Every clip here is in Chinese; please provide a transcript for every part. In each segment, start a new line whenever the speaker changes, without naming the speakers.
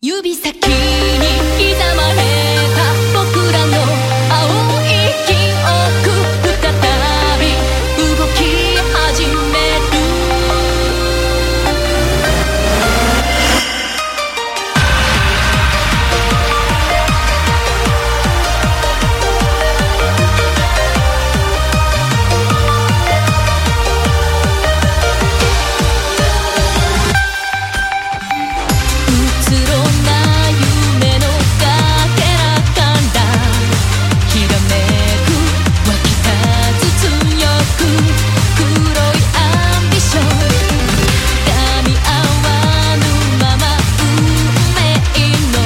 指先に刻まれた僕らの青い記憶再び動き始めるうつろな夢のかけらからひらめく湧き立つ強く黒いアンビション噛み合わぬまま運命の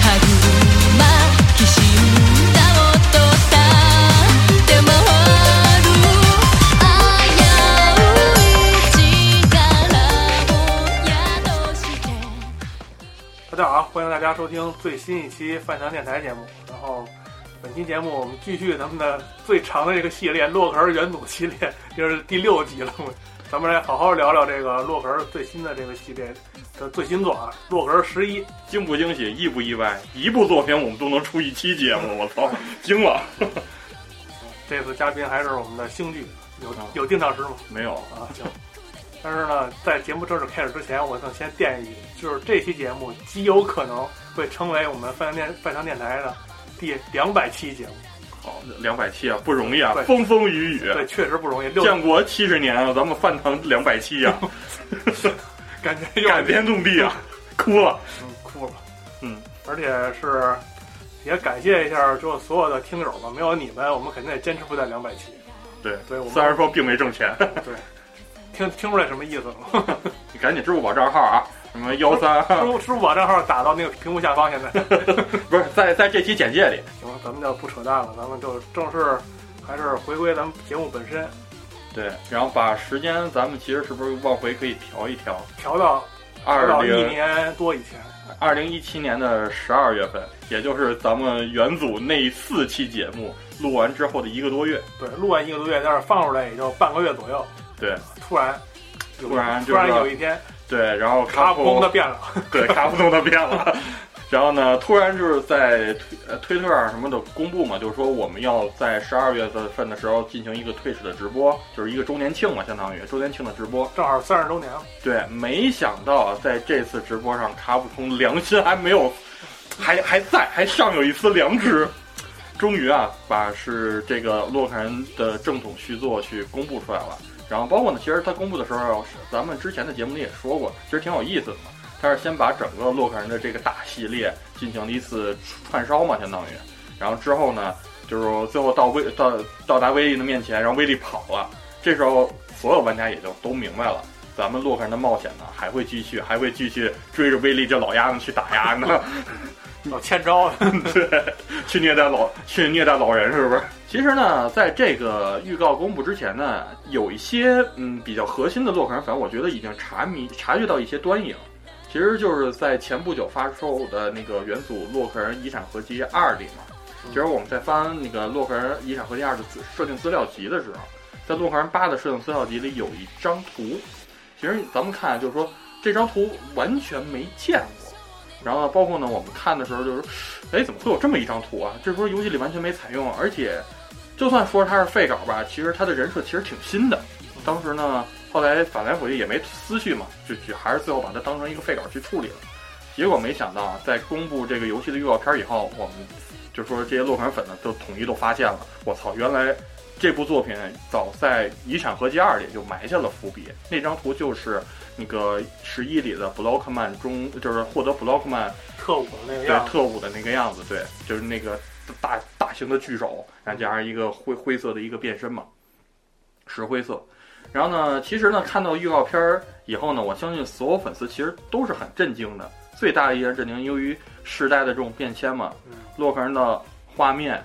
歯車きしんだ音だって回る危うい力を宿して
大家好，啊欢迎大家收听最新一期饭堂电台节目。然后，本期节目我们继续咱们的最长的这个系列——洛克儿元祖系列，这是第六集了。 咱们来好好聊聊这个洛克儿最新的这个系列的最新作啊，《洛克儿十一》。
惊不惊喜，意不意外，一部作品我们都能出一期节目，我 操，惊了！
这次嘉宾还是我们的星剧，有
啊
有定场诗吗？
没有，
啊，行。但是呢，在节目正式开始之前，我想先垫一句，就是这期节目极有可能会成为我们饭堂电饭堂电台的第两百期节目。
好，两百期啊，不容易啊
对，
风风雨雨，
对，确实不容易，六
建国七十年啊，咱们饭堂两百期 啊，
感觉又
感天动地啊， 哭了。
嗯，哭了，
嗯，
而且是也感谢一下，就所有的听友吧，没有你们，我们肯定也坚持不到两百期。
对，
对我们
虽然说并没挣钱，
对，听听出来什么意思了吗？
你赶紧支付宝账号啊，什么幺三，
支付支付宝账号打到那个屏幕下方，现在
不是在在这期简介里，
行了，咱们就不扯淡了，咱们就正式还是回归咱们节目本身，
对，然后把时间咱们其实是不是往回可以调一调，
调到调
二
到一
零
年多以前。
二零一七年的十二月份，也就是咱们元祖那四期节目录完之后的一个多月，
对，录完一个多月，但是放出来也就半个月左右，
对，
突然有一
突然
突
就是
然有一天，
对，然后
咔
卡普
嘣的变了。
对卡普通的变了， 然后呢，突然就是在推呃推特啊什么的公布嘛，就是说我们要在十二月份的时候进行一个退市的直播，就是一个周年庆嘛，相当于周年庆的直播。
正好三十周年了，
对，没想到啊，在这次直播上，卡普空良心还没有，还还在，还尚有一丝良知。终于啊，把是这个洛克人的正统续作去公布出来了。然后包括呢，其实他公布的时候，啊咱们之前的节目里也说过，其实挺有意思的嘛。他是先把整个洛克人的这个大系列进行了一次串烧嘛，相当于。然后之后呢，就是最后到威到到达威利的面前，然后威利跑了。这时候所有玩家也就都明白了。咱们洛克人的冒险呢还会继续，还会继续追着威力这老丫头去打压呢，
老
嗯
欠招了。
对， 去虐待老去虐待老人是不是？其实呢，在这个预告公布之前呢，有一些嗯比较核心的洛克人粉，我觉得已经察迷察觉到一些端倪了。其实就是在前不久发售的那个元祖洛克人遗产合集二里嘛。其实我们在翻那个洛克人遗产合集二的资设定资料集的时候，在洛克人八的设定资料集里有一张图，其实咱们看就是说这张图完全没见过。然后呢，包括呢，我们看的时候就是，哎，怎么会有这么一张图啊？这时候游戏里完全没采用，而且就算说它是废稿吧，其实它的人设其实挺新的。当时呢，后来反来覆去也没思绪嘛，就就还是最后把它当成一个废稿去处理了。结果没想到啊，在公布这个游戏的预告片以后，我们就说这些洛克人粉呢，都统一都发现了，我操，原来这部作品早在《遗产合集二》里就埋下了伏笔。那张图就是那个十一里的布洛克曼中，就是获得布洛克曼
特务那个
对
样子，
特务的那个样子，对，就是那个大大型的巨手，然后加上一个灰灰色的一个变身嘛，石灰色。然后呢，其实呢，看到预告片儿以后呢，我相信所有粉丝其实都是很震惊的。最大的一人震惊，由于时代的这种变迁嘛，
嗯
洛克人的画面，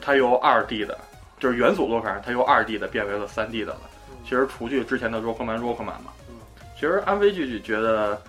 它由二 D 的，就是元祖洛克人，它由二 D 的变为了三 D 的了。
嗯
其实除去之前的 Rockman Rockman 嘛
嗯，
其实安飞剧觉得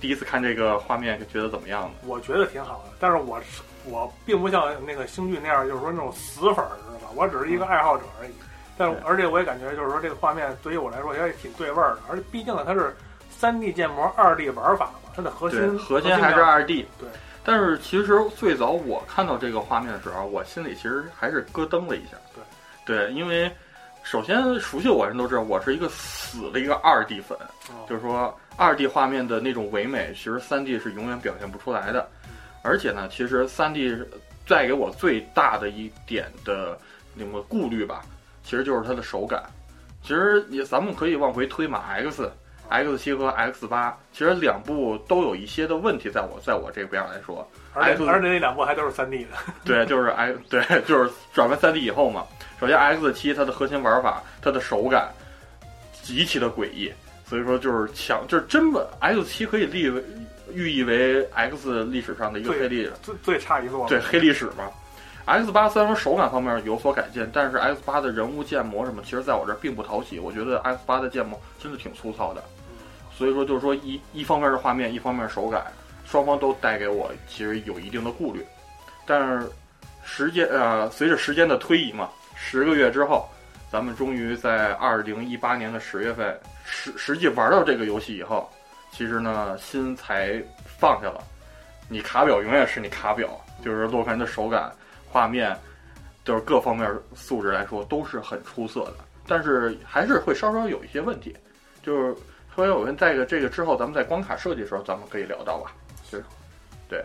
第一次看这个画面觉得怎么样呢？
我觉得挺好的。但是我是我并不像那个星剧那样，就是说那种死粉儿，知道吧？我只是一个爱好者而已。但是
嗯对
而且我也感觉就是说这个画面对于我来说也挺对味儿的，而且毕竟呢它是三 D 建模、二 D 玩法嘛，它的核
对，
心
核
心
心还是
量
二 D。
对，
但是其实最早我看到这个画面的时候，我心里其实还是咯噔了一下。对，对，因为首先熟悉我的人都知道，我是一个死的一个二 D 粉，
哦
就是说二 D 画面的那种唯美，其实三 D 是永远表现不出来的。而且呢，其实三 D 带给我最大的一点的那么顾虑吧，其实就是它的手感。其实也咱们可以往回推嘛，X、X 七和 X 八，其实两部都有一些的问题，在我在我这边来说，
而且
X-
而且那两部还都是三 D 的，
对，就是 X，对，就是转为三 D 以后嘛。首先，X 七它的核心玩法，它的手感极其的诡异，所以说就是强，就是真的 X 七可以立为寓意为 X 历史上的一个
对
黑历史，
最最差一座了。
对黑历史嘛。X 八虽然说手感方面有所改进，但是 X 八的人物建模什么，其实在我这儿并不讨喜。我觉得 X 八的建模真的挺粗糙的，所以说就是说一一方面是画面，一方面是手感，双方都带给我其实有一定的顾虑。但是时间呃，随着时间的推移嘛，十个月之后，咱们终于在二零一八年的十月份实实际玩到这个游戏以后，其实呢心才放下了。你卡表永远是你卡表，就是洛克人的手感、画面，就是各方面素质来说都是很出色的，但是还是会稍稍有一些问题。就是稍微有问，在这个这个之后，咱们在关卡设计的时候，咱们可以聊到吧？就是对，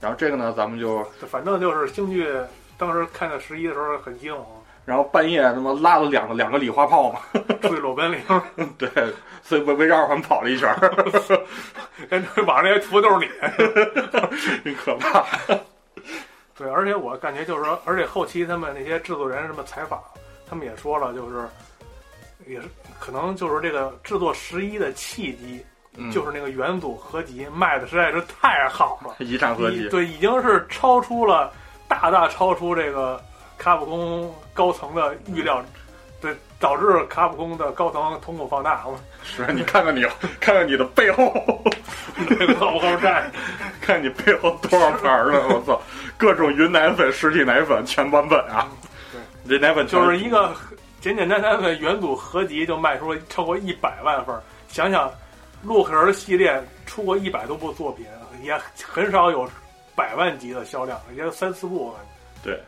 然后这个呢，咱们就
对，反正就是星剧当时看到十一的时候很激动，
然后半夜他妈拉了两个两个礼花炮嘛，
出去裸奔里，
对，所以围围着二环跑了一圈儿，
跟网上那些图都是你。
挺可怕。
对，而且我感觉就是说，而且后期他们那些制作人什么采访，他们也说了，就是也是可能就是这个制作十一的契机，
嗯
就是那个元祖合集卖的实在是太好了，
一战合
已
集，
对，已经是超出了大大超出这个卡普空高层的预料，对，导致卡普空的高层瞳孔放大，我
是你看看你，看看你的背后，
这个后后站。
看你背后多少盘儿了，我操，各种云奶粉、实体奶粉全版本啊！
对，
这奶粉全
就是一个简简单单的元祖合集就卖出了超过一百万份儿，想想洛克人系列出过一百多部作品，也很少有百万级的销量，也就三四部吧。
对。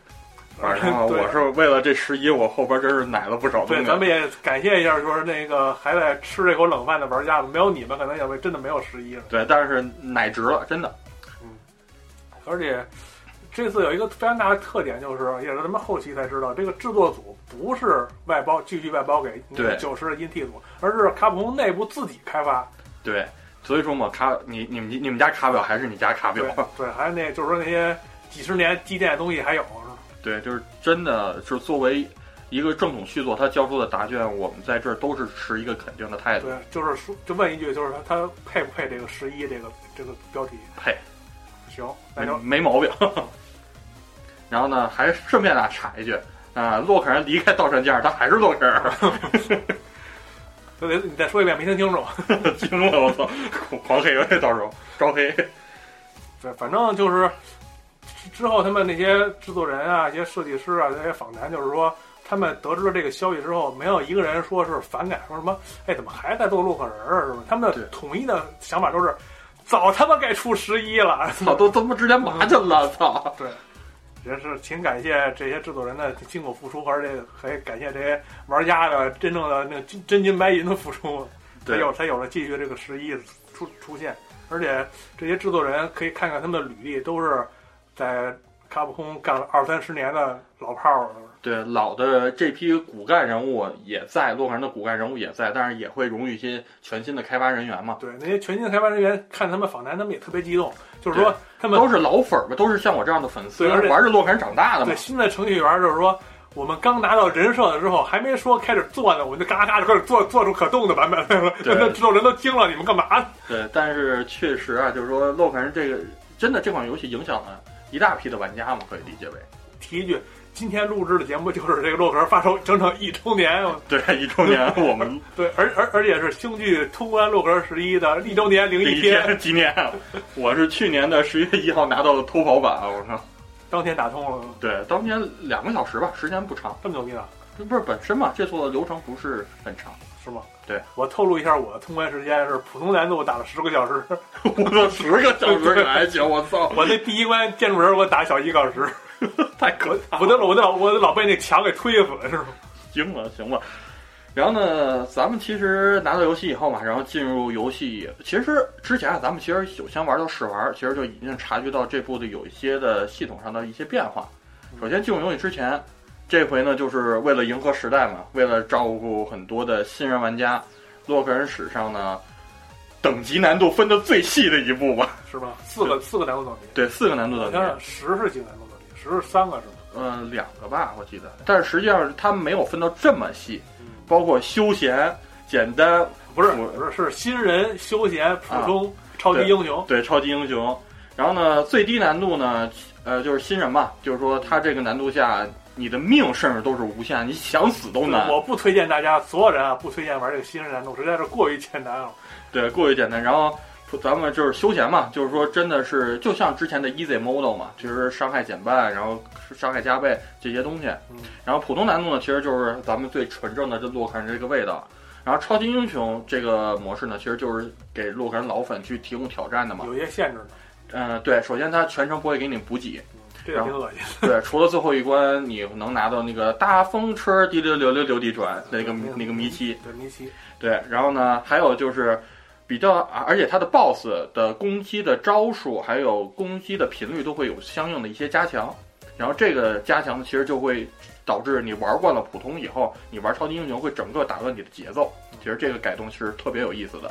反正啊
对
我是为了这十一，我后边真是奶了不少东
对，
西。
咱们也感谢一下，说是那个还在吃这口冷饭的玩家们，没有你们，可能也会真的没有十一了。
对，但是奶值了，真的。
而且这次有一个非常大的特点，就是也是咱们后期才知道，这个制作组不是外包继续外包给
对
九十音 T 组，而是卡普空内部自己开发。
对，所以说嘛，卡你你们你们家卡表还是你家卡表
对，对，还有那就是说那些几十年积淀的东西还有，是吧
对，就是真的是作为一个正统续作，他交出的答卷，我们在这儿都是持一个肯定的态度
对。，就是说就问一句，就是说他配不配这个十一这个这个标题？
配，
行，那
没
就
没毛病。 然后呢，还顺便呢插一句，啊、洛克人离开道川架，他还是洛克人，
就得你再说一遍，没听清楚。
惊了我操，狂黑了，到时候招黑。
对，反正就是之之后他们那些制作人啊、一些设计师啊这些访谈，就是说他们得知了这个消息之后，没有一个人说是反感，说什么哎怎么还在做洛克人儿，是吧？他们
对
的统一的想法都是早他妈该出十一了。
操，都他妈直接麻去了，操！
对，也是挺感谢这些制作人的辛苦付出，而且还感谢这些玩家的真正的那个真真金白银的付出，才
对
有才有了继续这个十一出出现。而且这些制作人可以看看他们的履历，都是在卡普空干了二三十年的老炮儿了。
对，老的这批骨干人物也在，洛克人的骨干人物也在，但是也会融入一些全新的开发人员嘛。
对，那些全新开发人员看他们访谈，他们也特别激动，就是说他们
都是老粉儿嘛，都是像我这样的粉丝，
对而且
玩着洛克人长大的嘛
对。新的程序员就是说。我们刚拿到人设的时候，还没说开始做呢，我们就嘎嘎就开始做做出可动的版本来了。
对
那制作人都惊了，你们干嘛呢？
对，但是确实啊，就是说洛克人这个真的这款游戏影响了一大批的玩家嘛，可以理解为
提一句，今天录制的节目就是这个洛克人发售整整一周年。
对一周年我们
对，而而而且是星剧通关洛克人十一的一周年零
这
一
一天纪念，啊我是去年的十月一号拿到的偷跑版，啊我靠，
当天打通了，
对，当年两个小时吧，时间不长，
这么牛逼呢？
这不是本身嘛，这座流程不是很长，
是吗？
对
我透露一下，我的通关时间是普通难度，我打了十个小时。
我都十个小时还行，我操，
我那第一关建筑人，我打小一个小时，
太可怕
我
了
都我都老我都老被那墙给推死，是吗？
行了行了。然后呢，咱们其实拿到游戏以后嘛，然后进入游戏，其实之前啊，咱们其实有先玩到试玩，其实就已经察觉到这部的有一些的系统上的一些变化。首先进入游戏之前，这回呢就是为了迎合时代嘛，为了照顾很多的新人玩家，洛克人史上呢等级难度分的最细的一部吧。
是吧？四个四个难度等级，
对，四个难度
好
等级。
像十是几个难度等级，十是三个是吗？
呃，两个吧，我记得。但是实际上它没有分到这么细，
嗯，
包括休闲、简单，
不是
我
不是是新人、休闲、普通、超级
对
英雄，
对，超级英雄。然后呢，最低难度呢，呃，就是新人嘛，就是说它这个难度下，你的命甚至都是无限，你想死都难。
我不推荐大家，所有人啊不推荐玩这个新人难度，实在是过于艰难了。
对，过于简单。然后咱们就是休闲嘛，就是说真的是就像之前的 Easy Model 嘛，其实伤害减半，然后伤害加倍这些东西。
嗯，
然后普通难度呢，其实就是咱们最纯正的这洛克人这个味道。然后超级英雄这个模式呢，其实就是给洛克人老粉去提供挑战的嘛。
有一些限制的，
嗯、对，首先它全程不会给你补给，
嗯这个挺恶心。
对，除了最后一关你能拿到那个大风车滴溜溜溜溜地转那个
嗯
那个谜题，
对迷棋，
对，然后呢，还有就是比较，啊而且它的 BOSS 的攻击的招数，还有攻击的频率都会有相应的一些加强。然后这个加强其实就会导致你玩惯了普通以后，你玩超级英雄会整个打乱你的节奏。其实这个改动是特别有意思的。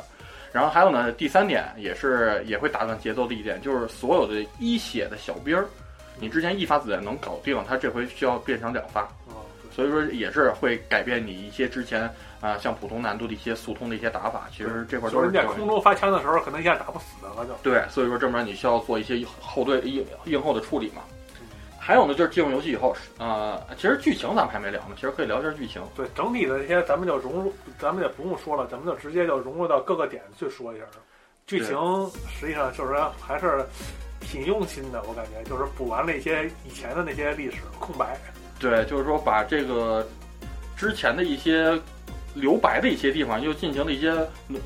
然后还有呢，第三点也是也会打乱节奏的一点，就是所有的一血的小兵儿，你之前一发子弹能搞定，它这回需要变成两发。
嗯，对
所以说也是会改变你一些之前啊、像普通难度的一些速通的一些打法，其实这块
就
都
是
是
你在
这样
空中发枪的时候，可能一下打不死的了就。
对，所以说这么着你需要做一些后对应应后的处理嘛
嗯。
还有呢，就是进入游戏以后，呃，其实剧情咱们还没聊呢，其实可以聊一下剧情。
对整体的这些，咱们就融入，咱们也不用说了，咱们就直接就融入到各个点去说一下。剧情实际上就是说还是挺用心的，我感觉就是补完了一些以前的那些历史空白。
对，就是说把这个之前的一些留白的一些地方又进行了一些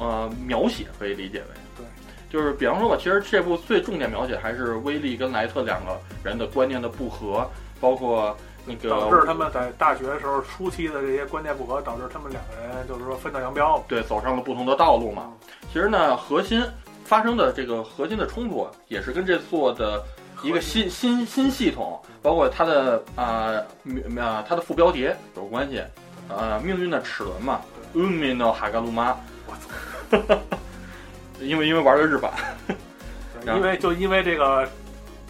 呃描写，可以理解为。
对，
就是比方说吧，其实这部最重点描写还是威利跟莱特两个人的观念的不合，包括那个
导致他们在大学的时候初期的这些观念不合，导致他们两个人就是说分道扬镳。
对走上了不同的道路
嗯
嘛。其实呢，核心发生的这个核心的冲突啊，也是跟这座的一个新新新系统，包括它的啊名啊它的副标题有关系，呃，命运的齿轮嘛，运命的哈嘎鲁妈。
我
操！因为因为玩的日版，
对
啊
因为就因为这个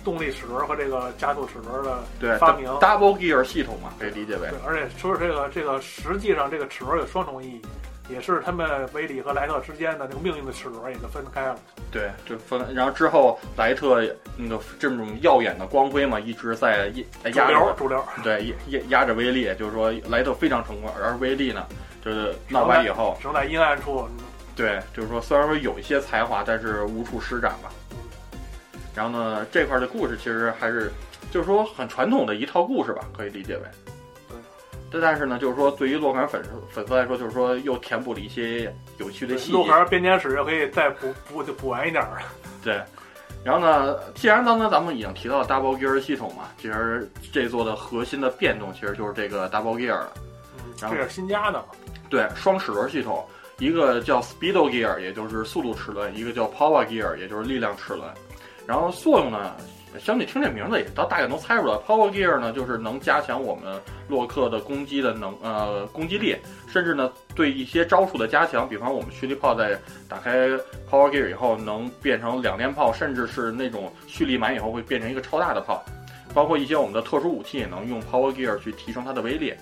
动力齿轮和这个加速齿轮的
对
发明
Double Gear 系统嘛，可以理解为
对，而且说是这个这个，实际上这个齿轮有双重意义，也是他们威利和莱特之间的那个命运的齿轮也就分开了。
对，就分。然后之后莱特那个这种耀眼的光辉嘛，一直在压
主
压着
流，主流，
对，压压压着威力，就是说莱特非常成功，而威力呢，就是闹掰以后，
只能在阴暗处。
对，就是说虽然说有一些才华，但是无处施展吧。然后呢，这块儿的故事其实还是，就是说很传统的一套故事吧，可以理解为。
对
但但是呢，就是说对于洛克人粉丝粉丝来说，就是说又填补了一些有趣的细节。
路牌编年史又可以再补补补完一点儿。
对，然后呢，既然刚才咱们已经提到 Double Gear 系统嘛，其实这座的核心的变动其实就是这个 Double Gear 了。
嗯，
然
这是
后
新加的嘛？
对，双齿轮系统，一个叫 Speedo Gear，也就是速度齿轮，一个叫 Power Gear，也就是力量齿轮。然后作用呢，相对听这名字也到大概能猜出来。Power Gear 呢，就是能加强我们洛克的攻击的能呃攻击力，甚至呢对一些招数的加强，比方我们蓄力炮在打开 Power Gear 以后，能变成两连炮，甚至是那种蓄力满以后会变成一个超大的炮。包括一些我们的特殊武器也能用 Power Gear 去提升它的威力。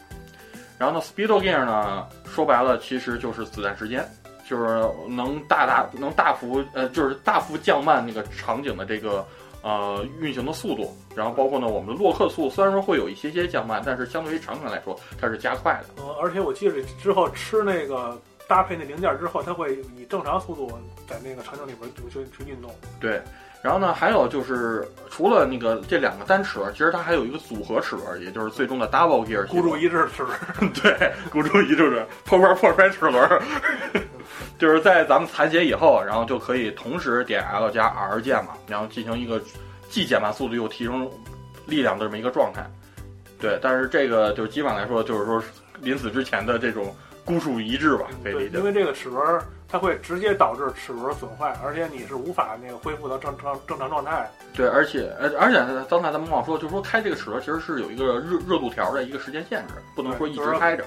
然后呢，Speedo Gear 呢，说白了其实就是子弹时间，就是能大大能大幅呃，就是大幅降慢那个场景的这个呃运行的速度。然后包括呢，我们的洛克速虽然说会有一些些降慢，但是相对于场景来说，它是加快的。
嗯，而且我记得之后吃那个搭配那零件之后，它会以正常速度在那个场景里边就去去运动。
对，然后呢，还有就是除了那个这两个单齿轮，其实它还有一个组合齿轮，也就是最终的 double gear 系
孤
统
注一掷是
啊
不是？
对，孤注一掷的破罐破摔齿轮儿， 就是在咱们裁解以后，然后就可以同时点 L 加 R 键嘛，然后进行一个既减慢速度又提升力量的这么一个状态。对，但是这个就是基本上来说，就是说临死之前的这种孤注一掷吧，可以
嗯对，
理解
因。为这个齿轮儿它会直接导致齿轮儿损坏，而且你是无法那个恢复到正常正常状态。
对，而且而而且刚才咱们忘说，就是说开这个齿轮其实是有一个热热度条的一个时间限制，不能说一直开着。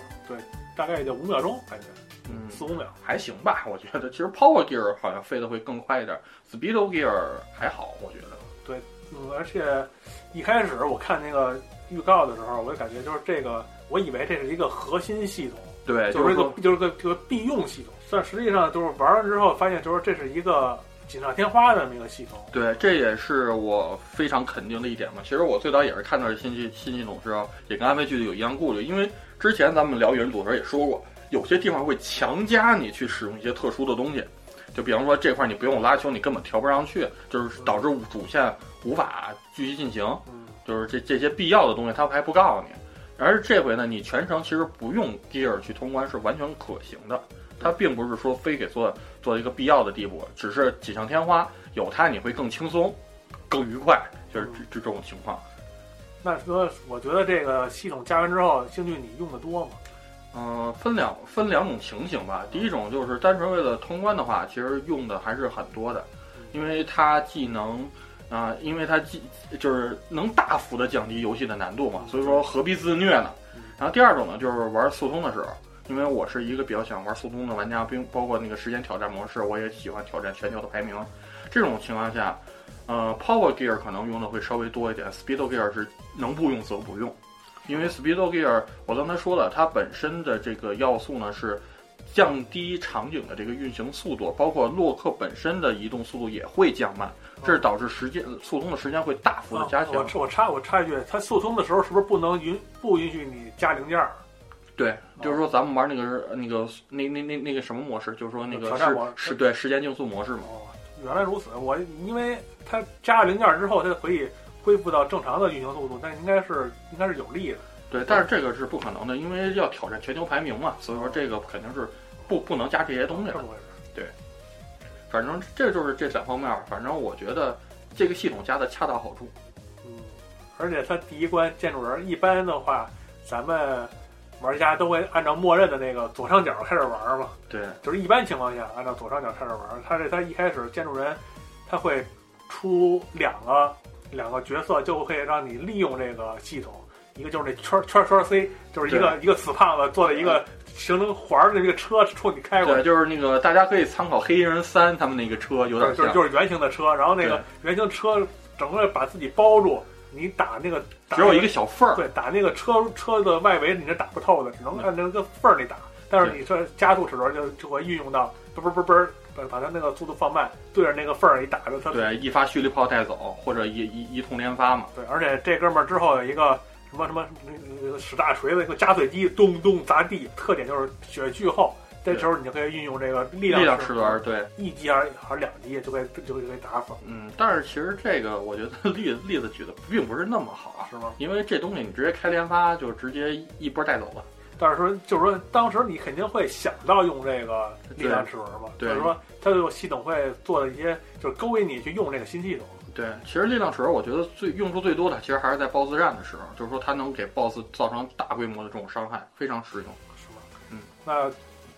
大概也就五秒钟，感觉
嗯，
四五秒。
还行吧， 我觉得。其实 Power Gear 好像飞得会更快一点，Speedo Gear 还好，我觉得。
嗯，而且一开始我看那个预告的时候，我就感觉就是这个，我以为这是一个核心系统，
对，
就是是一
哎说，
个就是个这个必用系统。但实际上就是玩了之后发现，就是这是一个锦上添花的这么一个系统。
对，这也是我非常肯定的一点嘛。其实我最早也是看到这新系新系统之后，也跟安飞剧有一样顾虑，因为之前咱们聊原组的时候也说过，有些地方会强加你去使用一些特殊的东西，就比方说这块你不用拉修，你根本调不上去，就是导致主线无法继续进行。
嗯，
就是这这些必要的东西，他还不告诉你。而这回呢，你全程其实不用 gear 去通关是完全可行的，它并不是说非给做做一个必要的地步，只是锦上添花，有它你会更轻松、更愉快，就是这这种情况。
那说我觉得这个系统加完之后，兴趣你用的多吗？
嗯、分两分两种情形吧。第一种就是单纯为了通关的话，其实用的还是很多的，因为它既能啊、因为它既就是能大幅的降低游戏的难度嘛，所以说何必自虐呢
嗯？
然后第二种呢，就是玩速通的时候，因为我是一个比较喜欢玩速通的玩家，并包括那个时间挑战模式，我也喜欢挑战全球的排名。这种情况下，呃，Power Gear 可能用的会稍微多一点，Speedo Gear 是能不用则不用。因为 Speedo Gear，我刚才说了，它本身的这个要素呢是降低场景的这个运行速度，包括洛克本身的移动速度也会降慢，这是导致时间速通的时间会大幅的加强。
啊我我插我插一句，它速通的时候是不是不能允不允许你加零件儿？哦
对，就是说咱们玩那个是那个那那那那个什么模式，就是说那个
挑战模式
是是对时间竞速模式嘛。
哦，原来如此。我因为它加了零件儿之后，它可以恢复到正常的运行速度，但应该是应该是有利的。
对，但是这个是不可能的，因为要挑战全球排名嘛，所以说这个肯定是不不能加这些东西
这
的
么。回事。
反正这就是这两方面儿，反正我觉得这个系统加的恰到好处。
嗯，而且它第一关建筑人一般的话，咱们玩家都会按照默认的那个左上角开始玩嘛，
对，
就是一般情况下按照左上角开始玩。它这它一开始建筑人，它会出两个两个角色，就会让你利用这个系统。一个就是那圈圈圈 C，就是一个一个死胖子坐在一个形成环儿的一个车冲你开过来
对，，就是那个大家可以参考《黑衣人三》他们那个车有点
对，就是
像，
就是圆形的车，然后那个圆形车整个把自己包住，你打那个打
只有
那
一个小缝儿。
对打那个车车的外围你是打不透的，只能按那个缝儿里打。但是你这加速齿轮就就会运用到嘣嘣嘣嘣，把把它那个速度放慢，对着那个缝儿一打着它。
对，一啊发蓄力炮带走，或者一一一通连发嘛。
对，而且这哥们儿之后有一个什么什么那个使大锤子一个加碎机咚咚砸地，特点就是血巨厚。这时候你就可以运用这个力
力
量
量齿轮，对，
一击还是还是两击就可以就可以就可以打死，
嗯，但是其实这个我觉得 例例子举的并不是那么好啊，
是吗？
因为这东西你直接开连发就直接一波带走了。
但是说，就是说，当时你肯定会想到用这个力量齿轮嘛，
对
就是说，它这个系统会做的一些，就是勾引你去用这个新系统。
对，其实力量齿轮我觉得最用处最多的，其实还是在 BOSS 战的时候，就是说它能给 BOSS 造成大规模的这种伤害，非常实用。
是吧？
嗯，
那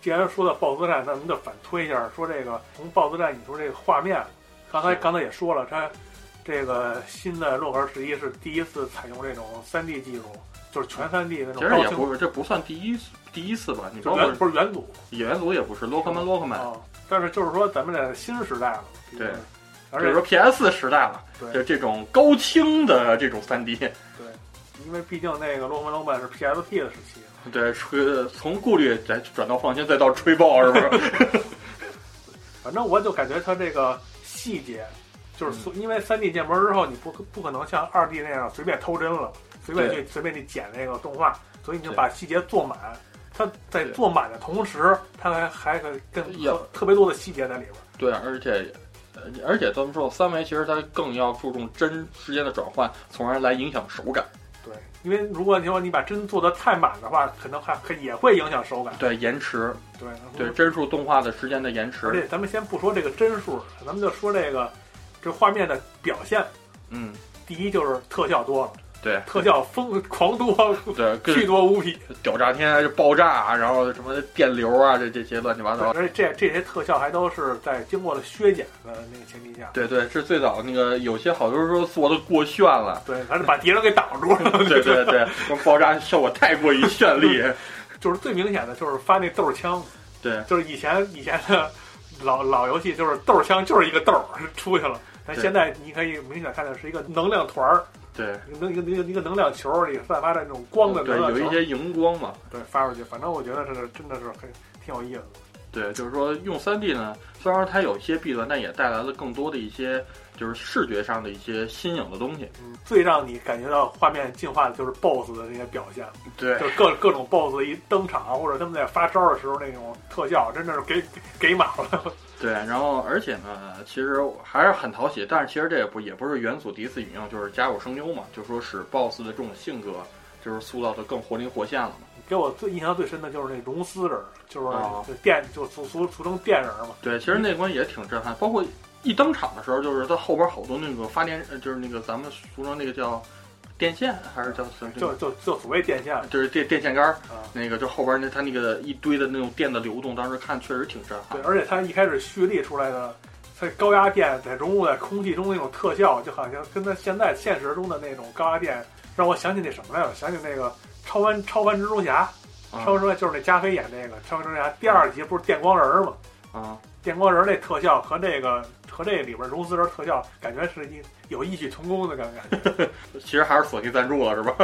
既然说到 BOSS 战，那咱们就反推一下，说这个从 BOSS 战，你说这个画面，刚才
是
刚才也说了，它这个新的洛克尔十一是第一次采用这种3 D 技术，就是全3 D 那
其
种
实
高
也
清，
不是，这不算第一次第一次吧？你包
就
括
原不是原组
演员组也不是 l o c k m a n l o c k m a
啊、
n
但是就是说，咱们的新时代了，
对，
而
就
且
是说 PS 时代了，
对
就这种高清的这种 3D，
对，因为毕竟那个洛克曼老板是 PSP 的时期。
对，吹从顾虑再转到放心，再到吹爆，是 不是？
反正我就感觉它这个细节，就是
嗯
所因为三 D 建模之后，你不可不可能像二 D 那样随便偷帧了，随便去随便去剪那个动画，所以你就
对
把细节做满。它在
对
做满的同时，它还还可以更
要
特别多的细节在里边。
对，而且呃而且咱们说三维，其实它更要注重帧之间的转换，从而来影响手感。
对，因为如果你说你把帧做的太满的话，可能还可也会影响手感。
对，延迟，
对
对，帧数动画的时间的延
嗯而
迟。
且咱们先不说这个帧数，咱们就说这个这画面的表现。
嗯，
第一就是特效多了，
对
特效疯狂 多，
对，
巨
更
多无比。
屌炸天，就爆炸，啊然后什么电流啊，这这些乱七八糟。
而且这这些特效还都是在经过了削减的那个前提下，
对对，是最早那个有些好多人说做的过炫了。
对，还是把敌人给挡住了。
对对对，爆炸效果太过于绚丽。
就是最明显的就是发那豆儿枪，
对，
就是以前以前的老老游戏就是豆儿枪就是一个豆儿出去了，但
对
现在你可以明显看到是一个能量团儿，
对
一个一个一个一个能量球儿里散发着那种光的能
对，
量
有
球，
一些荧光嘛。
对发出去，反正我觉得这是真的是很挺有意思的。
对，就是说用三 D 呢，虽然说它有一些弊端，但也带来了更多的一些就是视觉上的一些新颖的东西。
嗯，最让你感觉到画面进化的就是 BOSS 的那些表现，
对
就是各各种 BOSS 一登场或者他们在发招的时候那种特效，真的是给给给满了。
对，然后而且呢，其实我还是很讨喜，但是其实这也不也不是元祖第一次引用，就是加入声优嘛，就说使 BOSS 的这种性格就是塑造的更活灵活现了嘛。
给我最印象最深的就是那融丝人，就是
啊
就电就俗俗俗称电人嘛。
对，其实那关也挺震撼，包括一登场的时候，就是它后边好多那个发电，呃就是那个咱们俗称那个叫电线还是叫什么？
就就就所谓电线
就是电电线杆儿
啊，
那个就后边那它那个一堆的那种电的流动，当时看确实挺震撼
对，。而且它一开始蓄力出来的，它高压电在融入在空气中那种特效，就好像跟它现在现实中的那种高压电，让我想起那什么来了，想起那个超凡超凡蜘蛛侠，
啊
超凡蜘蛛侠就是那加菲演那个超凡蜘蛛侠第二集不是电光人儿嘛，
啊，
电光人儿那特效和这个和这里边融资人特效感觉是一有异曲同工的感觉，
其实还是索尼赞助了是吧？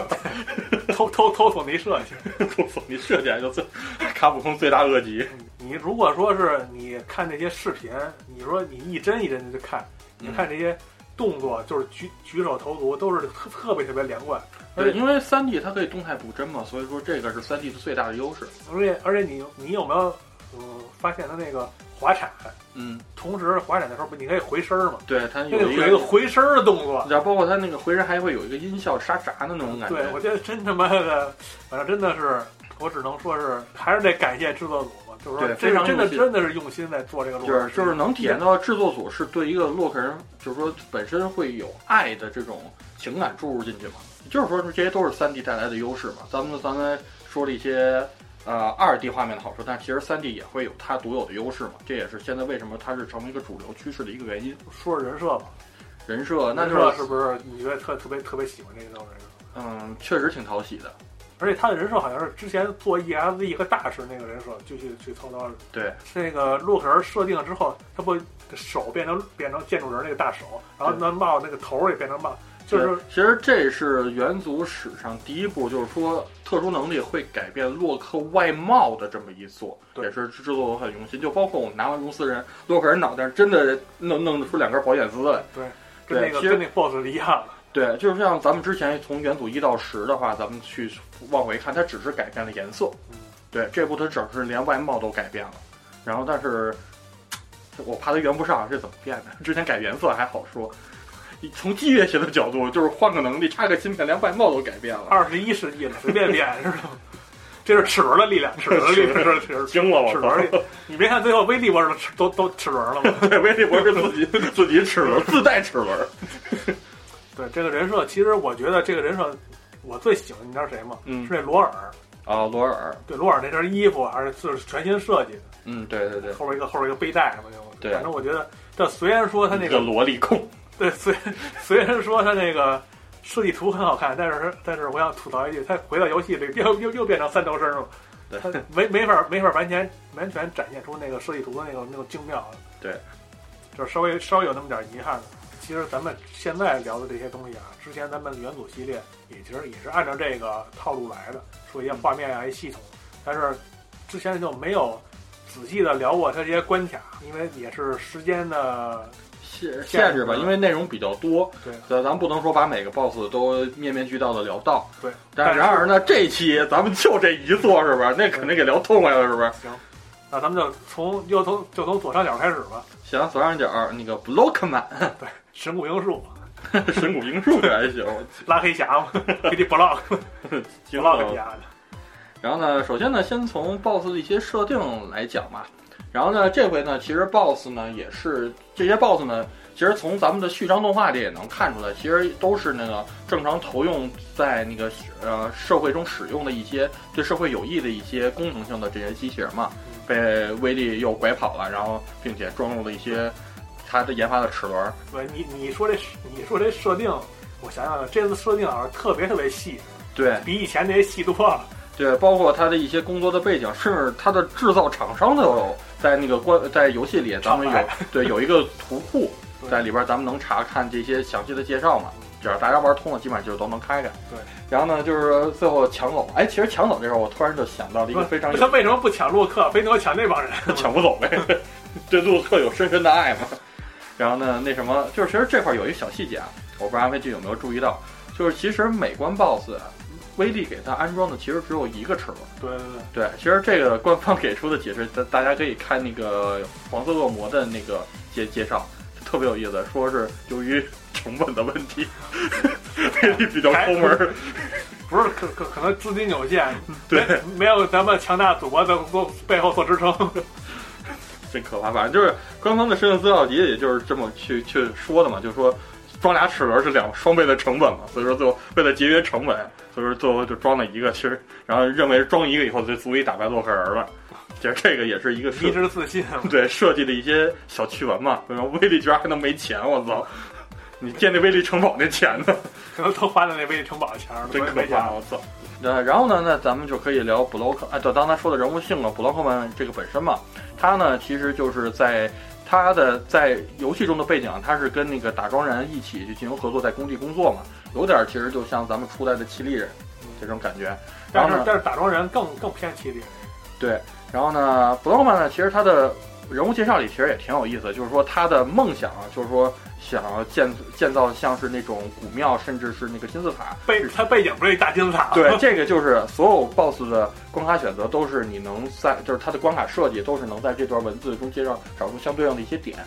偷偷偷索尼设计。
索尼设计来就最卡普空最大恶极。
你如果说是你看这些视频，你说你一帧一帧的去看，
嗯
你看这些动作，就是举举手投足都是特特别特别连贯，而
对，
且
因为三 D 它可以动态补帧嘛，所以说这个是三 D 的最大的优势。
而且而且你你有没有呃发现它那个滑铲，
嗯，
同时滑铲的时候不你可以回身儿吗？
对，它
那个
哎有一
有一个
个，
回身儿的动作，
然后包括它那个回声还会有一个音效沙闸的那种感觉。
对我觉得真他妈的，反正真的是我只能说是还是得感谢制作组吧，就是说
对
这
非常
真的
用心
真的是用心在做这个路
就是
上，
就是能体验到制作组是对一个洛克人，就是说本身会有爱的这种情感注入进去嘛。就是说这些都是三 D 带来的优势嘛。咱们咱们说了一些呃二 D 画面的好处，但其实三 D 也会有它独有的优势嘛。这也是现在为什么它是成为一个主流趋势的一个原因。
说人设吧，
人设那就
人设
是
是不是你觉得特特别特别喜欢这个人设？
嗯，确实挺讨喜的。
而且他的人设好像是之前做 E ESE 和大师那个人设就去去操刀的。
对
那个洛克人设定了之后，他不手变成变成建筑人那个大手，然后
对
那帽那个头儿也变成帽，就
对
是
其实这是元祖史上第一部，就是说特殊能力会改变洛克外貌的这么一做，
对
也是制作组很用心。就包括我们拿完公司人，洛克人脑袋真的弄弄出两根保险丝来。
跟
对
那个
其实
跟那 BOSS 一样的。
对，就是像咱们之前从元祖一到十的话，咱们去往回看，它只是改变了颜色。
嗯
对，这部它只是连外貌都改变了，然后但是嘖我怕它圆不上，这怎么变的？之前改颜色还好说，你从机械学的角度，就是换个能力，插个芯片，连外貌都改变了。
二十一世纪了，随便变是吧？这是齿轮的力量，齿轮的力量，齿轮齿轮
惊了，我
齿
操！
轮力。你别看最后威力不是齿都都齿轮了吗？
对，威利博是自己自己齿轮，自带齿轮。
对这个人设，其实我觉得这个人设，我最喜欢你知道谁吗？
嗯
是那罗尔。
啊，罗尔，
对罗尔那身衣服啊还是就是全新设计的。
嗯，对对对，
后边一个后边一个背带什么的，
对
反正我觉得，这虽然说他那
一个
个
萝莉控，
对虽 虽然说他那个设计图很好看，但是但是我想吐槽一句，他回到游戏里又又又变成三头身了，
对
他没没法没法完全完全展现出那个设计图的那个那种精妙，
对，
就是稍微稍微有那么点遗憾的。其实咱们现在聊的这些东西啊，之前咱们元祖系列也其实也是按照这个套路来的，说一些画面啊、一些系统，但是之前就没有仔细的聊过它这些关卡，因为也是时间的
限
限
限
制
制
吧
吧，因为内容比较多，
对
呃咱咱不能说把每个 BOSS 都面面俱到的聊到。
对，
但
是
然而呢，这期咱们就这一座是吧？那肯定给聊痛快了是不是？
行，那咱们就从又从就从左上角开始吧。
行，左上角那个 Blockman
神谷英树
神谷英树这 还行，
拉黑侠嘛， 给你 block
行
block 家的。
然后呢，首先呢，先从 BOSS 的一些设定来讲吧。然后呢，这回呢，其实 BOSS 呢也是这些 BOSS 呢，其实从咱们的序章动画里也能看出来，其实都是那个正常投用在那个呃社会中使用的一些对社会有益的一些功能性的这些机器人嘛，被威力又拐跑了，然后并且装入了一些他的研发的齿轮儿。
不，你你说这你说这设定，我想想，这次设定好像特别特别细，
对
比以前那些细多了。
对，包括他的一些工作的背景，甚至他的制造厂商都有在那个关在游戏里，咱们有
厂
对有一个图 库
对
在里边，咱们能查看这些详细的介绍嘛。只要大家玩通了，基本上就都能开开。
对，
然后呢，就是最后抢走。哎，其实抢走这事儿，我突然就想到了一个非常有
他为什么不抢洛克，非得要抢那 帮人？
抢不走呗。对洛克有深深的爱嘛。然后呢，那什么，就是其实这块儿有一个小细节啊，我不知道安飞剧有没有注意到，就是其实每关 BOSS 啊威力给他安装的其实只有一个齿轮。
对对对，
对，其实这个官方给出的解释，大大家可以看那个黄色恶魔的那个介介绍，特别有意思，说是由于成本的问题， 威力比较抠门儿。
不是可可可能资金有限，
对
没没有咱们强大祖国的做背后做支撑。
真可怕。反正就是官方的申请资料集，也就是这么去去说的嘛，就是说装俩齿轮是两双倍的成本嘛，所以说最后为了节约成本，所以说最后就装了一个，其实然后认为装一个以后就足以打败洛克人了。其实这个也是一个设
迷之自信，
对设计的一些小趣闻嘛，然后威力居然还能没钱，我操！你建那威力城堡那钱呢？
可能都花在那威力城堡钱儿了，
真
所以
可
没钱
怕，我操！呃，然后呢，那咱们就可以聊布洛克。哎，对，刚才说的人物性格，布洛克曼这个本身嘛，他呢其实就是在他的在游戏中的背景，啊他是跟那个打桩人一起去进行合作，在工地工作嘛，有点儿其实就像咱们初代的霹雳人这种感觉。然
但
后
是
呢，
但是打桩人更更偏激烈，
对，然后呢，布洛曼呢，其实他的人物介绍里其实也挺有意思，就是说他的梦想啊就是说想要建建造像是那种古庙，甚至是那个金字塔。
背他背景不是一大金字塔，
对，这个就是所有 BOSS 的关卡选择都是你能在，就是它的关卡设计都是能在这段文字中介绍找出相对应的一些点，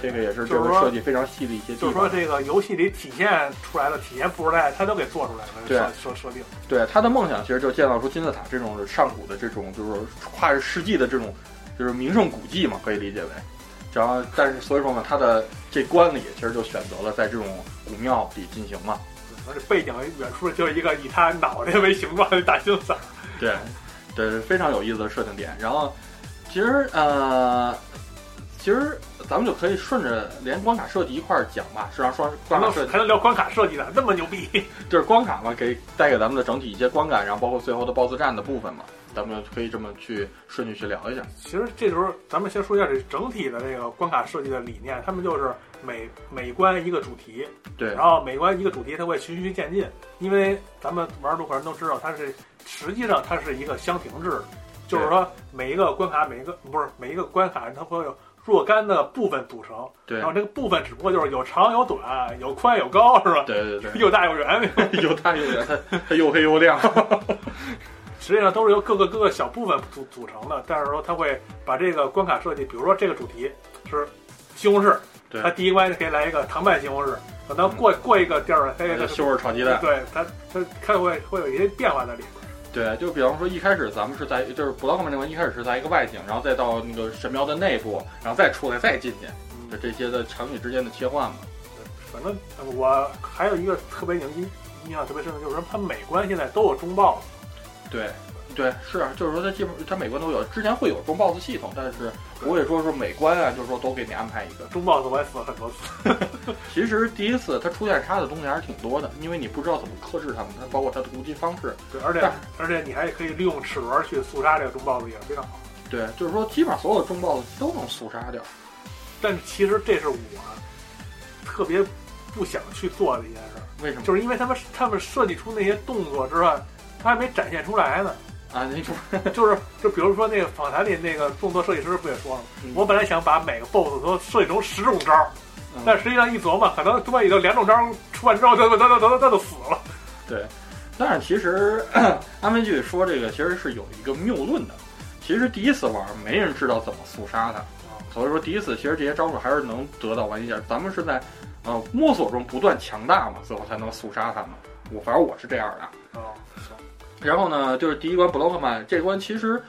这个也是这
就是
种
说
设计非常细的一些地
就是说
方。
这个游戏里体现出来的、体现不出来，他都给做出来了，
对
设设设定。
对，他的梦想其实就建造出金字塔这种上古的这种就是跨世纪的这种就是名胜古迹嘛，可以理解为。然后，但是所以说嘛，他的这关里其实就选择了在这种古庙里进行嘛。
而且背景远处就是一个以他脑袋为形状的大金字塔，
对，对，非常有意思的设定点。然后，其实呃，其实咱们就可以顺着连关卡设计一块儿讲吧，是让双
还
关卡
能
设计
还能聊 关卡设计呢，那么牛逼！
就是关卡嘛，给带给咱们的整体一些观感，然后包括最后的 BOSS 战的部分嘛，咱们就可以这么去顺序去聊一下。
其实这时候咱们先说一下这整体的这个关卡设计的理念，他们就是每每关一个主题，
对
然，后每关一个主题，它会循序渐进。因为咱们玩路口人都知道，它是实际上它是一个箱庭制，就是说每一个关卡，每一个不是每一个关卡，它会有若干的部分组成，
对
然后这个部分只不过就是有长有短，有宽有高，是吧？
对对对，
又大又圆，
又大又圆，它它又黑又亮。
实际上都是由各个各个小部分组组成的。但是说它会把这个关卡设计，比如说这个主题是西红柿，
对
它第一关就可以来一个糖拌西红柿，等到过过一个地儿，它这 个
西红柿炒鸡蛋，
对它它它会会有一些变化在里边。
对，就比方说一开始咱们是在就是布拉克曼那关一开始是在一个外景，然后再到那个神庙的内部，然后再出来再进去，就
嗯，
这些的场景之间的切换嘛。
反正呃我还有一个特别印印象特别深的就是说，它每关现在都有中 boss，
对，对，是啊，就是说它基本它每关都有，之前会有中 BOSS 系统，但是不会说是每关啊，就是说都给你安排一个。
中 boss 我也死了很多次。
其实第一次它出现差的东西还是挺多的，因为你不知道怎么克制它们，它包括它的攻击方式。
对，而且
但
而且你还可以利用齿轮去速杀这个中 boss 也非常好。
对，就是说基本上所有中 BOSS 都能速杀掉。
但是其实这是我特别不想去做的一件事儿，
为什么？
就是因为他们他们设计出那些动作之外，他还没展现出来呢。
啊，你说
就是就比如说那个访谈里那个动作设计师不也说了吗？
嗯
我本来想把每个 BOSS 都设计成十种招儿
嗯，
但实际上一琢磨，可能他妈也就两种招儿出完之后，他他他他他他就死了。
对，但是其实安慰剧说这个其实是有一个谬论的，其实第一次玩没人知道怎么速杀它，所以说第一次其实这些招数还是能得到玩家。咱们是在呃摸索中不断强大嘛，最后才能速杀它们。我反正我是这样的。
哦，
然后呢，就是第一关 b l o c k m a n 这关，其实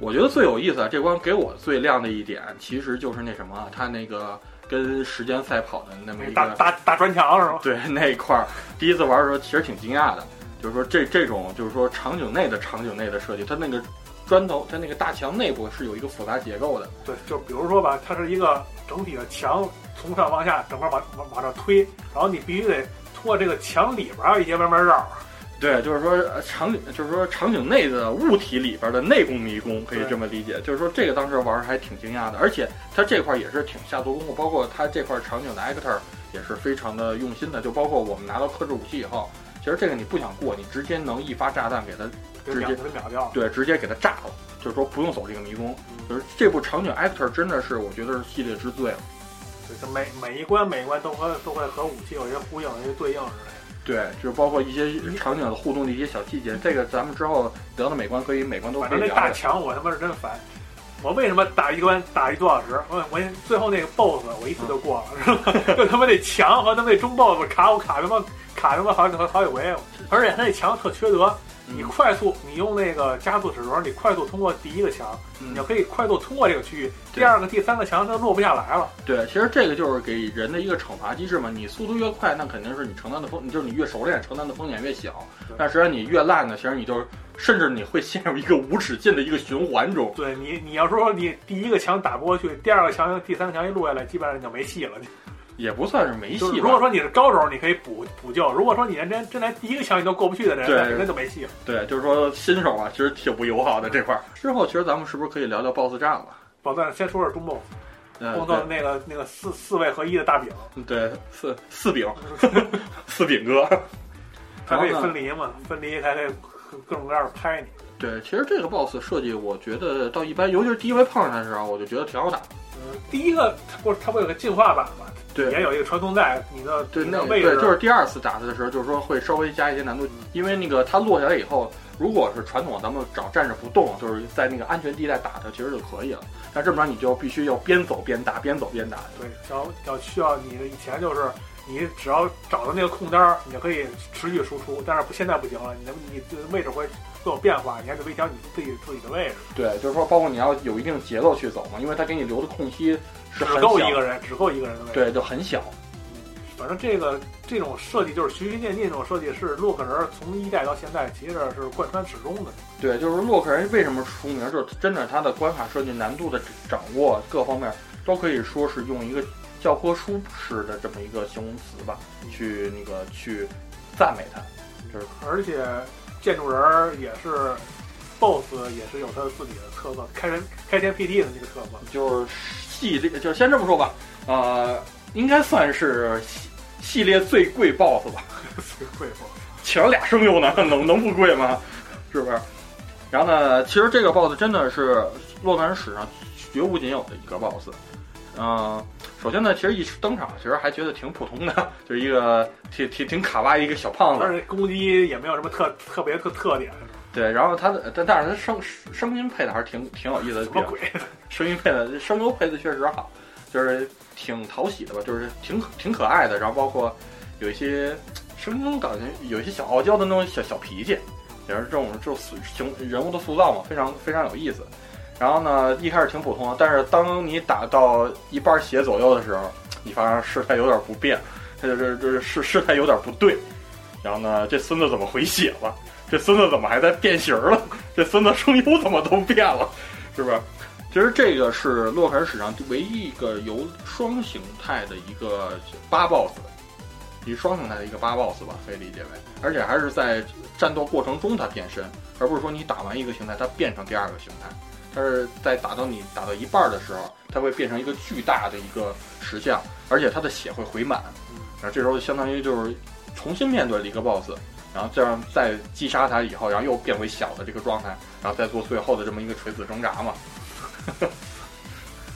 我觉得最有意思啊，这关给我最亮的一点，其实就是那什么，它那个跟时间赛跑的那么
那
一
大
个，
大大砖墙是吧？
对那一块儿，第一次玩的时候其实挺惊讶的，就是说这这种就是说场景内的场景内的设计，它那个砖头，它那个大墙内部是有一个复杂结构的，
对，就比如说吧，它是一个整体的墙，从上往下整块往往往上推，然后你必须得通过这个墙里边儿一节慢慢绕。
对，就是说呃场景，就是说场景内的物体里边的内功迷宫，可以这么理解。就是说这个当时玩儿还挺惊讶的，而且它这块儿也是挺下足功夫，包括它这块儿场景的 actor 也是非常的用心的。就包括我们拿到克制武器以后，其实这个你不想过，你直接能一发炸弹给它，
给
直
秒
接
给秒掉。
对，直接给它炸了。就是说不用走这个迷宫
嗯，
就是这部场景 actor 真的是我觉得是系列之最了。
对，就每每一关每一关都会都会和武器有一些呼应、有一些对应之类的。
对，就是包括一些场景的互动的一些小细节，这个咱们之后聊到每关可以每关都
反
可
正
以
那
聊
大
的。
墙我他妈是真烦。我为什么打一关打一多小时？我我最后那个 BOSS 我一次就过了，是 吧？
嗯
就他妈那墙和他妈那中 BOSS 卡我卡他妈卡他妈好几好好几回，啊而且他那墙特缺德，
嗯
你快速你用那个加速齿轮，你快速通过第一个墙，
嗯
你就可以快速通过这个区域，
对
第二个、第三个墙它落不下来了。
对，其实这个就是给人的一个惩罚机制嘛。你速度越快，那肯定是你承担的风，就是你越熟练，承担的风险越小
对。
但实际上你越烂呢，其实你就是甚至你会陷入一个无止境的一个循环中。
对你，你要说你第一个墙打不过去，第二个墙、第三个墙一落下来，基本上你就没戏了。
也不算是没戏
就是
吧。
如果说你是高手，你可以补补救；如果说你连真真连第一个墙你都过不去的人，
对
那肯定就没戏了。
对，就是说新手啊，其实挺不友好的这块 儿。之后其实咱们是不是可以聊聊 BOSS 战了？
宝钻先说说中 BOSS，
嗯
中 BOSS 那个那个四四位合一的大饼，
对对，四四 饼，四饼哥。
它可以
然后呢
分离嘛？分离还可以各种各样的拍你。
对，其实这个 BOSS 设计，我觉得到一般，尤其是第一回碰上它的时候，我就觉得挺好打的。
嗯，第一个它不是它不有个进化版嘛？
对，
也有一个传送带，你的
对，
你
那
的
对
位置
就是第二次打它的时候，就是说会稍微加一些难度，因为那个它落下来以后，如果是传统咱们找站着不动，就是在那个安全地带打它，其实就可以了。但这么着你就必须要边走边打，边走边打。
对，然后要需要你的以前就是你只要找到那个空单儿，你就可以持续输出，但是不现在不行了，你的你的位置会会有变化，你还得微调你自己自己的位置，
对，就是说包括你要有一定节奏去走嘛，因为它给你留的空隙
只
是很
够
小，
一个人，只够一个人的位置。，
对，就很小。
嗯反正这个这种设计就是循序渐进，这种设计是洛克人从一代到现在其实是贯穿始终的。
对，就是洛克人为什么出名，就是真的他的关卡设计难度的掌握各方面，都可以说是用一个教科书式的这么一个形容词吧，去那个去赞美他。
而且建筑人儿也是，BOSS 也是有他自己的特色，开人开天辟地的那个特色。
就是系列，就先这么说吧，呃，应该算是系系列最贵 BOSS 吧，
最贵 BOSS，
请了俩声优呢，能能不贵吗？是不是？然后呢，其实这个 BOSS 真的是洛克人史上绝无仅有的一个 BOSS。嗯、首先呢，其实一登场，其实还觉得挺普通的，就是一个挺挺挺卡哇伊一个小胖子
而，且攻击也没有什么特特别特特点，
对。然后他的，但但是他声声音配的还是挺挺有意思的，
什么鬼？
声音配的声优配的确实好，就是挺讨喜的吧，就是挺挺可爱的，然后包括有一些声优感觉有一些小傲娇的那种小小脾气，也是这种就塑形人物的塑造嘛，非常非常有意思。然后呢，一开始挺普通的，但是当你打到一半血左右的时候，你发现事态有点不变，他就是就是事事态有点不对。然后呢，这孙子怎么回血了？这孙子怎么还在变形了？这孙子声优怎么都变了？是不是？其实这个是洛克人史上唯一一个由双形态的一个八 boss，以双形态的一个八 boss 吧，可以理解为，而且还是在战斗过程中它变身，而不是说你打完一个形态它变成第二个形态，它是在打到你打到一半的时候，它会变成一个巨大的一个石像，而且它的血会回满，然后这时候相当于就是重新面对了一个 boss，然后这样再击杀它以后，然后又变回小的这个状态，然后再做最后的这么一个垂死挣扎嘛。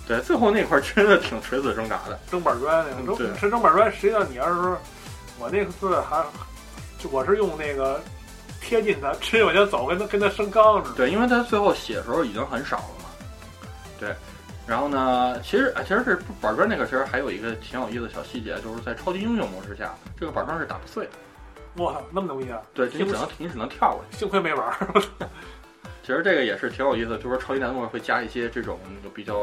对，最后那块儿真的挺垂死挣扎的。
蒸板砖那
嗯
个，
对
蒸吃蒸板砖，实际上你要是说，我那次还就我是用那个贴近他，直接往前走，跟他跟他升刚似的。
对，因为他最后写的时候已经很少了嘛。对，然后呢，其实啊，其实是板砖那个，其实还有一个挺有意思的小细节，就是在超级英雄模式下，这个板砖是打不碎的。
我操，那么牛逼啊！
对，你只能你只能跳过去。
幸亏没玩儿。
其实这个也是挺有意思的，就是说超级难度会加一些这种就比较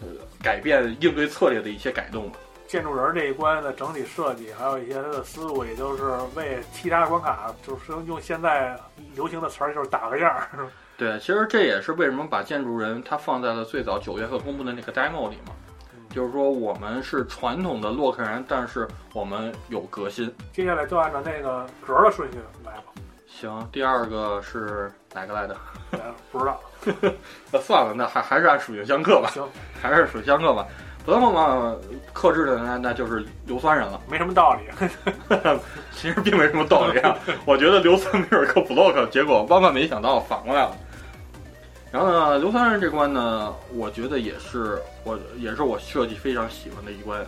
呃改变应对策略的一些改动嘛。
建筑人儿这一关的整体设计，还有一些他的思路，也就是为其他关卡，就是用现在流行的词儿，就是打个样儿。
对，其实这也是为什么把建筑人他放在了最早九月份公布的那个 demo 里嘛
嗯，
就是说我们是传统的洛克人，但是我们有革新。
接下来就按照那个格儿的顺序来吧，
行，第二个是哪个来着？
来不知道。
那算了，那还还是按属性相克吧，
行，
还是属性相克吧。不那么呃克制的那那就是硫酸人了。
没什么道理。
其实并没什么道理 啊。我觉得硫酸没有克 block，结果万万没想到反过来了。然后呢，硫酸人这关呢，我觉得也是我也是我设计非常喜欢的一关，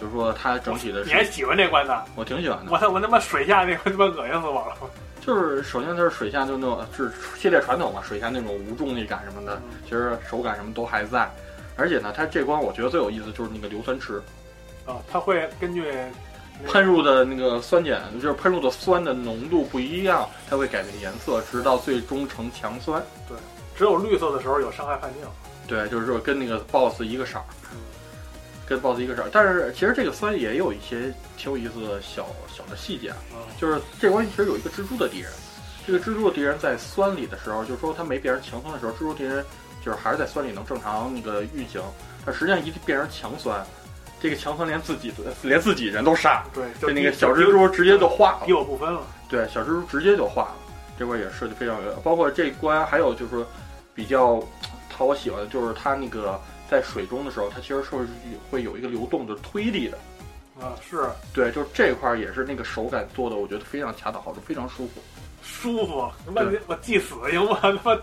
就是说它整体的
你还
是
喜欢这关呢？
我挺喜欢的。
我操！我他妈水下那关他妈恶心死我了。
就是首先它是水下就那种是系列传统嘛，水下那种无重力感什么的，其实手感什么都还在。而且呢，它这关我觉得最有意思就是那个硫酸池
啊，他会根据嗯
喷入的那个酸碱，就是喷入的酸的浓度不一样，它会改变颜色，直到最终成强酸。
只有绿色的时候有伤害判定。
对，就是说跟那个 boss 一个色儿，跟 boss 一个色儿。但是其实这个酸也有一些挺有意思的小小的细节啊，
嗯
就是这关其实有一个蜘蛛的敌人，这个蜘蛛的敌人在酸里的时候，就是说他没变成强酸的时候，蜘蛛敌人就是还是在酸里能正常那个运行，但实际上一变成强酸，这个强酸连自己连自己人都杀，
对，就
被那个小蜘蛛直接就化了
敌。我不分了。
对，小蜘蛛直接就化了，这块也设计非常有，包括这一关还有就是说比较讨我喜欢的就是它那个在水中的时候，它其实是会有一个流动的推力的，
啊，是
对，就是这块儿也是那个手感做的，我觉得非常恰到好处，非常舒服。
舒服。他妈
对
我祭死行吗？他妈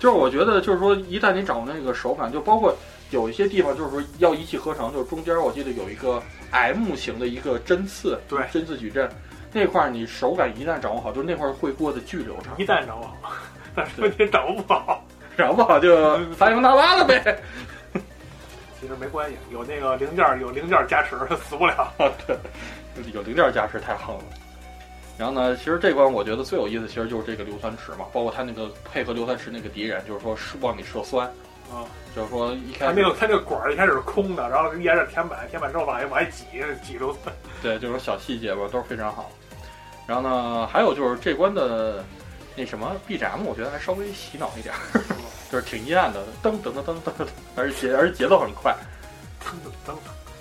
就是我觉得就是说，一旦你掌握那个手感，就包括有一些地方就是说要一气呵成，就是中间我记得有一个 M 型的一个针刺，
对
针刺矩阵。那块儿你手感一旦掌握好，就是那块儿会过得巨流畅。
一旦掌握好，但是问题掌握不好。
掌握好就撒用大拉了呗。
其实没关系，有那个零件儿有零件儿加持，死不了。
有零件加持太横了。然后呢，其实这关我觉得最有意思，其实就是这个硫酸池嘛，包括他那个配合硫酸池那个敌人，就是说是往里射酸，
啊，
就是说一开
他
始
那个他那个管儿一开始是空的，然后沿着填满，填满之后往下往下挤挤流窜。
对，就是小细节吧，都是非常好。然后呢，还有就是这关的那什么 BGM，我觉得还稍微洗脑一点儿， 就是挺阴暗的，噔噔噔噔噔噔，而且节而且节奏很快。
噔噔噔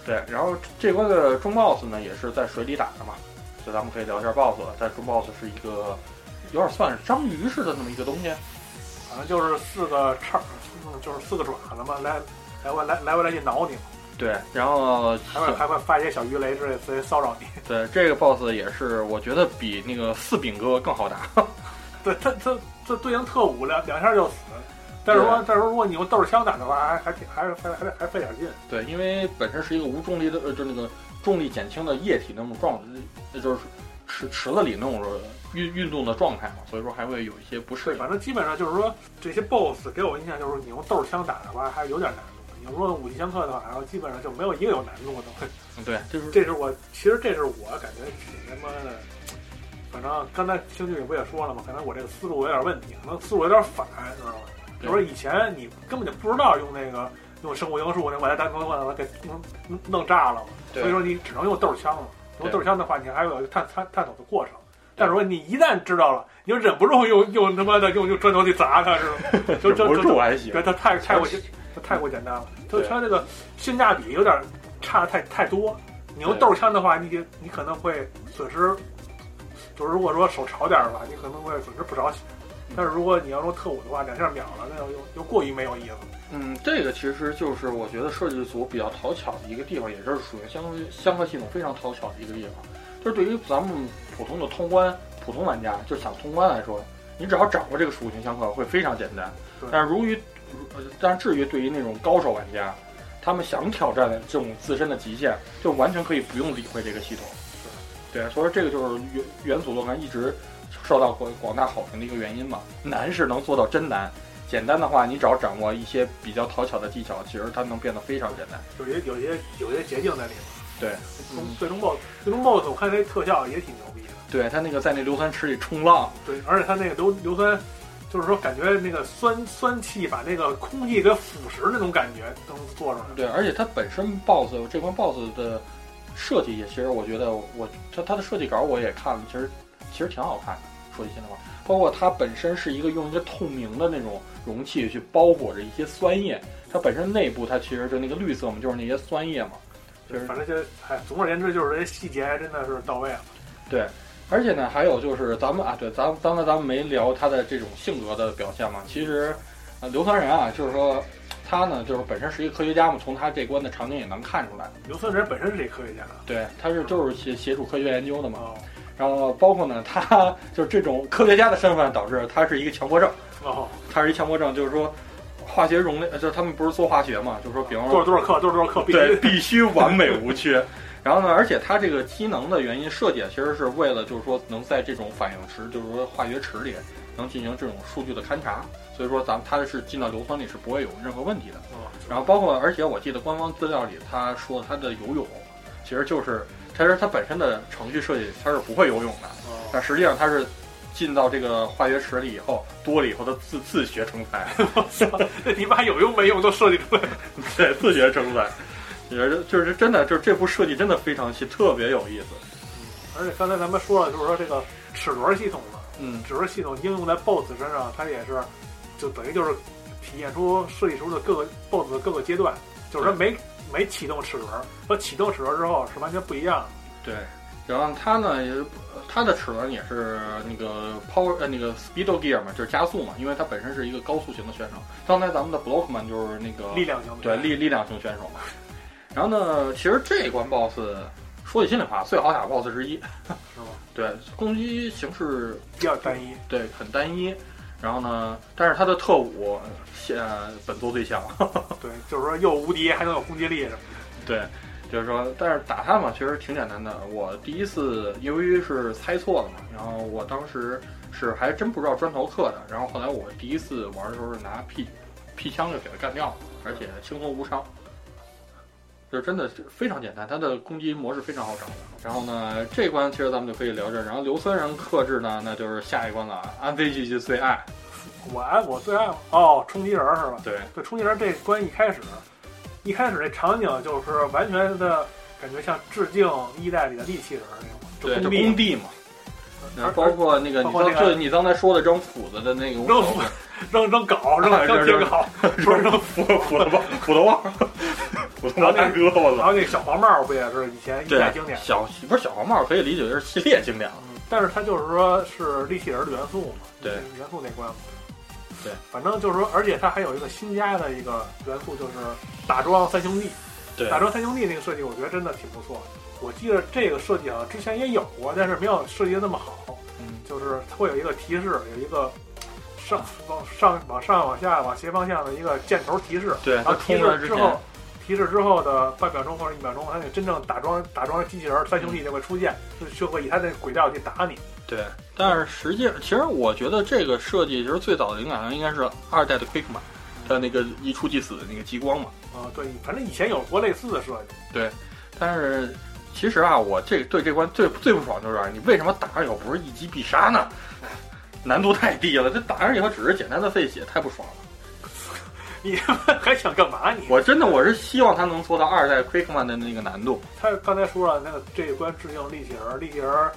对，然后这关的中 boss 呢，也是在水里打的嘛，所以咱们可以聊一下 boss 了。但中 boss 是一个有点算是章鱼似的那么一个东西，
反正就是四个叉儿，嗯就是四个爪子嘛，来来回来来回来去挠你嘛，
对，然后
还会还会发一些小鱼雷之类的直接骚扰你。
对这个 boss 也是，我觉得比那个四饼哥更好打。
对，他他这对应特务两两下就死。但是说，但是如果你用豆儿枪打的话，还还挺还还还还费点劲。
对，因为本身是一个无重力的，呃，就是那个重力减轻的液体那种状，那就是池池子里那种运运动的状态嘛，所以说还会有一些不适
对，
应。
反正基本上就是说，这些 BOSS 给我印象就是，你用豆儿枪打的话还是有点难度。你要说武器相克的话，然后基本上就没有一个有难度的。
嗯对，就是
这是我，其实这是我感觉挺他妈的。反正刚才听剧里不也说了吗？可能我这个思路有点问题，可能思路有点反，知道吗？
对
就说以前你根本就不知道用那个用生物因素，那把它单能把它给弄弄弄炸了嘛。
对
所以说你只能用豆儿枪嘛。用
对
豆儿枪的话，你还有一个探探探索的过程。但是说你一旦知道了，你就忍不住用用他妈的用用砖头去砸它，是吧？就就
忍不住
就
还行
对，。它太太过简，它太过简单了。就
对
它这个性价比有点差太太多。你用
对
豆儿枪的话，你你可能会损失，就是如果说手潮点儿的话，你可能会损失不少血。但是如果你要用特务的话，两下秒了，那又又过于没有意思了。
嗯，这个其实就是我觉得设计组比较讨巧的一个地方，也就是属于相对相克系统非常讨巧的一个地方。就是对于咱们普通的通关、普通玩家，就是想通关来说，你只要掌握这个属性相克会非常简单
对。
但是如于，呃但至于对于那种高手玩家，他们想挑战这种自身的极限，就完全可以不用理会这个系统。对，所以说这个就是元元祖洛凡一直受到广广大好评的一个原因吧。难是能做到真难，简单的话，你只要掌握一些比较讨巧的技巧，其实它能变得非常简单。
有些有些有些捷径在里面。
对，
从最终 BOSS 最终 BOSS 我看那特效也挺牛逼的。
对他那个在那硫酸池里冲浪，
对，而且它那个硫硫酸，就是说感觉那个酸酸气把那个空气给腐蚀那种感觉能做出来。
对，而且它本身 BOSS 这关 BOSS 的设计也，其实我觉得我它它的设计稿我也看了，其实其实挺好看的。说句心里话，包括它本身是一个用一个透明的那种容器去包裹着一些酸液，它本身内部它其实就那个绿色嘛，就是那些酸液嘛。就是
反正就哎，总而言之就是这些细节还真的是到位了。
而且呢，还有就是咱们啊，对，咱们刚才咱们没聊他的这种性格的表现嘛。其实，呃，硫酸人啊，就是说他呢，就是本身是一个科学家嘛，从他这关的场景也能看出来。
硫酸人本身是一科学家
对，他是就是协协助科学研究的嘛。
哦
然后包括呢，他就是这种科学家的身份，导致他是一个强迫症。
哦，
他是一强迫症，就是说化学容量，就是他们不是做化学嘛，就是说，比方
多
说
少多少克，多少多少克，必
对，
须
必须完美无缺。然后呢，而且它这个机能的原因设计，其实是为了就是说能在这种反应池，就是说化学池里能进行这种数据的勘察。所以说咱们它是进到硫酸里是不会有任何问题的。
哦
然后包括，而且我记得官方资料里他说他的游泳，其实就是其实它本身的程序设计它是不会游泳的，
哦
但实际上它是进到这个化学池里以后多了以后，它自自学成才。
这哦你把有用没用都设计出来。嗯
对，自学成才。也是，就是真的，就是这部设计真的非常细，特别有意思。
而且刚才咱们说了，就是说这个齿轮系统嘛，
嗯，
齿轮系统应用在 BOSS 身上，它也是就等于就是体现出设计出的各个 BOSS 的各个阶段，就是说没没启动齿轮和启动齿轮之后是完全不一样的。
对。然后它呢，也它的齿轮也是那个 power 呃那个 speedo gear 嘛，就是加速嘛，因为它本身是一个高速型的选手。刚才咱们的 blockman 就是那个
力量型的
哦对力力量型选手嘛。然后呢，其实这一关 boss 说句心里话，最好打 boss 之一。
是吧？
对，攻击形式
比较单一，
对，很单一。然后呢，但是他的特务呃现本作最强，
对，就是说又无敌还能有攻击力什么
对，就是说，但是打他嘛，其实挺简单的。我第一次由于是猜错了嘛，然后我当时是还真不知道砖头刻的，然后后来我第一次玩的时候是拿屁屁枪就给他干掉了，而且轻松无伤。就真的是非常简单，它的攻击模式非常好掌握。然后呢，这关其实咱们就可以聊这儿。然后硫酸人克制呢，那就是下一关了，安非剧集最爱。
的。我爱我最爱哦，冲击人儿是吧？
对，
对，冲击人儿这关一开始，一开始这场景就是完全的感觉像致敬一代里的利器人儿那种，
对，
就
就
工地
工地嘛，
而
包括那个
包
你
括
刚
那个
就你刚才说的扔斧子的那个
扔斧扔扔镐， 扔扔铁镐，不是扔。
斧斧头棒斧头棒斧头
棒大
哥我
然！后那个小黄帽儿不也是以前一代经
对，
典？
小不是小黄帽可以理解为是系列经典了。
嗯但是它就是说是利器人儿的元素嘛，
对
元素那关嘛。
对，
反正就是说，而且它还有一个新加的一个元素，就是打桩三兄弟。
对
打桩三兄弟那个设计，我觉得真的挺不错的。我记得这个设计好像之前也有过，但是没有设计的那么好。
嗯
就是它会有一个提示，有一个上往上往上往下往斜方向的一个箭头提示。
对，
然后
他
提
冲过来
示
啊之
之
前
后，，提示之后的半秒钟或者一秒钟，它那个真正打桩打桩机器人儿三兄弟就会出现，就就会以它的轨道去打你。
对，但是实际其实我觉得这个设计其实最早的灵感应该是二代的 Quickman，它那个一触即死的那个激光嘛。
啊、对，反正以前有过类似的设计。
但是其实啊，我这对这关最最不爽就是啊你为什么打上以后不是一击必杀呢？难度太低了，这打上以后只是简单的费血，太不爽了。
你他妈还想干嘛你？
我真的我是希望他能做到二代 Quickman 的那个难度。
他刚才说了，那个这一关致敬力气人儿，力气人儿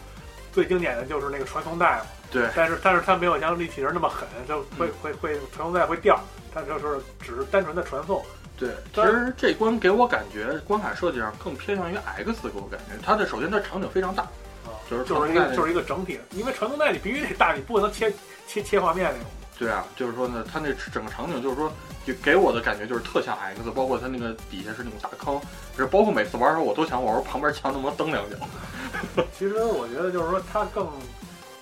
最经典的就是那个传送带嘛。
对
但是但是他没有像力气人那么狠，
嗯
就会、会会传送带会掉，他就是只是单纯的传送。
对，其
但
实这关给我感觉关卡设计上更偏向于 X，给我感觉它的首先它场景非常大，
啊，
就是
就是一
传送
个
带
就是一个整体的，因为传送带你必须得大，你不能切切切画面那种。
对啊，就是说呢，它那整个场景就是说，就给我的感觉就是特像 X，包括它那个底下是那种大坑，就是包括每次玩的时候我都想我说旁边墙能不能蹬两脚。
其实我觉得就是说，它更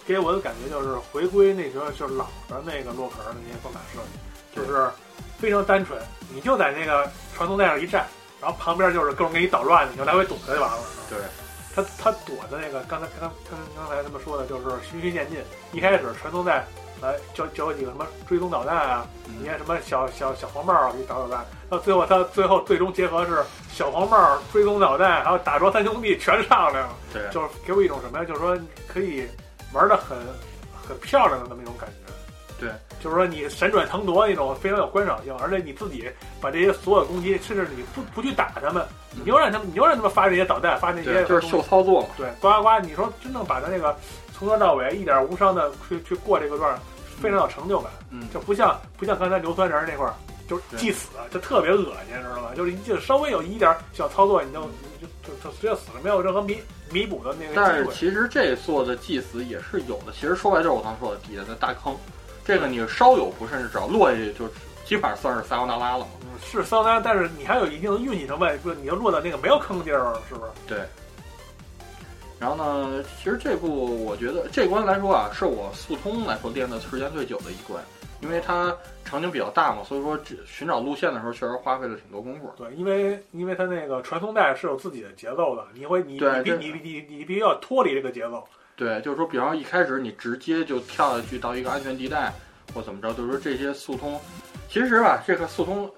给我的感觉就是回归那时候就是老的那个洛克人的那些关卡设计，
对
就是非常单纯，你就在那个传送带上一站，然后旁边就是各种给你捣乱的，你就来回躲它就完了。
对，
他他躲的那个，刚才刚刚刚才他们说的就是循序渐进，一开始全都在来教教几个什么追踪导弹啊，你
嗯
看什么小小小黄帽儿去找导弹，到最后他最后最终结合是小黄帽儿、追踪导弹，还有打桩三兄弟全上来了，
对，啊
就是给我一种什么呀？就是说可以玩的很很漂亮的那么一种感觉。
对，
就是说你闪转腾挪那种非常有观赏性，而且你自己把这些所有攻击，甚至你不不去打他们，你就让他们，你就让他们发这些导弹，发那些
对，啊就是
东西
秀操作嘛。
对，呱呱呱！你说真正把他那个从头到尾一点无伤的去去过这个段儿，非常有成就感。
嗯，
这不像不像刚才硫酸人那块儿，就是
对
既死就特别恶心，知道吗？就是你就稍微有一点小操作，你就你就就就直接死了，没有任何弥弥补的那个
但
机
是
会。
其实这做的祭祀也是有的。其实说白就是我刚说的底下的大坑，这个你稍有不慎，只要落下去就基本上算是撒由那拉了嘛。
嗯是桑丹，但是你还有一定的运气成分，不是你就落到那个没有坑的地儿了，是不是？
然后呢，其实这部我觉得这关来说啊，是我速通来说练的时间最久的一关，因为它场景比较大嘛，所以说只寻找路线的时候确实花费了挺多功夫。
对，因为因为它那个传送带是有自己的节奏的，你会你
对
你必
这
你你你你必须要脱离这个节奏。
对，就是说，比方说一开始你直接就跳下去到一个安全地带或怎么着，就是说这些速通，其实吧，这个速通。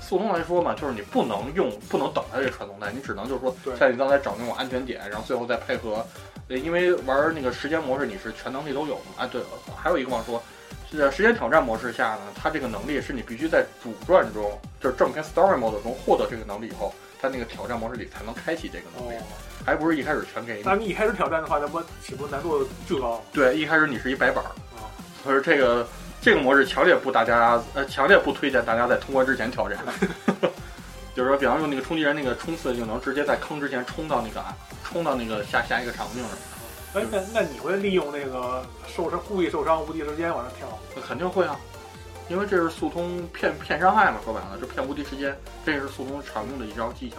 速通来说嘛，就是你不能用，不能等它这个传送带，你只能就是
对
说，像你刚才找那种安全点，然后最后再配合，呃，因为玩那个时间模式你是全能力都有嘛。啊，对，还有一个忘说，是时间挑战模式下呢，它这个能力是你必须在主传中，就是正片 story mode 中获得这个能力以后，它那个挑战模式里才能开启这个能
哦
力，还不是一开始全给你
那你一开始挑战的话，那不起步难度巨高吗？
对，一开始你是一白板儿
啊，
所以这个这个模式强烈不大家呃强烈不推荐大家在通关之前挑战， 就是说，比方用那个冲击人那个冲刺就能直接在坑之前冲到那个啊冲到那个下下一个场景上，
哎，那那你会利用那个受伤故意受伤无敌时间往上跳吗？
那肯定会啊，因为这是速通骗骗伤害嘛，说白了就骗无敌时间，这是速通常用的一招技巧。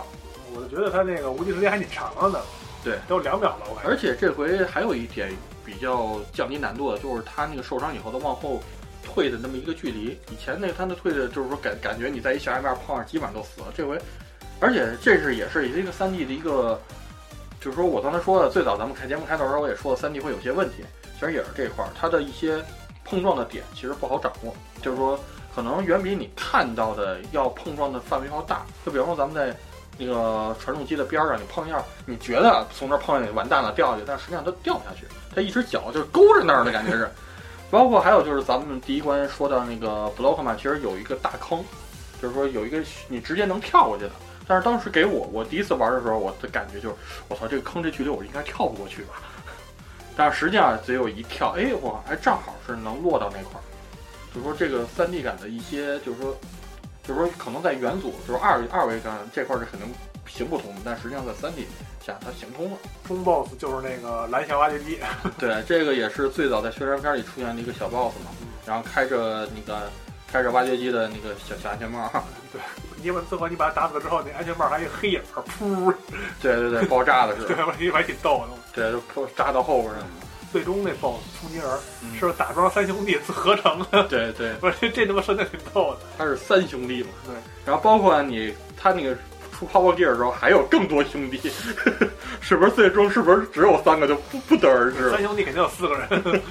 我就觉得他那个无敌时间还挺长的呢，
对，
都两秒了，我感觉。
而且这回还有一点比较降低难度的，就是他那个受伤以后的往后退的那么一个距离。以前那个他那退的，就是说感感觉你在一小矮板碰上，基本上都死了。这回，而且这是也是一个三 D 的一个，就是说我刚才说的，最早咱们开节目开头的时候我也说了，三 D 会有些问题，其实也是这块儿，它的一些碰撞的点其实不好掌握，就是说可能远比你看到的要碰撞的范围要大。就比方说咱们在那个传动机的边儿上，你碰一下，你觉得从这儿碰上去完蛋了掉下去，但实际上它掉不下去，它一只脚就勾着那儿的感觉是。包括还有就是咱们第一关说到那个 Blockman，其实有一个大坑，就是说有一个你直接能跳过去的。但是当时给我我第一次玩的时候，我的感觉就是我操这个坑这距离我应该跳不过去吧。 但是实际上只有一跳，哎我还正好是能落到那块儿，就是说这个三 D 感的一些就是说就是说可能在元组就是二二维感这块儿是肯定行不通的，但实际上在三 D 下它行 通了。
中 BOSS 就是那个蓝翔挖掘机，
对，这个也是最早在宣传片里出现的一个小 boss 嘛
嗯，
然后开着那个开着挖掘机的那个小小安全 帽，
因为最后你把他打死之后，那安全帽还有一黑影儿，噗，
对对对，爆炸的 是
对，，我觉得还挺逗的。
对，就破炸到后边儿了，
最终那 BOSS 冲击人
嗯
是打桩三兄弟合成的，
对对，
我这这他妈说的挺逗的。
他是三兄弟嘛，
对，
然后包括你他那个出 Power Gear 的时候还有更多兄弟， 是不是最终是不是只有三个就不不得而知了
三？兄弟肯定有四个 人，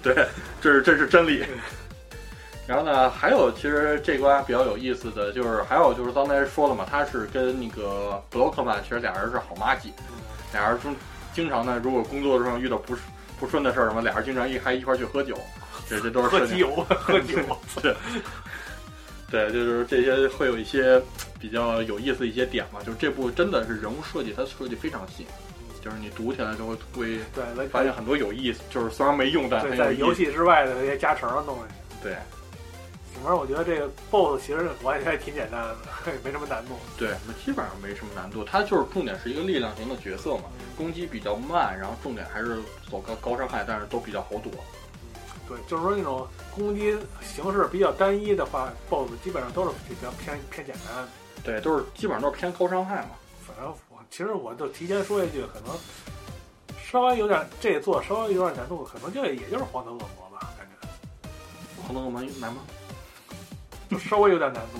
对，这是这是真理。
嗯
然后呢，还有其实这关比较有意思的就是，还有就是刚才说了嘛，他是跟那个布洛克曼，其实俩人是好妈鸡，
嗯
俩人中经常呢，如果工作上遇到不顺不顺的事儿什么，俩人经常一还一块儿去喝酒，这这都是
喝
顺利
机油， 喝 酒。
对，就是这些会有一些比较有意思的一些点嘛，就是这部真的是人物设计，它设计非常细，
嗯
就是你读起来就会会
对，来
发现很多有意思，就是虽然没用，但
对，
很
在
有
游
意思。
戏之外的这些加成的东西。
对。
反正我觉得这个 BOSS 其实我也觉得挺简单的， 也没什么难度。
对，基本上没什么难度。它就是重点是一个力量型的角色嘛，攻击比较慢，然后重点还是走高高伤害，但是都比较好躲。
对，就是说那种攻击形式比较单一的话，BOSS 基本上都是比较偏偏简单的。
对，都是基本上都是偏高伤害嘛。
反正我其实我就提前说一句，可能稍微有点这做稍微有点难度，可能就也就是黄灯恶魔吧，感觉
黄灯恶魔难吗？
就稍微有点难度。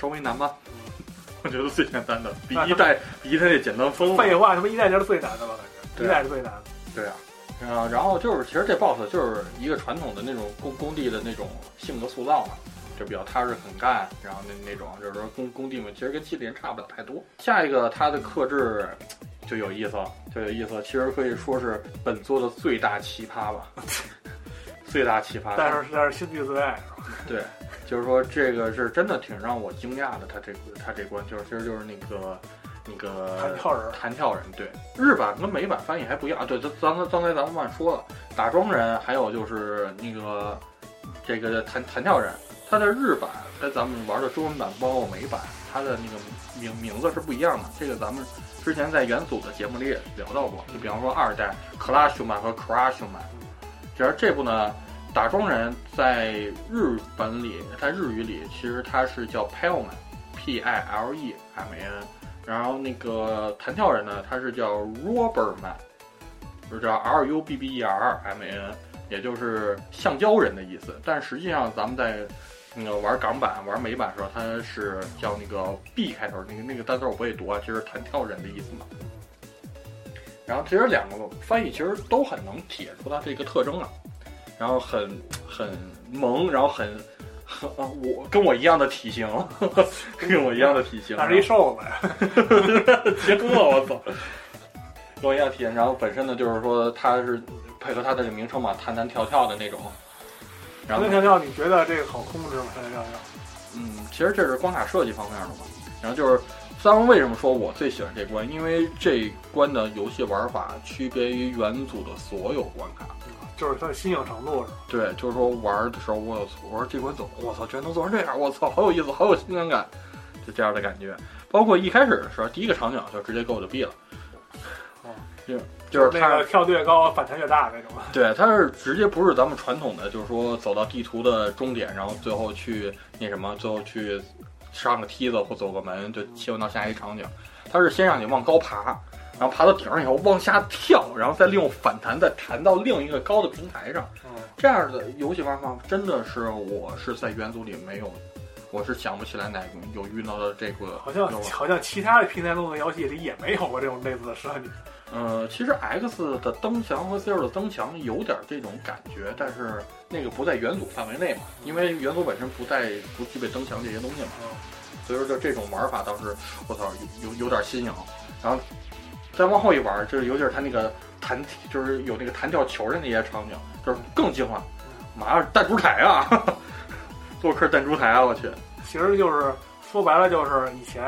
稍微难吧。 我觉得最简单的，比一代比一代那简单疯 了。
废话，他妈一代就是最难的了，感觉
哦对
一代是最难的。
对啊，啊，然后就是其实这 boss 就是一个传统的那种工工地的那种性格塑造嘛，就比较踏实肯干，然后那那种就是说工工地嘛，其实跟机器人差不了太多。下一个它的克制就有意思了，就有意思了，其实可以说是本作的最大奇葩吧， 最大奇葩。
但是但是新剧最爱，
对，就是说这个是真的挺让我惊讶的，他这他这关就是其实就是那个那个
弹跳人
弹跳人，对，日版跟美版翻译还不一样，啊对，咱咱刚才咱们忘说了，打桩人还有就是那个这个弹弹跳人，它的日版跟咱们玩的中文版包括美版，它的那个名名字是不一样的，这个咱们。之前在元祖的节目里也聊到过，就比方说二代克拉修曼和克拉修曼，其实这部呢打桩人在日本里，在日语里其实它是叫 Pilman，P I L E M A N，然后那个弹跳人呢，它是叫 Rubberman，就是叫 R U B B E R M A N，也就是橡胶人的意思。但实际上咱们在那个玩港版、玩美版的时候，它是叫那个 B 开头，那个那个单词我不会读啊，就是弹跳人的意思嘛。然后其实两个翻译其实都很能体现出它这个特征啊。然后很很萌，然后很很啊，我跟我一样的体型， 跟我一样的体型，啊
那是一瘦子呀。
结哥，我操！跟我一样体验，然后本身呢，就是说它是配合它的这个名称嘛，弹弹跳跳的那种。然
弹
后
跳跳，你觉得这个好控制吗？弹跳跳，
嗯，其实这是关卡设计方面的嘛。然后就是三王为什么说我最喜欢这关，因为这关的游戏玩法区别于元祖的所有关卡。
嗯就是它的新颖程度是吧？
对，就是说玩的时候，我有我说这关怎么，我操，居然能做成这样，我操，好有意思，好有新鲜感，就这样的感觉。包括一开始的时候，第一个场景就直接给我就毙了，
哦
就就是
那
他
个跳得越高，反弹越大那种。啊
对，它是直接不是咱们传统的，就是说走到地图的终点，然后最后去那什么，最后去上个梯子或走个门，就切换到下一场景。它是先让你往高爬，然后爬到顶上以后往下跳，然后再利用反弹再弹到另一个高的平台上。
嗯，
这样的游戏玩法真的是我是在元祖里没有，我是想不起来哪个有遇到的这个。
好像
有啊
好像其他的平台动作游戏里也没有过这种类似的设计。
呃，其实 X 的蹬墙和 Zero 的蹬墙有点这种感觉，但是那个不在元祖范围内嘛，因为元祖本身不带不具备蹬墙这些东西嘛，所以说就这种玩法倒是我操有有有点新颖。然后再往后一玩，就是尤其是它那个弹就是有那个弹跳球的那些场景，就是更进化，妈弹珠台啊， 做客弹珠台啊，我去，
其实就是说白了，就是以前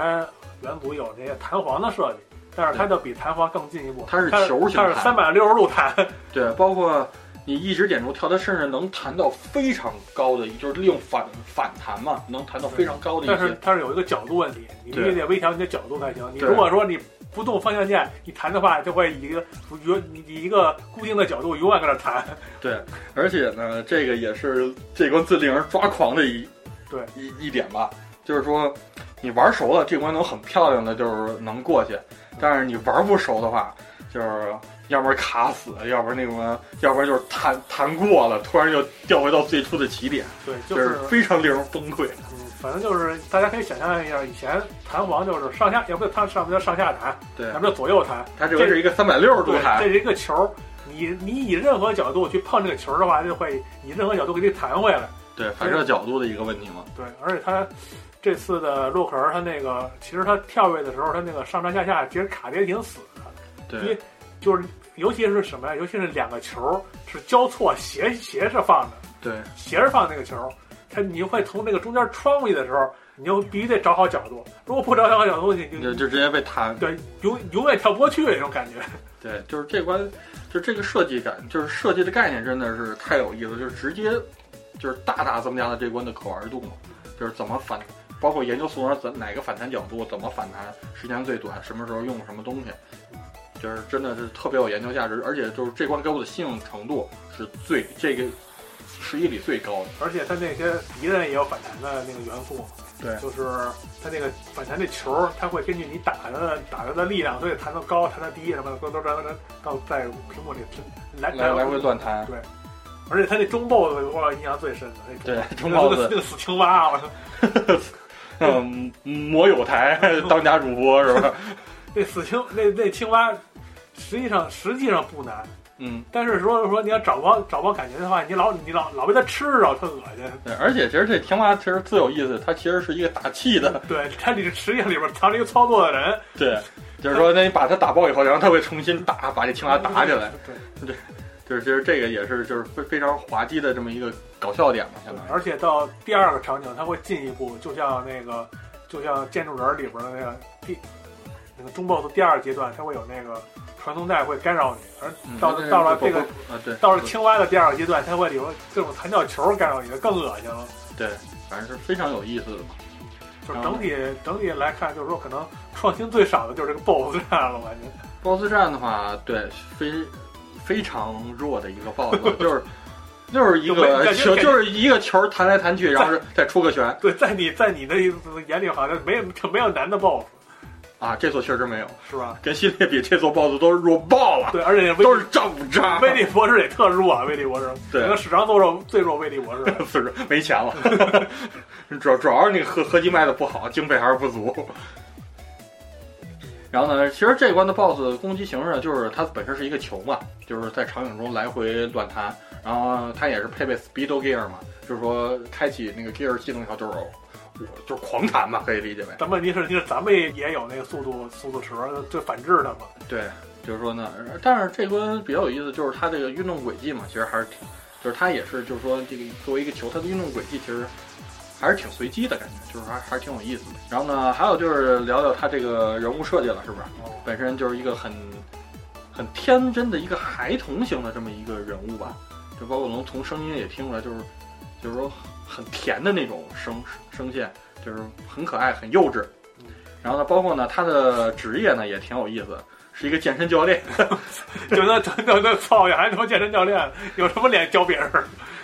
元祖有这些弹簧的设计，但是它就比弹簧更进一步，
它是球形
它
弹
是三百六十度弹，
对，包括你一直点住跳，它甚至能弹到非常高的，就是利用反反弹嘛，能弹到非常高 的一
但是
些。
它是有一个角度问题，你必须
对
得微调你的角度才行。你
对
如果说你不动方向键，你弹的话就会以一个永你你一个固定的角度永远搁那 弹。
对，而且呢，这个也是这关最令人抓狂的一
对
一一点吧，就是说你玩熟了，这关能很漂亮的就是能过去，但是你玩不熟的话，就是。要不然卡死，要不然那什么，要不然就是弹弹过了，突然就掉回到最初的起点，
对，就
就是是非常令人崩溃。
嗯，反正就是大家可以想象一下，以前弹簧就是上下，要不就弹上面就上下弹，
对
要，不就左右弹，
它这个是一个三百六十度
对，
弹
这，是一个球儿，你你以任何角度去碰这个球儿的话，就会以任何角度给你弹回来。
对反射角度的一个问题嘛。
对，而且它这次的洛克儿，它那个其实它跳跃的时候，它那个上上下下其实卡的也挺死的，因
对
为就是尤其是什么呀？尤其是两个球儿是交错斜斜着放的，
对，
斜着放那个球儿，它你会从那个中间穿过去的时候，你就必须得找好角度，如果不找好角度，你
就
就
就直接被弹。
对永永远跳不过去那种感觉。
对，就是这关，就这个设计感，就是设计的概念真的是太有意思，就是直接就是大大增加了这关的可玩度嘛。就是怎么反，包括研究素人怎哪个反弹角度，怎么反弹，时间最短，什么时候用什么东西，就是真的是特别有研究价值，而且就是这关给我的信用程度是最这个十一里最高的。
而且他那些敌人也有反弹的那个元素，
对
就是他那个反弹那球儿，他会根据你打他的打他的力量，所以弹得高，弹得低，什么的，都都都都到在屏幕里来
来来回。乱弹，
而且他那中 BOSS 给我印象最深的那
对，中
那
包
个
子
那个死青蛙，我操！
嗯，魔友台当家主播是吧？
那死青那那青蛙，实际上实际上不难，
嗯，
但是如果说你要找不着找不着感觉的话，你老你老老被它吃着，特恶心。
对，而且其实这青蛙其实最有意思，它其实是一个打气的，
对，它里实际上里边藏着一个操作的人，
对，就是说那你把它打爆以后，然后它会重新打，把这青蛙打起来，。
对，
就是其实这个也是就是非非常滑稽的这么一个搞笑点嘛，相当于。
而且到第二个场景，它会进一步，就像那个，就像建筑人里边的那个第那个中 BOSS 第二阶段，它会有那个传送带会干扰你，而
嗯
到
那
到了这个
啊，对，
到了青蛙的第二个阶段，它会有这种弹跳球干扰你，就更恶心了。
反正是非常有意思的嘛。
就是整体
嗯
整体来看，就是说可能创新最少的就是这个 BOSS 战了，我感觉。
BOSS 战的话，对，非非常弱的一个 BOSS，就是就是一
就没
个
感觉
球，
感觉
就是一个球弹来弹去，然后是再出个旋
对，在你在你的眼里好像没有没有难的 BOSS
啊，这座确实没有，
是吧？
跟系列比，这座 BOSS 都是弱爆了，
对，而且威
都是炸不炸，
威力博士也特弱啊，威力博士，
对
可能史上最弱最弱威力博士。
不是没钱了， 主要主要是那个合合集卖的不好，经费还是不足。然后呢，其实这关的 BOSS 攻击形式呢，就是它本身是一个球嘛，就是在场景中来回乱弹，然后它也是配备 Speedo Gear 嘛，就是说开启那个 Gear 系统以后就是我就是狂弹嘛，可以理解为。
但问题是，就是咱们也有那个速度速度池，就反制它嘛。
对，就是说呢，但是这关比较有意思，就是它这个运动轨迹嘛，其实还是挺，就是它也是，就是说这个作为一个球，它的运动轨迹其实还是挺随机的感觉，就是还还是挺有意思的。然后呢，还有就是聊聊它这个人物设计了，是不是？
哦
本身就是一个很很天真的一个孩童型的这么一个人物吧，就包括能从声音也听出来，就是就是说很甜的那种声声线，就是很可爱、很幼稚
嗯。
然后呢，包括呢，他的职业呢也挺有意思，是一个健身教练，
就那就那那操呀，还他妈健身教练，有什么脸教别人？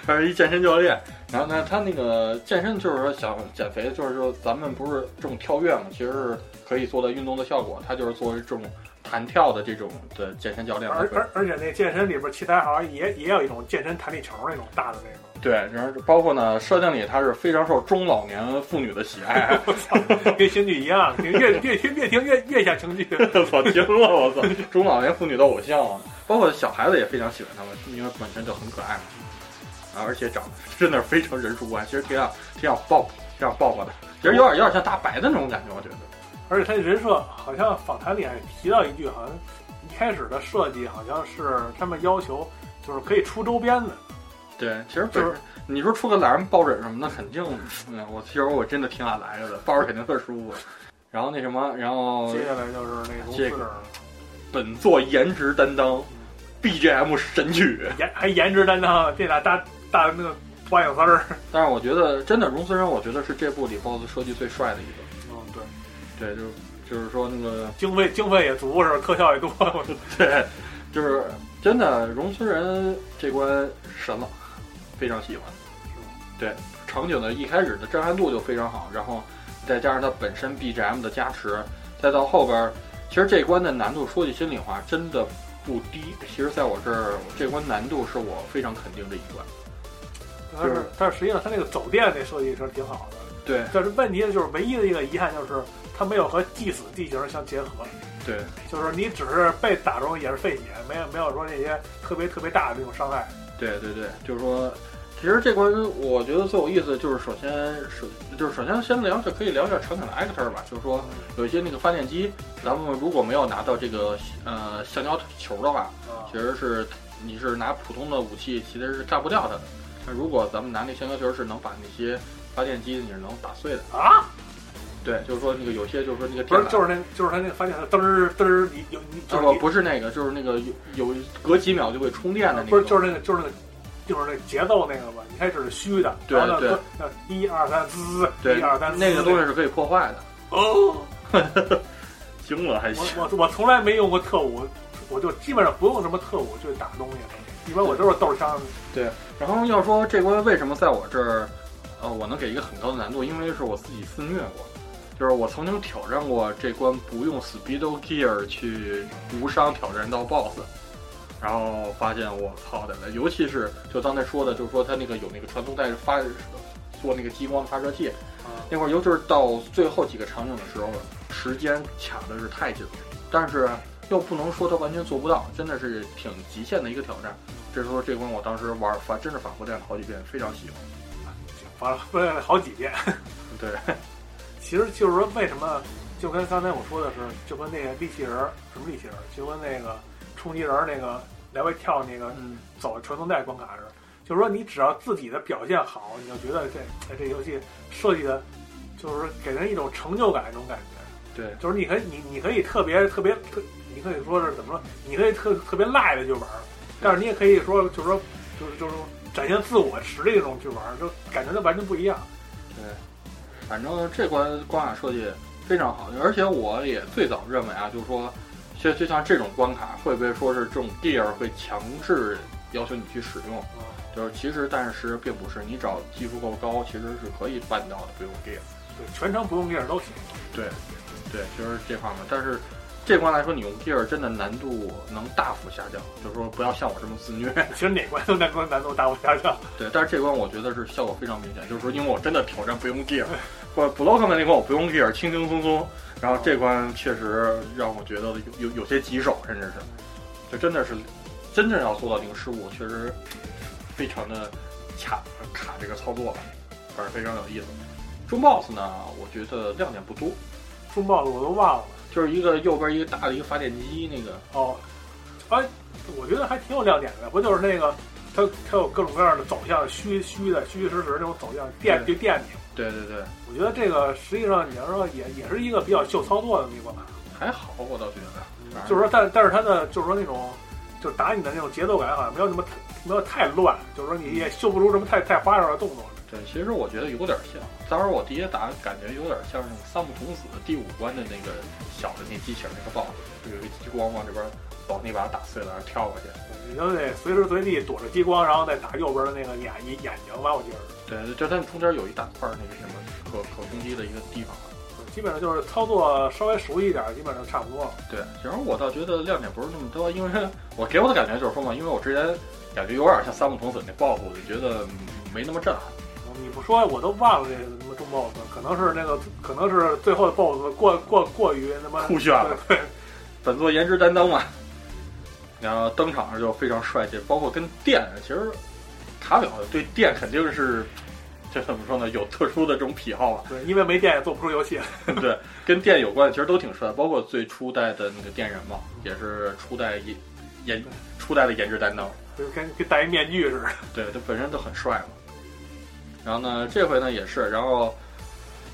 他是一健身教练。然后呢，他那个健身就是说想减肥，就是说咱们不是这种跳跃嘛，其实是可以做到运动的效果。他就是作为这种弹跳的这种的健身教练来
而
说，
而而且那健身里边器材好像也也有一种健身弹力球那种大的那种。
对，然后包括呢，设定里它是非常受中老年妇女的喜爱。
我操， 跟新剧一样，听越越听越听越越像京剧。
我听了，我操， 中老年妇女的偶像啊，包括小孩子也非常喜欢他们，因为本身就很可爱嘛，啊，而且长得真的非常人畜无害，其实挺想挺想抱挺想抱抱的，其实有点有点像大白的那种感觉，我觉得。
而且他人设好像访谈里还提到一句，好像一开始的设计好像是他们要求就是可以出周边的，
对，其实
就是
本你说出个懒人抱枕什么的，肯定，嗯，我其实我真的挺想来着的，抱着肯定特舒服。然后那什么，然后
接下来就是那种
这
四
个本作颜值担当，BGM 神曲。
颜还颜值担当，这俩大大那个花影丝儿。
但是我觉得真的荣思仁，我觉得是这部里 BOSS 设计最帅的一个。
嗯，对，
对，就是就是说那个
经费经费也足，是吧特效也多，我觉得
对，就是真的荣思仁这关神了，非常喜欢
是吗。
对，场景的一开始的震撼度就非常好，然后再加上它本身 BGM 的加持，再到后边儿，其实这关的难度说句心里话，真的不低。其实在我这儿，这关难度是我非常肯定的一关。
但是但是实际上它那个走电那设计是挺好的，
对
但是问题就是唯一的一个遗憾就是它没有和祭死地形相结合，
对，
就是你只是被打中也是费血，没有没有说那些特别特别大的那种伤害。
对对对，就是说，其实这关我觉得最有意思的就是首先是就是首先先聊就可以聊一下场景的 actor 吧，就是说有一些那个发电机，咱们如果没有拿到这个呃橡胶球的话，
啊
其实是你是拿普通的武器其实是炸不掉它的。那如果咱们拿那橡胶球是能把那些发电机你是能打碎的。
啊，
对，就是说那个有些就是说那个
不
电
是，
缆
就是那，就是他那个发现它嘚儿嘚儿，你有你就
啊
是
不
你
不是那个就是那个有有隔几秒就会充电的那个。
不是就是那个就是那个就是那个节奏那个嘛，一开始是虚的，
对
然后
对
呢，那一二三滋，
对
一二三滋
那个东西是可以破坏的。
哦。
惊了还
我我我从来没用过特务，我就基本上不用什么特务去打东西，一般我都是豆枪。
然后要说这关为什么在我这儿，呃，我能给一个很高的难度，因为是我自己肆虐过，就是我曾经挑战过这关不用 Speedo Gear 去无伤挑战到 BOSS，然后发现我操的了，尤其是就刚才说的，就是说它那个有那个传送带发做那个激光发射器，
啊
那会儿尤其是到最后几个场景的时候，时间卡的是太紧了，但是又不能说他完全做不到，真的是挺极限的一个挑战。这时候这关我当时玩反真是反复练了好几遍，非常喜欢。
反正问了好几遍。
对，
其实就是说，为什么就跟刚才我说的是，就跟那个机器人儿什么机器人儿，就跟那个冲击人儿那个来回跳那个
嗯，
走传送带关卡似的。就是说，你只要自己的表现好，你就觉得这哎这游戏设计的，就是给人一种成就感，一种感觉。
对，
就是你可以，你你可以特别特别特，你可以说是怎么说？你可以特特别赖的去玩儿，但是你也可以说，就是说，就是就是展现自我实力这种去玩儿，就感觉就完全不一样。
对，反正这关关卡设计非常好，而且我也最早认为啊，就是说，就就像这种关卡会不会说是这种 gear 会强制要求你去使用？
嗯
就是其实但是实并不是，你只要技术够高，其实是可以办到的，不用 gear。
对，全程不用地儿都行。
对，对，就是这方面。但是这关来说，你用 gear 真的难度能大幅下降，就是说不要像我这么自虐。
其实哪关都难关难度大不下降。
对，但是这关我觉得是效果非常明显，就是说因为我真的挑战不用 gear，不 b l o c k 的那关我不用 gear，轻轻松松。然后这关确实让我觉得有有有些棘手，甚至是，就真的是真正要做到零失误，确实非常的卡卡这个操作吧，反正非常有意思。中 boss 呢，我觉得亮点不多，
中报的我都忘了。
就是一个右边一个大的一个发电机那个
哦，哎，我觉得还挺有亮点的，不就是那个它它有各种各样的走向，虚虚的、虚虚实实那种走向，电就电你。
对对对，
我觉得这个实际上你要说也也是一个比较秀操作的那个关卡，
还好，我倒觉得，
就是说，但但是它的就是说那种就是打你的那种节奏感好像没有那么太没有太乱，就是说你也秀不出什么太太花哨的动作。
对，其实我觉得有点像，当时我第一打感觉有点像那种三木童子第五关的那个小的那机器人那个 BOSS，就有一激光往这边走，你把它打碎了，然后跳过去。
你就得随时随地躲着激光，然后再打右边的那个眼眼睛吧，我记得是。
对，就它中间有一大块儿那个什么可可攻击的一个地方。
基本上就是操作稍微熟悉一点，基本上就差不多了。
对，其实我倒觉得亮点不是那么多，因为我给我的感觉就是说嘛，因为我之前感觉有点像三木童子那 BOSS，我就觉得没那么震撼。
你不说我都忘了这个什么中 boss，可能是那个，可能是最后的 boss 过过过于他妈
酷炫了
啊对，
本作颜值担当嘛。然后登场就非常帅气，包括跟电，其实卡表对电肯定是这怎么说呢，有特殊的这种癖好吧。
对对，因为没电也做不出游戏。
对，跟电有关的其实都挺帅，包括最初代的那个电人嘛，也是初代颜颜初代的颜值担当。
就跟跟戴一面具似的。
对，他本身就很帅嘛。然后呢，这回呢也是，然后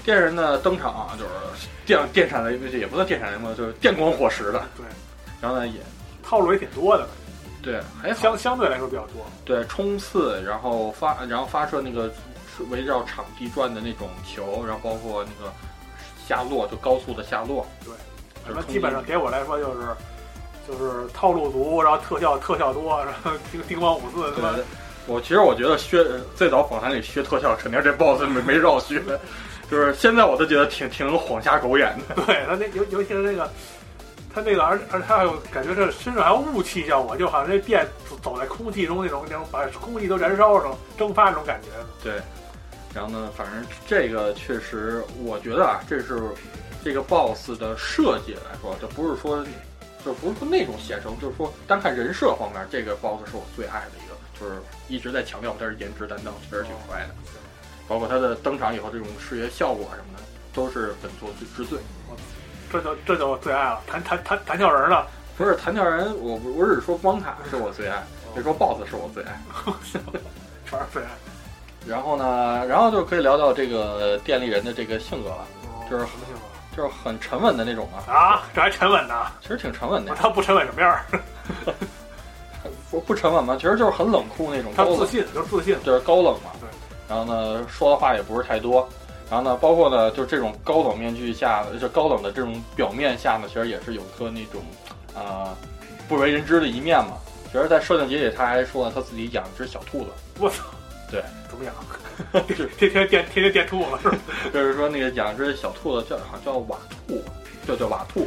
电人呢登场啊就是电电闪雷，也不算电闪雷嘛，就是电光火石的。
对，
然后呢也
套路也挺多的，
对还好。
相相对来说比较多。
对，冲刺，然后发，然后发射那个围绕场地转的那种球，然后包括那个下落，就高速的下落，
什么基本上给我来说就是就是套路足，然后特效特效多，然后叮叮咣五四他
对
妈。。
我其实我觉得学最早访谈里学特效，肯定是这 boss 没没少学，就是现在我都觉得挺挺晃瞎狗眼的。
对他那尤尤其是那个，他那个而而他还有感觉这身上还有雾气效果，就好像这电走走在空气中那种那种把空气都燃烧那种蒸发那种感觉。
对，然后呢，反正这个确实，我觉得啊，这是这个 boss 的设计来说，就不是说就不是说那种写成，就是说单看人设方面，这个 boss 是我最爱的一个，就是一直在强调他是颜值担当，确实挺帅的，包括他的登场以后这种视觉效果啊什么的，都是本作最之最。
这就这就最爱了，弹弹弹弹跳人呢，
不是弹跳人，我不我只是说关卡是我最爱，别说 boss 是我最爱。
全是最爱。
然后呢，然后就可以聊到这个电力人的这个性格了，就是
什么情况
就是很沉稳的那种啊，
啊？这还沉稳呢？
其实挺沉稳的
我，他不沉稳什么样儿？
不不沉稳嘛，其实就是很冷酷那种，
他
高
自
冷，
信，就是自信。
就是高冷嘛
对。
然后呢，说的话也不是太多。然后呢，包括呢，就这种高冷面具下，就高冷的这种表面下呢，其实也是有颗那种，呃，不为人知的一面嘛。其实，在设定集里，他还说呢，他自己养一只小兔子，
我操！
对，
怎么样？
是
天天电天天电吐了是吧？
就是说那个养只小兔子叫好像叫瓦兔，对对瓦兔，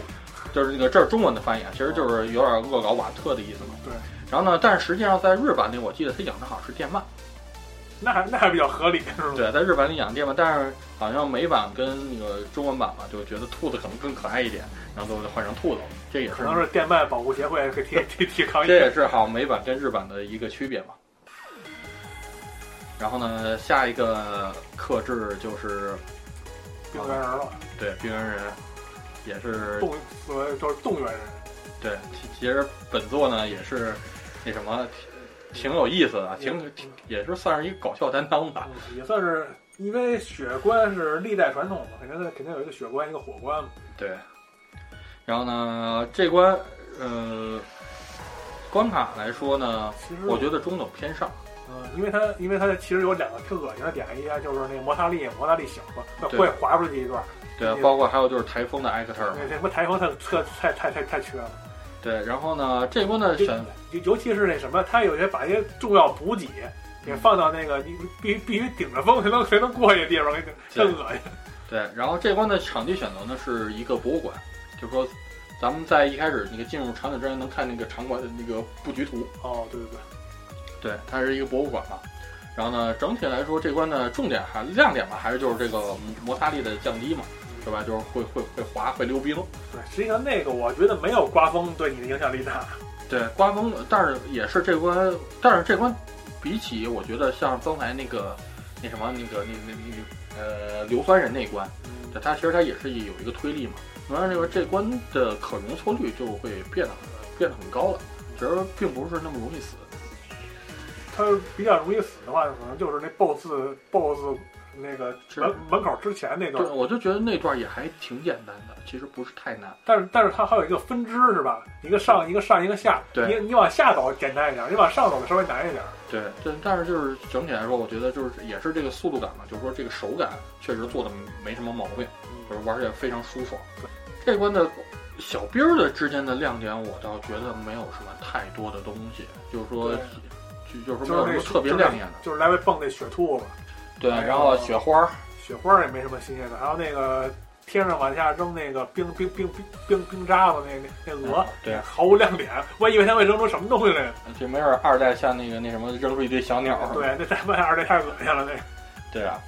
就是那个这是中文的翻译啊，其实就是有点恶搞瓦特的意思嘛。
对。
然后呢，但是实际上在日版里，我记得他养的好像是电鳗，
那还那还比较合理，是吗？
对，在日版里养这嘛，但是好像美版跟那个中文版吧，就觉得兔子可能更可爱一点，然后最后就换成兔子了。这也
可
是
能是电鳗保护协会 给提提提抗议
这。也是好美版跟日版的一个区别嘛。然后呢，下一个克制就是
动员人了，
对冰原人，也是
动所谓就是动员人，
对，其其实本作呢也是那什么，挺挺有意思的，啊挺挺也是算是一个搞笑担当吧。
嗯也算是因为血观是历代传统嘛，肯定肯定有一个血观一个火观嘛。
对，然后呢，这关呃关卡来说呢，
其实
我觉得中等偏上。
嗯，因为它因为它其实有两个挺恶心的点，一个就是那摩擦力摩擦力小嘛，它
对
会滑出去一段。
对
这，个
包括还有就是台风的 actor 嘛
那什么台风它特太太太太缺了，
对，然后呢，这关的
就
选
尤尤其是那什么，它有些把一些重要补给
嗯
给放到那个你必必须顶着风才能才能过去的地方，给
对
更恶心。
对，然后这关的场地选择呢是一个博物馆，就是说咱们在一开始那个进入场景之前能看那个场馆的那个布局图，
哦，对对对，
对，它是一个博物馆嘛。然后呢，整体来说这关呢重点还亮点吧，还是就是这个摩擦力的降低嘛，对吧？就是会会会滑会溜冰，
对，实际上那个我觉得没有刮风对你的影响力大。
对，刮风，但是也是这关，但是这关比起我觉得像刚才那个那什么那个那那那呃硫酸人那关，
嗯，
对它其实它也是有一个推力嘛。同样这个这关的可容错率就会变得很变得很高了，其实并不是那么容易死。
它比较容易死的话，可能就是那 BOSS BOSS 那个
是
门门口之前那
对，
段。
我就觉得那段也还挺简单的，其实不是太难。
但是但是它还有一个分支是吧？一个上一个上一个下，
对
你你往下走简单一点，你往上走稍微难一点。
对，但但是就是整体来说，我觉得就是也是这个速度感嘛，就是说这个手感确实做的没什么毛病。就
嗯，
是玩起来非常舒爽。这关的小兵儿的之间的亮点，我倒觉得没有什么太多的东西，就是说
对，
就就是
就
说没有
是
什
那
么特别
就是
亮眼的。
就是来回蹦那雪兔嘛，
对，
哎呀
然后雪花儿，
雪花也没什么新鲜的，还有那个天上往下扔那个冰冰冰冰冰冰渣子那那那鹅
嗯，对
毫无亮点，我以为它会扔出什么东西来呢。
就没准二代像那个那什么扔出一堆小鸟儿。
对，那咱们二这太恶心了，那个
对啊。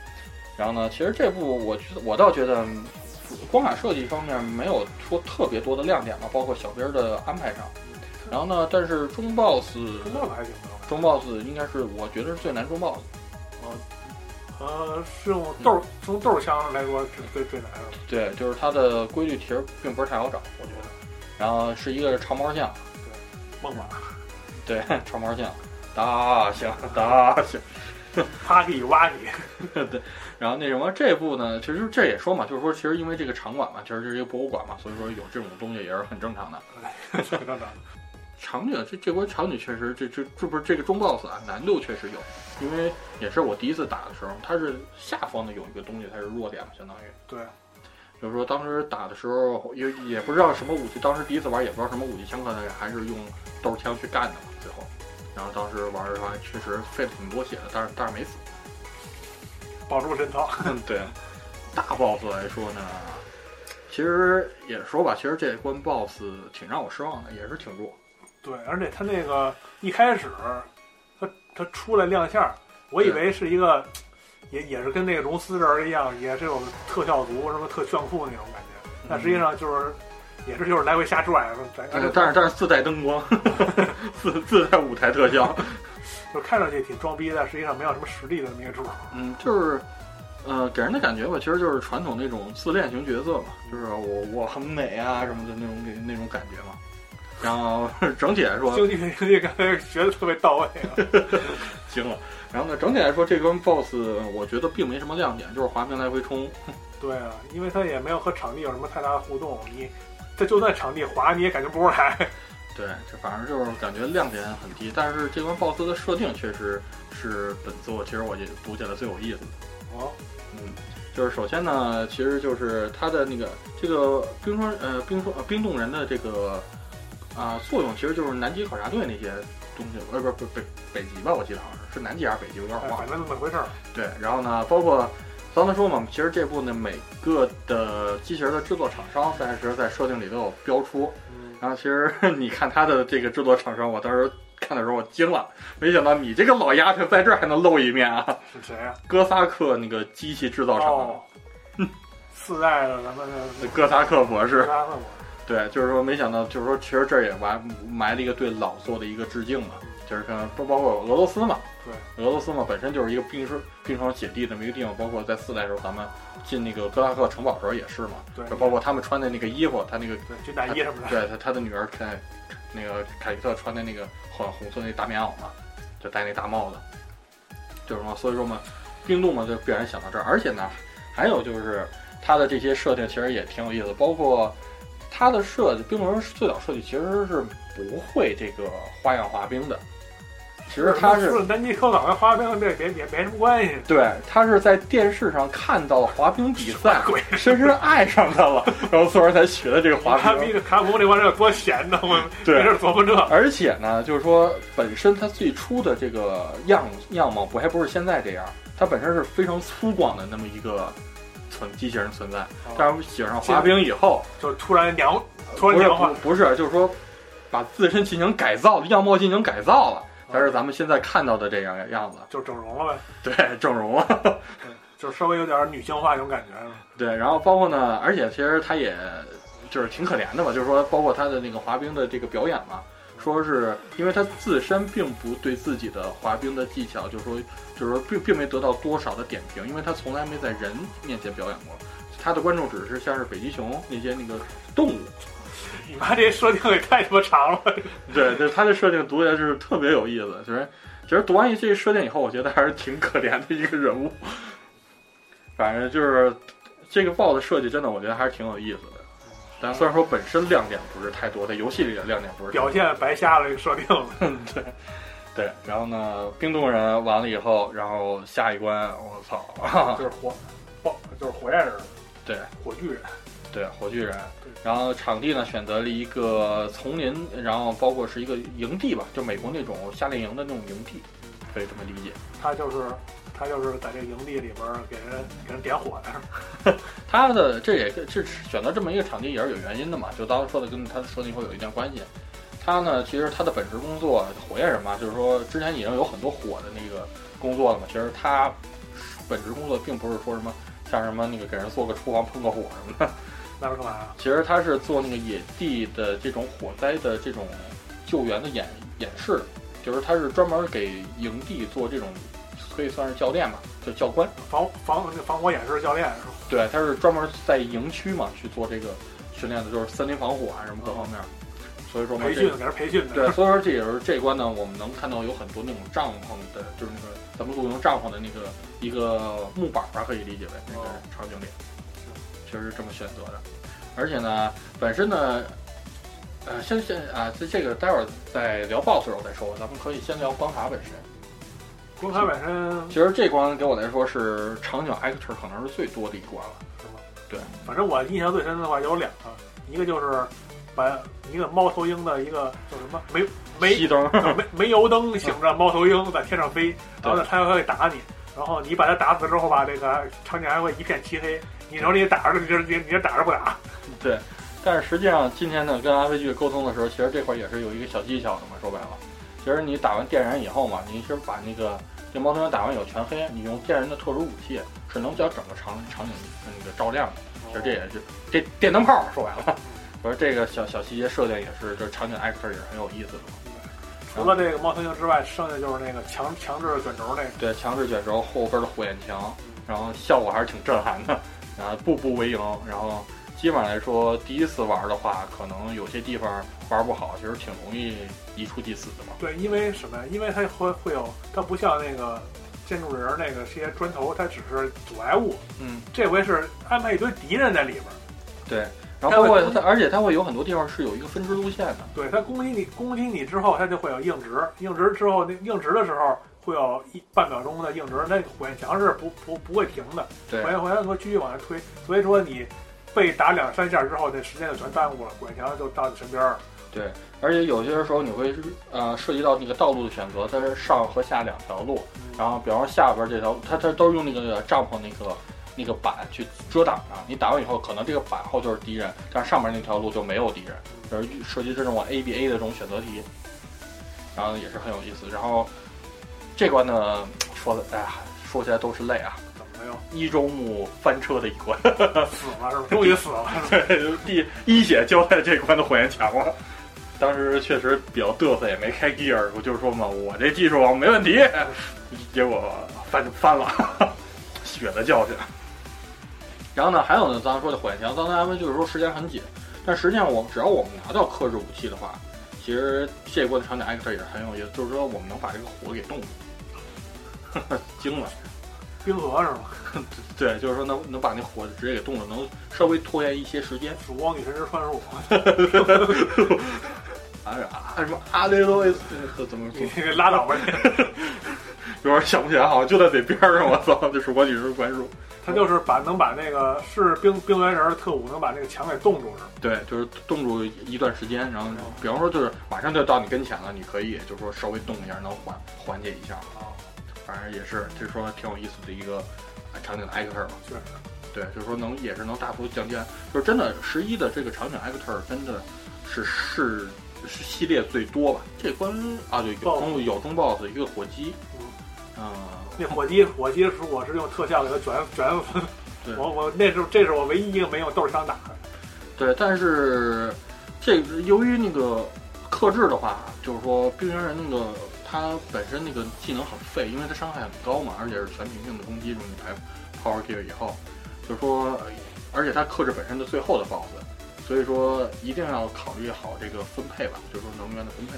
然后呢，其实这部我觉得我倒觉得嗯光卡设计方面没有说特别多的亮点吧，包括小兵儿的安排上。然后呢，但是中 boss
那个还行吧。
中 boss 应该是我觉得是最难中 boss。
呃，是用
嗯
豆儿从豆儿枪来说是最最难的。
对，就是它的规律其实并不是太好找，我觉得。然后是一个长毛象，
孟马、
对， 长毛象，大象，大象。
哈基、瓦 基，
然后那什么，这部呢，其实这也说嘛，就是说，其实因为这个场馆嘛，其实这是一个博物馆嘛，所以说有这种东西也是很正常的。
很正常。
场景这这波场景确实，这这这不是这个中 boss 啊，难度确实有，因为也是我第一次打的时候，它是下方的有一个东西，它是弱点嘛，相当于。
对，
就是说当时打的时候也也不知道什么武器，当时第一次玩也不知道什么武器，相可能还是用豆枪去干的嘛，最后，然后当时玩的话确实费了挺多血的，但是但是没死。
保住神操。
对，大 boss 来说呢，其实也说吧，其实这关 boss 挺让我失望的，也是挺弱。
对，而且他那个一开始，他他出来亮相，我以为是一个，也也是跟那个融丝人一样，也是有特效族什么特炫酷那种感觉，但实际上就是。也是就是来回瞎拽，咱
但是但是但是自带灯光， 自自带舞台特效，
就看上去挺装逼，但实际上没有什么实力的那么一个主。
嗯，就是，呃，给人的感觉吧，其实就是传统那种自恋型角色嘛，就是我我很美啊什么的那种给那种感觉嘛。然后 整体来说
兄弟兄弟刚才学的特别到位啊，
行了，然后呢，整体来说这关 BOSS 我觉得并没什么亮点，就是滑屏来回冲。
对啊，因为他也没有和场地有什么太大的互动，你他就算场地滑你也感觉不出来。
对，这反正就是感觉亮点很低，但是这关 BOSS 的设定确实是本作其实我也读起来最有意思的。
哦，
嗯就是首先呢，其实就是它的那个这个冰霜呃冰霜呃冰冻人的这个啊、作用，其实就是南极考察队那些东西，呃不是不是北北极吧，我记得好像是是南极还是北极，有点
哎
忘
反
了。
正那么回事儿。
对，然后呢，包括刚才说嘛，其实这部呢每个的机器人的制作厂商在其实在设定里都有标出，
嗯，
然后其实你看它的这个制作厂商，我当时看看的时候我惊了，没想到你这个老丫头在这儿还能露一面啊！
是谁啊？
哥萨克那个机器制造厂，
哦，四代的咱们的
哥萨克博士，
拉克姆
对，就是说埋没想到，就是说其实这儿也埋埋了一个对老作的一个致敬嘛，就是看不包括俄罗斯嘛，对，俄罗斯嘛本身就是一个冰霜冰霜雪地这么一个地方，包括在四代时候咱们进那个哥萨克城堡的时候也是嘛，
对
就包括他们穿的那个衣服，他那个
对军大衣什么的，
对他他的女儿凯那个凯莉特穿的那个红红色那大棉袄嘛，就戴那大帽子，就是说，所以说嘛，冰冻嘛就必然想到这儿，而且呢，还有就是它的这些设定其实也挺有意思的，包括它的设计，冰冻人最早设计其实是不会这个花样滑冰的，其实他是
斯坦丹尼克朗跟滑冰这别别没什么关系，
对，他是在电视上看到了滑冰比赛，
鬼
深深爱上他了，然后所以说才学的这个滑
他
冰
比。这卡普这帮人有多闲 呢？我没
对
事琢磨这，
而且呢，就是说本身它最初的这个样样貌不还不是现在这样，它本身是非常粗犷的那么一个存机器人存在。但是喜欢上滑冰以后，
就突然娘，突
哦不
然
是
娘化
不，不是，就是说把自身进行改造，样貌进行改造了，才是咱们现在看到的这样样子。
就整容了呗，
对，整容了。
就稍微有点女性化那种感觉了。
对，然后包括呢，而且其实他也就是挺可怜的嘛，就是说包括他的那个滑冰的这个表演嘛，说是因为他自身并不对自己的滑冰的技巧，就是说就是说并并没得到多少的点评，因为他从来没在人面前表演过。他的观众只是像是北极熊那些那个动物，
你妈这设定也太他妈长了，
对对，他的设定读起来就是特别有意思。其实，其实读完一这个设定以后，我觉得还是挺可怜的一个人物。反正就是这个 BOSS 设计，真的我觉得还是挺有意思的。但虽然说本身亮点不是太多，在游戏里的亮点不是太多
表现白瞎了这个设定了。
对。然后呢，冰冻人完了以后，然后下一关，我操，
就是火爆，就是火焰人，
对，
火炬人，
对，火炬人
对。
然后场地呢，选择了一个丛林，然后包括是一个营地吧，就美国那种夏令营的那种营地，可以这么理解。
他就是他就是在这营地里边儿给人给人点火的，
他的这也是这选择这么一个场地也是有原因的嘛，就当时说的跟他说那会儿有一定关系。他呢，其实他的本职工作火焰人嘛，就是说之前已经有很多火的那个工作了嘛。其实他本职工作并不是说什么像什么那个给人做个厨房碰个火什么的，
那是干嘛呀？
其实他是做那个野地的这种火灾的这种救援的演演示，就是他是专门给营地做这种可以算是教练吧，就教官。
防防那防火演示教练是吧？
对，他是专门在营区嘛去做这个训练的，就是森林防火啊什么各方面儿。所以说嘛，
培
这
训给人培训的，
对，所以说这也是这一关呢，我们能看到有很多那种帐篷的，就是那个咱们露营帐篷的那个一个木板吧，可以理解为那个
哦
场景里，确实是这么选择的。而且呢，本身呢，呃，先先啊，这这个待会儿再聊 BOSS 的时候再说，咱们可以先聊关卡本身。
公开本身
其实这关给我来说是场景 actor 可能是最多的一关了。
反正我印象最深的话有两个，一个就是把一个猫头鹰的一个叫什么煤煤
熄灯。
叫煤煤油灯醒着猫头鹰在天上飞，然后呢它会打你，然后你把它打死之后吧，这个场景还会一片漆黑。你说你打着你就你你就打着不打，
对，但是实际上今天呢，跟阿飞去沟通的时候，其实这块儿也是有一个小技巧的嘛。说白了，其实你打完电燃以后嘛，你是把那个这猫头鹰打完以后全黑，你用电人的特殊武器是能将整个场场景那个照亮的。其实这也是这电灯泡嘛，说白了，我说这个小小细节设定也是，这场景 actor 也是很有意思的嘛。
除了这个猫头鹰之外，剩下就是那个强强制卷轴那个，
对，强制卷轴后边的火焰墙，然后效果还是挺震撼的。然后步步为营，然后基本上来说，第一次玩的话，可能有些地方玩不好，其实挺容易一触即死的嘛。
对，因为什么呀？因为它会会有，它不像那个建筑人儿那个这些砖头，它只是阻碍物，
嗯，
这回是安排一堆敌人在里边儿，
对。然后包括
它会
它，而且它会有很多地方是有一个分支路线的。
对它攻击你，攻击你之后，它就会有硬直，硬直之后，那硬直的时候会有一半秒钟的硬直，那火焰墙是不不不会停的，
对
火焰火焰会继续往下推，所以说你被打两三下之后，那时间就全耽误了，火焰墙就到你身边儿了。
对，而且有些时候你会呃涉及到那个道路的选择，它是上和下两条路。
嗯
然后比方说下边这条，它它都是用那个帐篷那个那个板去遮挡的。你打完以后，可能这个板后就是敌人，但是上面那条路就没有敌人，就是涉及这种 A B A 的这种选择题。然后也是很有意思。然后这关呢，说的哎呀，说起来都是泪啊。
怎么又
一周目翻车的一关，
死了是吧？终于死了，
对， 第一血交代这关的火焰墙了。当时确实比较嘚瑟，也没开 gear，我就说嘛，我这技术王没问题。 结果翻翻了， 血的教训。然后呢，还有呢，刚才说的火焰墙，刚才咱们就是说时间很紧，但实际上我们只要我们拿到克制武器的话，其实这关的场景 actor 也是很有意思，就是说我们能把这个火给冻住，惊了。
冰河是吗？
对，就是说能能把那火直接给冻住，能稍微拖延一些时间。
曙光女神之穿 梭，
啊啊什么阿雷罗维斯呃怎怎么说
你？这个拉倒吧你！
有点想不起来，好像就在嘴边上。我操，这曙光女神关注。
他就是把能把那个是冰冰原人特务能把那个墙给冻住是吧？
对，就是冻住一段时间，然后
哦
比方说就是马上就到你跟前了，你可以就是说稍微动一下，能缓缓解一下。
啊，
反正也是，就是说挺有意思的一个啊场景的 actor 嘛。
确实，
对，就是说能也是能大幅降低，就是真的十一的这个场景 actor 真的是是是系列最多吧？这关啊对，
Boss
有中有中 boss 一个火鸡，
嗯
嗯、
那火鸡火鸡是我是用特效给它卷卷
对，
我我那是这是我唯一一个没用豆枪打的。
对，但是这个由于那个克制的话，就是说冰原人那个他本身那个技能很废，因为他伤害很高嘛，而且是全屏性的攻击，就是你排 power gear 以后，就是说，而且他克制本身的最后的 boss，所以说一定要考虑好这个分配吧，就是说能源的分配，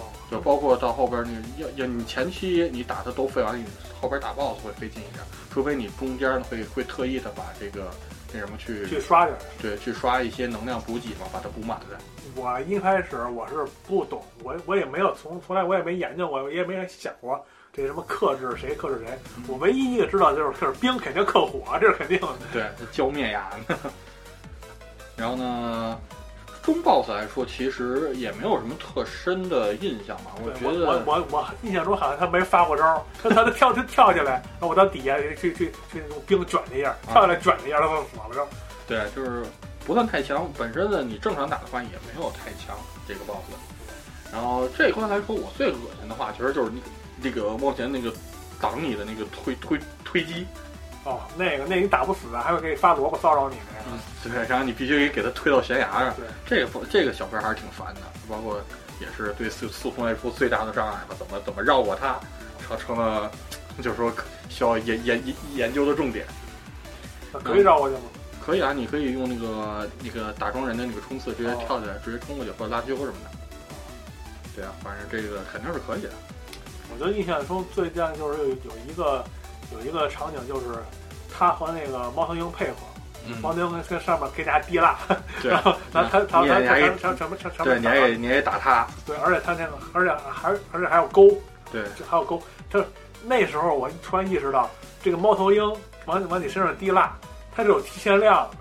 哦，
就包括到后边那个要要你前期你打他都废完，你后边打 boss 会费劲一点，除非你中间会会特意的把这个那什么
去刷点儿。
对，去刷一些能量补给嘛，把它补满了。
我一开始我是不懂，我我也没有从从来我也没研究过，我也没想过这什么克制谁克制谁。
嗯
我唯一一个知道就是就是冰肯定克火，这是肯定的。
对，浇灭呀。 然后呢，中 boss 来说，其实也没有什么特深的印象吧。我
对
觉
我
得，
我我我印象中好像他没发过招儿，他他他跳他跳下来，然后我到底下去去去那种冰卷了一
啊
下，跳下来卷了一下，他就死了。然后
对，就是不算太强。本身呢，你正常打的话也没有太强这个 boss。然后这一关来说，我最恶心的话，其实就是那个那个往前那个挡你的那个推推推击，
哦，那个那你打不死啊，还会给你发萝卜骚扰你那个。
对，嗯然后你必须给他推到悬崖上。
对，
这个不这个小分还是挺烦的，包括也是对四四空来说最大的障碍吧，怎么怎么绕过它，成成了就是说需要研研研究的重点。
那可以绕过去吗？
可以啊，你可以用那个那个打桩人的那个冲刺，直接跳起来，直接冲过去或者拉丢什么的。对啊，反正这个肯定是可以的。
我就印象中最近就是有有一个有一个场景，就是他和那个猫头鹰配合，猫头鹰跟跟上面给家滴蜡，
嗯对啊
然后他他他
你
他
你还给
他 他什么什么
对，你还给你还给打他，
对，而且他那个而且还而且还有钩，
对
这 还有钩，他那时候我突然意识到，这个猫头鹰往往你身上滴蜡，它是有提前量的，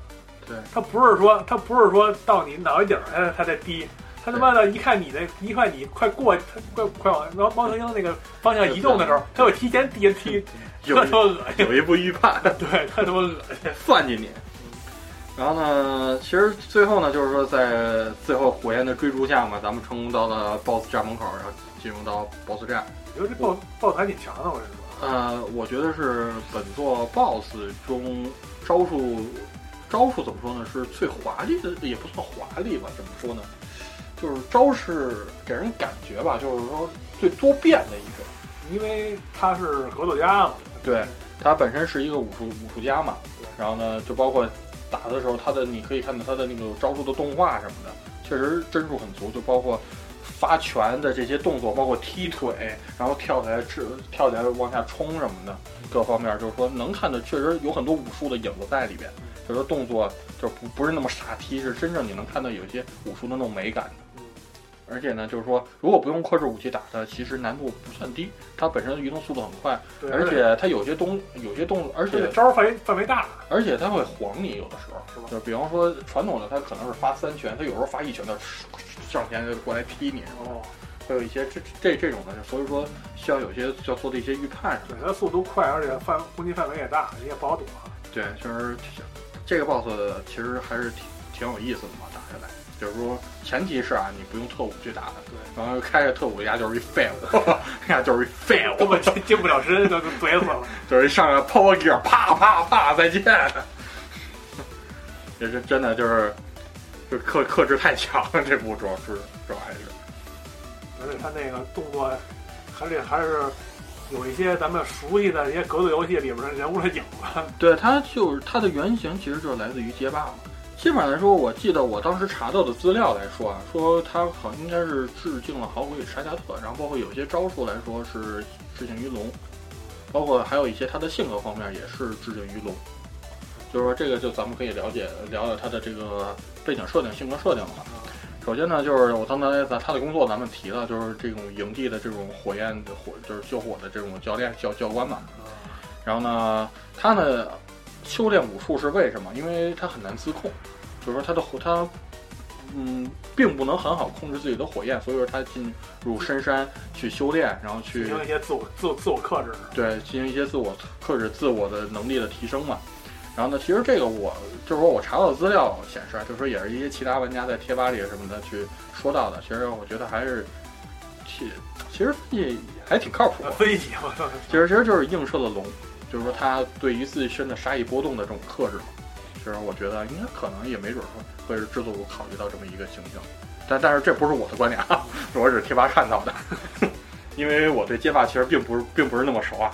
对
它不是说它不是说到你脑袋顶儿它它再滴。它他妈的，一看你的，一看你快过，它快快往猫猫头鹰那个方向移动的时候，它会提前 滴滴
有
特他妈恶心，
有一步预判。
对，特他妈恶 心。
算计你。然后呢，其实最后呢，就是说在最后火焰的追逐下嘛，咱们成功到了 BOSS 战门口，然后进入到 BOSS 战。
我觉得这爆爆团挺强的，我跟你说，
呃，我觉得是本作 BOSS 中招数招数怎么说呢，是最华丽的，也不算华丽吧，怎么说呢，就是招式给人感觉吧，就是说最多变的一个。
因为他是格斗家嘛。
对，他本身是一个武术武术家嘛
对，
然后呢，就包括打的时候，他的你可以看到他的那个招数的动画什么的，确实帧数很足，就包括发拳的这些动作，包括踢腿，然后跳起来直跳起来往下冲什么的，各方面就是说能看的确实有很多武术的影子在里边，就是说动作就不不是那么傻踢，是真正你能看到有一些武术的那种美感的。
嗯
而且呢，就是说，如果不用克制武器打它，其实难度不算低。它本身的移动速度很快，
对，
而且它有些东有些动作，而
这个
且
招儿范围范围大，
而且它会晃你，有的时候
是吧
就是比方说传统的，它可能是发三拳，它有时候发一拳，它上前就过来踢你，
哦，
会有一些这这这种的，所以说需要有些需要做的一些预判什么
对，它速度快，而且范攻击范围也大，你也不好躲。啊
的。对，确实挺这个 boss 其实还是挺挺有意思的嘛，打下来。就是说前提是啊，你不用特务去打他，
对，
然后开着特务丫就是一废物， 丫就是一废
根
物，
本啊进进不了身，就就怼死了。
就是一上来 power gear，啪啪啪，再见。这是真的就是，就克克制太强了，这部主要是主要还是
而且他那个动作，还是还是有一些咱们熟悉的一些格斗游戏里边的人物的影子。
对，它就是它的原型其实就是来自于街霸嘛。基本上来说，我记得我当时查到的资料来说啊，说它好像应该是致敬了好鬼与沙加特，然后包括有些招数来说是致敬于龙，包括还有一些他的性格方面也是致敬于龙。就是说这个就咱们可以了解聊聊他的这个背景设定、性格设定了。啊首先呢，就是我刚才咱他的工作咱们提了，就是这种营地的这种火焰的火，就是救火的这种教练教教官嘛。然后呢，他呢修炼武术是为什么？因为他很难自控，就是说他的火，他嗯，并不能很好控制自己的火焰，所以说他进入深山去修炼，然后
进
去
行一些自我自我自我克制。
对进行一些自我克制、自我的能力的提升嘛。然后呢，其实这个我就是说我查到的资料显示啊，就是说也是一些其他玩家在贴吧里什么的去说到的。其实我觉得还是，其其实也还挺靠谱的。
分析 我操，
其实其实就是映射了龙，就是说它对于自身的杀意波动的这种克制嘛。其实我觉得应该可能也没准会会是制作组考虑到这么一个情形，但但是这不是我的观点啊， 我只是贴吧看到的， 因为我对街霸其实并不是并不是那么熟啊。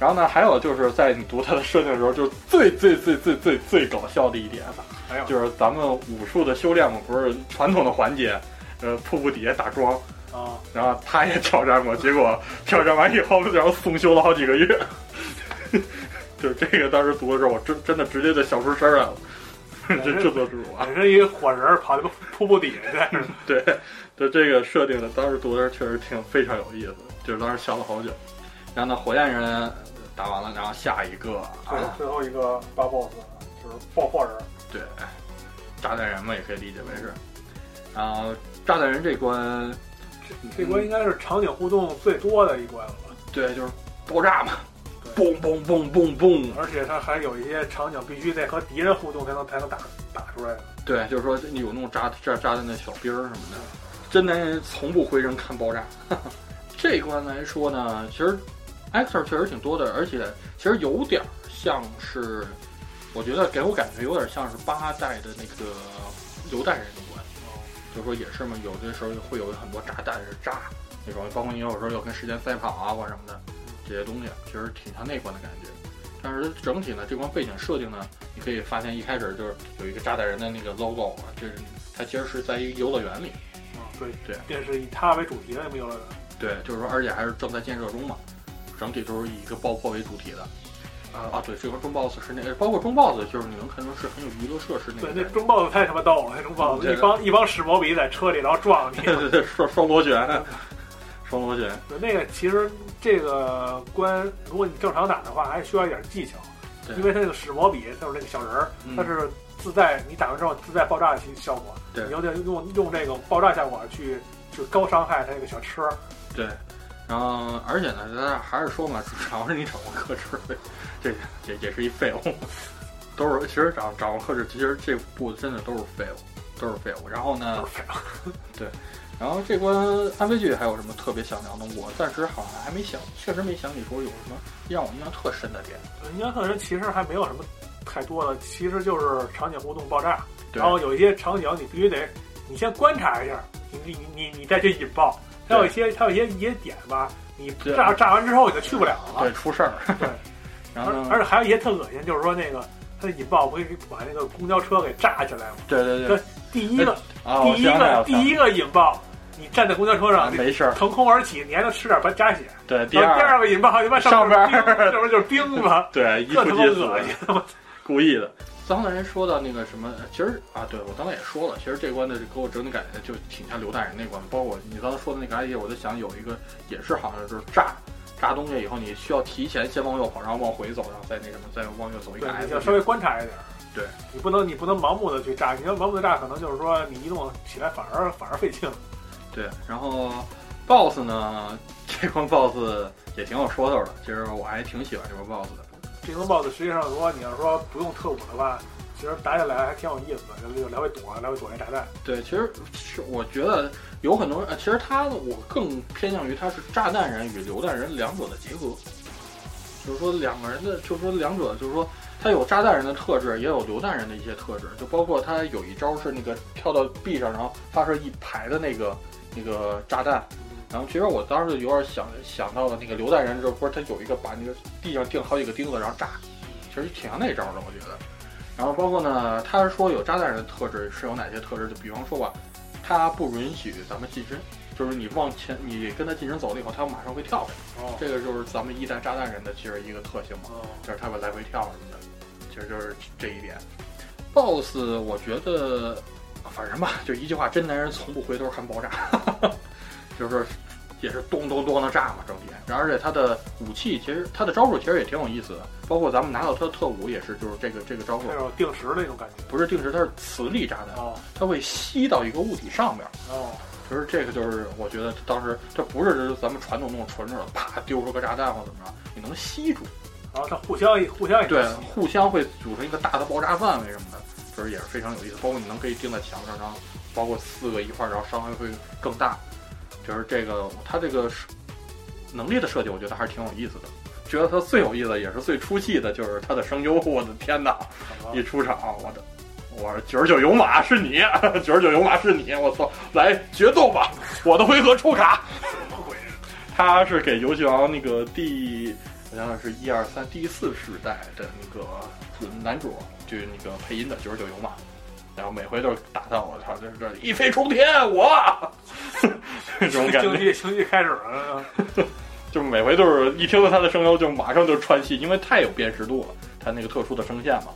然后呢，还有就是在你读它的设定的时候，就是最最最最最最搞笑的一点，啊
还有
就是咱们武术的修炼嘛，不是传统的环节，呃，瀑布底下打桩，
啊，
然后他也挑战过，结果挑战完以后，然后送修了好几个月。 就是这个当时读的时候，我真真的直接就笑出声来 了。这制作组 啊，
本身一火人儿跑到瀑布底下去，
对，就这个设定的，当时读的时候确实挺非常有意思，就是当时笑了好久。然后呢，火焰人打完了，然后下一个
最
啊，
最后一个大 boss 就是爆破人儿，
对，炸弹人嘛，也可以理解为是。然后炸弹人这关，嗯
这关应该是场景互动最多的一关了吧。
对，就是爆炸嘛，嘣嘣嘣嘣嘣，
而且它还有一些场景必须得和敌人互动才能才能打打出来的。
对，就是说你有那种扎扎扎的那小兵儿什么的，真男人从不回身看爆炸。 这一关来说呢，其实 actor 确实挺多的，而且其实有点儿像是，我觉得给我感觉有点像是八代的那个犹太人的关，就是说也是嘛，有的时候会有很多炸弹是炸那种，包括你有时候要跟时间赛跑啊或者什么的这些东西，其实挺像那关的感觉。但是整体呢，这关背景设定呢，你可以发现一开始就是有一个炸弹人的那个 logo 啊，这是它其实是在一个游乐园里，
嗯，对
对
便是以它为主题的游乐园。
对，就是说而且还是正在建设中嘛，整体都是以一个爆破为主体的。
嗯
啊啊，对，这个中 boss 是那个，包括中 boss 就是你能看出是很有娱乐设施那
对
个，
那
感觉，
中 boss 太他妈逗了，那中 boss
对
一帮一帮屎毛笔在车里，然后撞你。
对对对，双双螺旋， 双螺旋，
那个其实这个关，如果你正常打的话，还需要一点技巧，
对
因为它那个屎毛笔就是那个小人儿，
嗯
它是自带你打完之后自带爆炸的效果，
对
你要得用用这个爆炸效果去去高伤害它那个小车。
对，然后而且呢，咱俩还是说嘛， 掌握你掌握克制，这也也是一废物，都是其实掌掌握克制，其实这部真的都是废物，都是废物。然后呢，对，然后这关安徽剧还有什么特别想聊的？我暂时好像还没想，确实没想起说有什么让我印象特深的点。
印象特人其实还没有什么太多的，其实就是场景互动爆炸，
对
然后有一些场景你必须得你先观察一下，你你你你再去引爆。还有一些还有一些一些点吧，你
对
炸炸完之后你就去不了了
对，。出事儿。
对，
然后
而
呢
而且还有一些特恶心，就是说那个它的引爆不会把那个公交车给炸起来吗？
对对
对第一个
啊，
第
我
一
想起来
个
了，
第一个引爆，你站在公交车
啊
上，
没事儿。
腾空而起，你还能吃点白加血。
对，第
然后第
二
二个引爆，他妈上面
上边
是冰上面就是冰嘛。
对一
这
触
他妈
即死
恶。心！
故意的。刚才说到那个什么，其实啊，对我刚才也说了，其实这关的给我整体感觉就挺像刘大人那关，包括你刚才说的那个 idea，我就想有一个也是好像就是炸炸东西以后，你需要提前先往右跑，然后往回走，然后再那什么，再往右走一个
对，你
S
要稍微观察一点。
对，
你不能你不能盲目的去炸，你要盲目的炸，可能就是说你移动起来反而反而费劲。
对，然后 BOSS 呢，这关 BOSS 也挺有说头的，其实我还挺喜欢这关 BOSS 的。
这种 BOSS 实际上，如果你要说不用特务的话，其实打起来还挺有意思的，就是有来回躲，来回躲那炸弹。
对，其实是我觉得有很多人，呃其实他我更偏向于他是炸弹人与榴弹人两者的结合，就是说两个人的，就是说两者，就是说他有炸弹人的特质，也有榴弹人的一些特质，就包括他有一招是那个跳到壁上，然后发射一排的那个那个炸弹。然后其实我当时有点想想到了那个榴弹人，就是不是他有一个把那个地上钉好几个钉子，然后炸，其实挺像那招的，我觉得。然后包括呢，他说有炸弹人的特质是有哪些特质？就比方说吧，他不允许咱们近身，就是你往前，你跟他近身走了以后，他马上会跳回来。
哦，
这个就是咱们一代炸弹人的其实一个特性嘛，
哦，
就是他会来回跳什么的，其实就是这一点。BOSS 我觉得，反正吧，就一句话，真男人从不回头看爆炸， 就是也是咚咚咚的炸嘛，整体。然后而且他的武器其实他的招数其实也挺有意思的，包括咱们拿到他的特务也是，就是这个这个招数
那种定时的那种感觉。
不是定时，它是磁力炸弹，
哦
它会吸到一个物体上面。
哦，
其实这个就是我觉得当时这不是咱们传统那种纯正的，啪丢出个炸弹或怎么着，你能吸住，
然后它互相互相也
对，互相会组成一个大的爆炸范围什么的，就是也是非常有意思。包括你能可以钉在墙上，然后包括四个一块儿，然后伤害会更大。就是这个它这个是能力的设计，我觉得还是挺有意思的。觉得它最有意思的也是最出戏的，就是它的声优，我的天哪！一出场，我的，我说九十九勇马是你，九十九勇马是你，我操，来决斗吧！我的回合抽卡，他是给游戏王那个第，好像是一二三第四世代的那个男主，就是那个配音的九十九勇马，然后每回都是打到我操，就是这一飞冲天，我 这种感
经济
觉，
经济开始了，呃
就是每回都是一听到他的声优就马上就串戏，因为太有辨识度了，他那个特殊的声线嘛。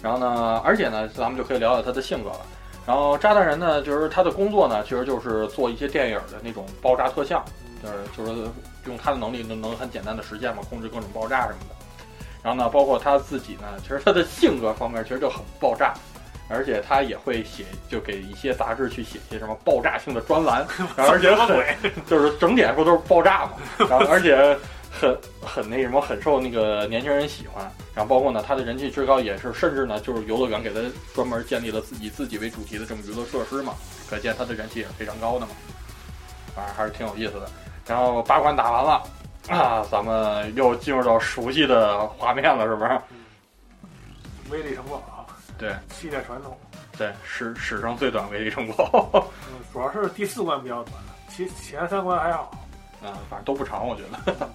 然后呢，而且呢，咱们就可以聊聊他的性格了。然后炸弹人呢，就是他的工作呢，其实就是做一些电影的那种爆炸特效，就是就是用他的能力能能很简单的实现嘛，控制各种爆炸什么的。然后呢，包括他自己呢，其实他的性格方面其实就很爆炸，而且他也会写，就给一些杂志去写一些什么爆炸性的专栏，然后而且
什么
很
鬼？
就是整体来说都是爆炸嘛，然后而且很很那什么，很受那个年轻人喜欢。然后包括呢，他的人气之高也是，甚至呢就是游乐园给他专门建立了自以自己为主题的这么娱乐设施嘛，可见他的人气也是非常高的嘛。反正还是挺有意思的。然后八关打完了啊，咱们又进入到熟悉的画面了，是不是？
威力城堡啊，
对
系列传统，
对，史史上最短威力城堡
嗯，主要是第四关比较短，其前三关还好。
啊，反正都不长，我觉得。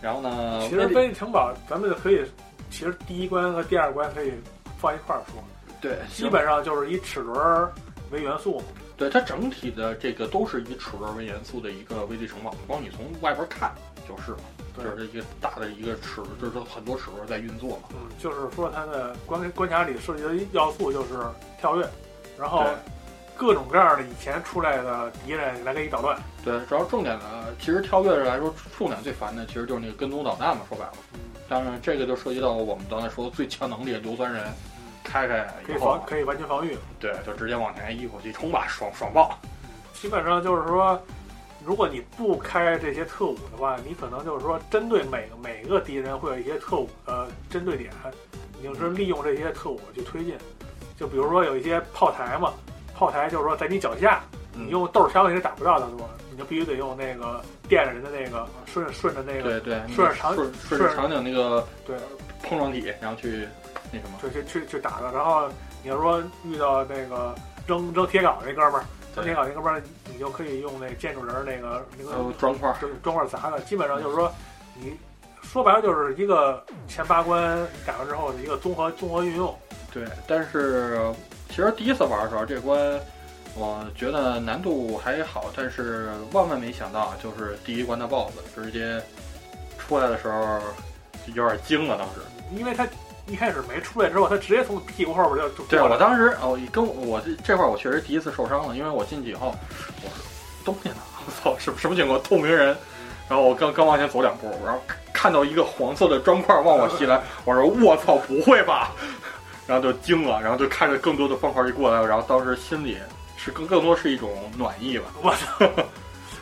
然后呢，
其实
威力
威力城堡咱们就可以，其实第一关和第二关可以放一块儿说，
对
基本上就是以齿轮儿为元素嘛。
对它整体的这个都是以齿轮为元素的一个威力城堡，光你从外边看就是嘛，
对
就是一个大的一个齿，就是说很多齿轮在运作嘛。
嗯，就是说它的关关卡里涉及的要素就是跳跃，然后各种各样的以前出来的敌人来给你捣乱。
对对，主要重点呢，其实跳跃来说，重点最烦的其实就是那个跟踪导弹嘛，说白了。
嗯，
当然，这个就涉及到我们刚才说的最强能力的硫酸人，
嗯
开开
可
以
以
后
防，，可以完全防御。
对，就直接往前一口气冲吧，爽爽爆。
基本上就是说，如果你不开这些特务的话，你可能就是说针对每个每个敌人会有一些特务呃针对点，你就是利用这些特务去推进。就比如说有一些炮台嘛，炮台就是说在你脚下，
嗯
你用豆儿枪也是打不到的，对吧？你就必须得用那个电着人的那个顺顺着那个
对对，那个
顺着场
顺顺着
顺着
场景那个
对
碰撞体，然后去那什么。
就去去去打的。然后你要说遇到那个扔扔铁镐那哥们儿，扔铁
对，
镐那哥们儿，你就可以用那建筑人儿那个那个
呃，砖块儿。
就是砖块砸的，基本上就是说，你说白了就是一个前八关打完之后的一个综合综合运用。
对，但是其实第一次玩的时候，这关我觉得难度还好，但是万万没想到，就是第一关的 BOSS 直接出来的时候就有点惊了，当时。
因为他一开始没出来之后，他直接从屁股后边就就
对，
过
我
来了。
当时哦，跟我我这这块儿我确实第一次受伤了，因为我进去以后，我说东西呢？我操，什么什么情况？透明人。然后我刚刚往前走两步，然后看到一个黄色的砖块往我袭来，我说我操，不会吧？ 然后就惊了，然后就看着更多的方块就过来了，然后当时心里是更更多是一种暖意吧。
我操！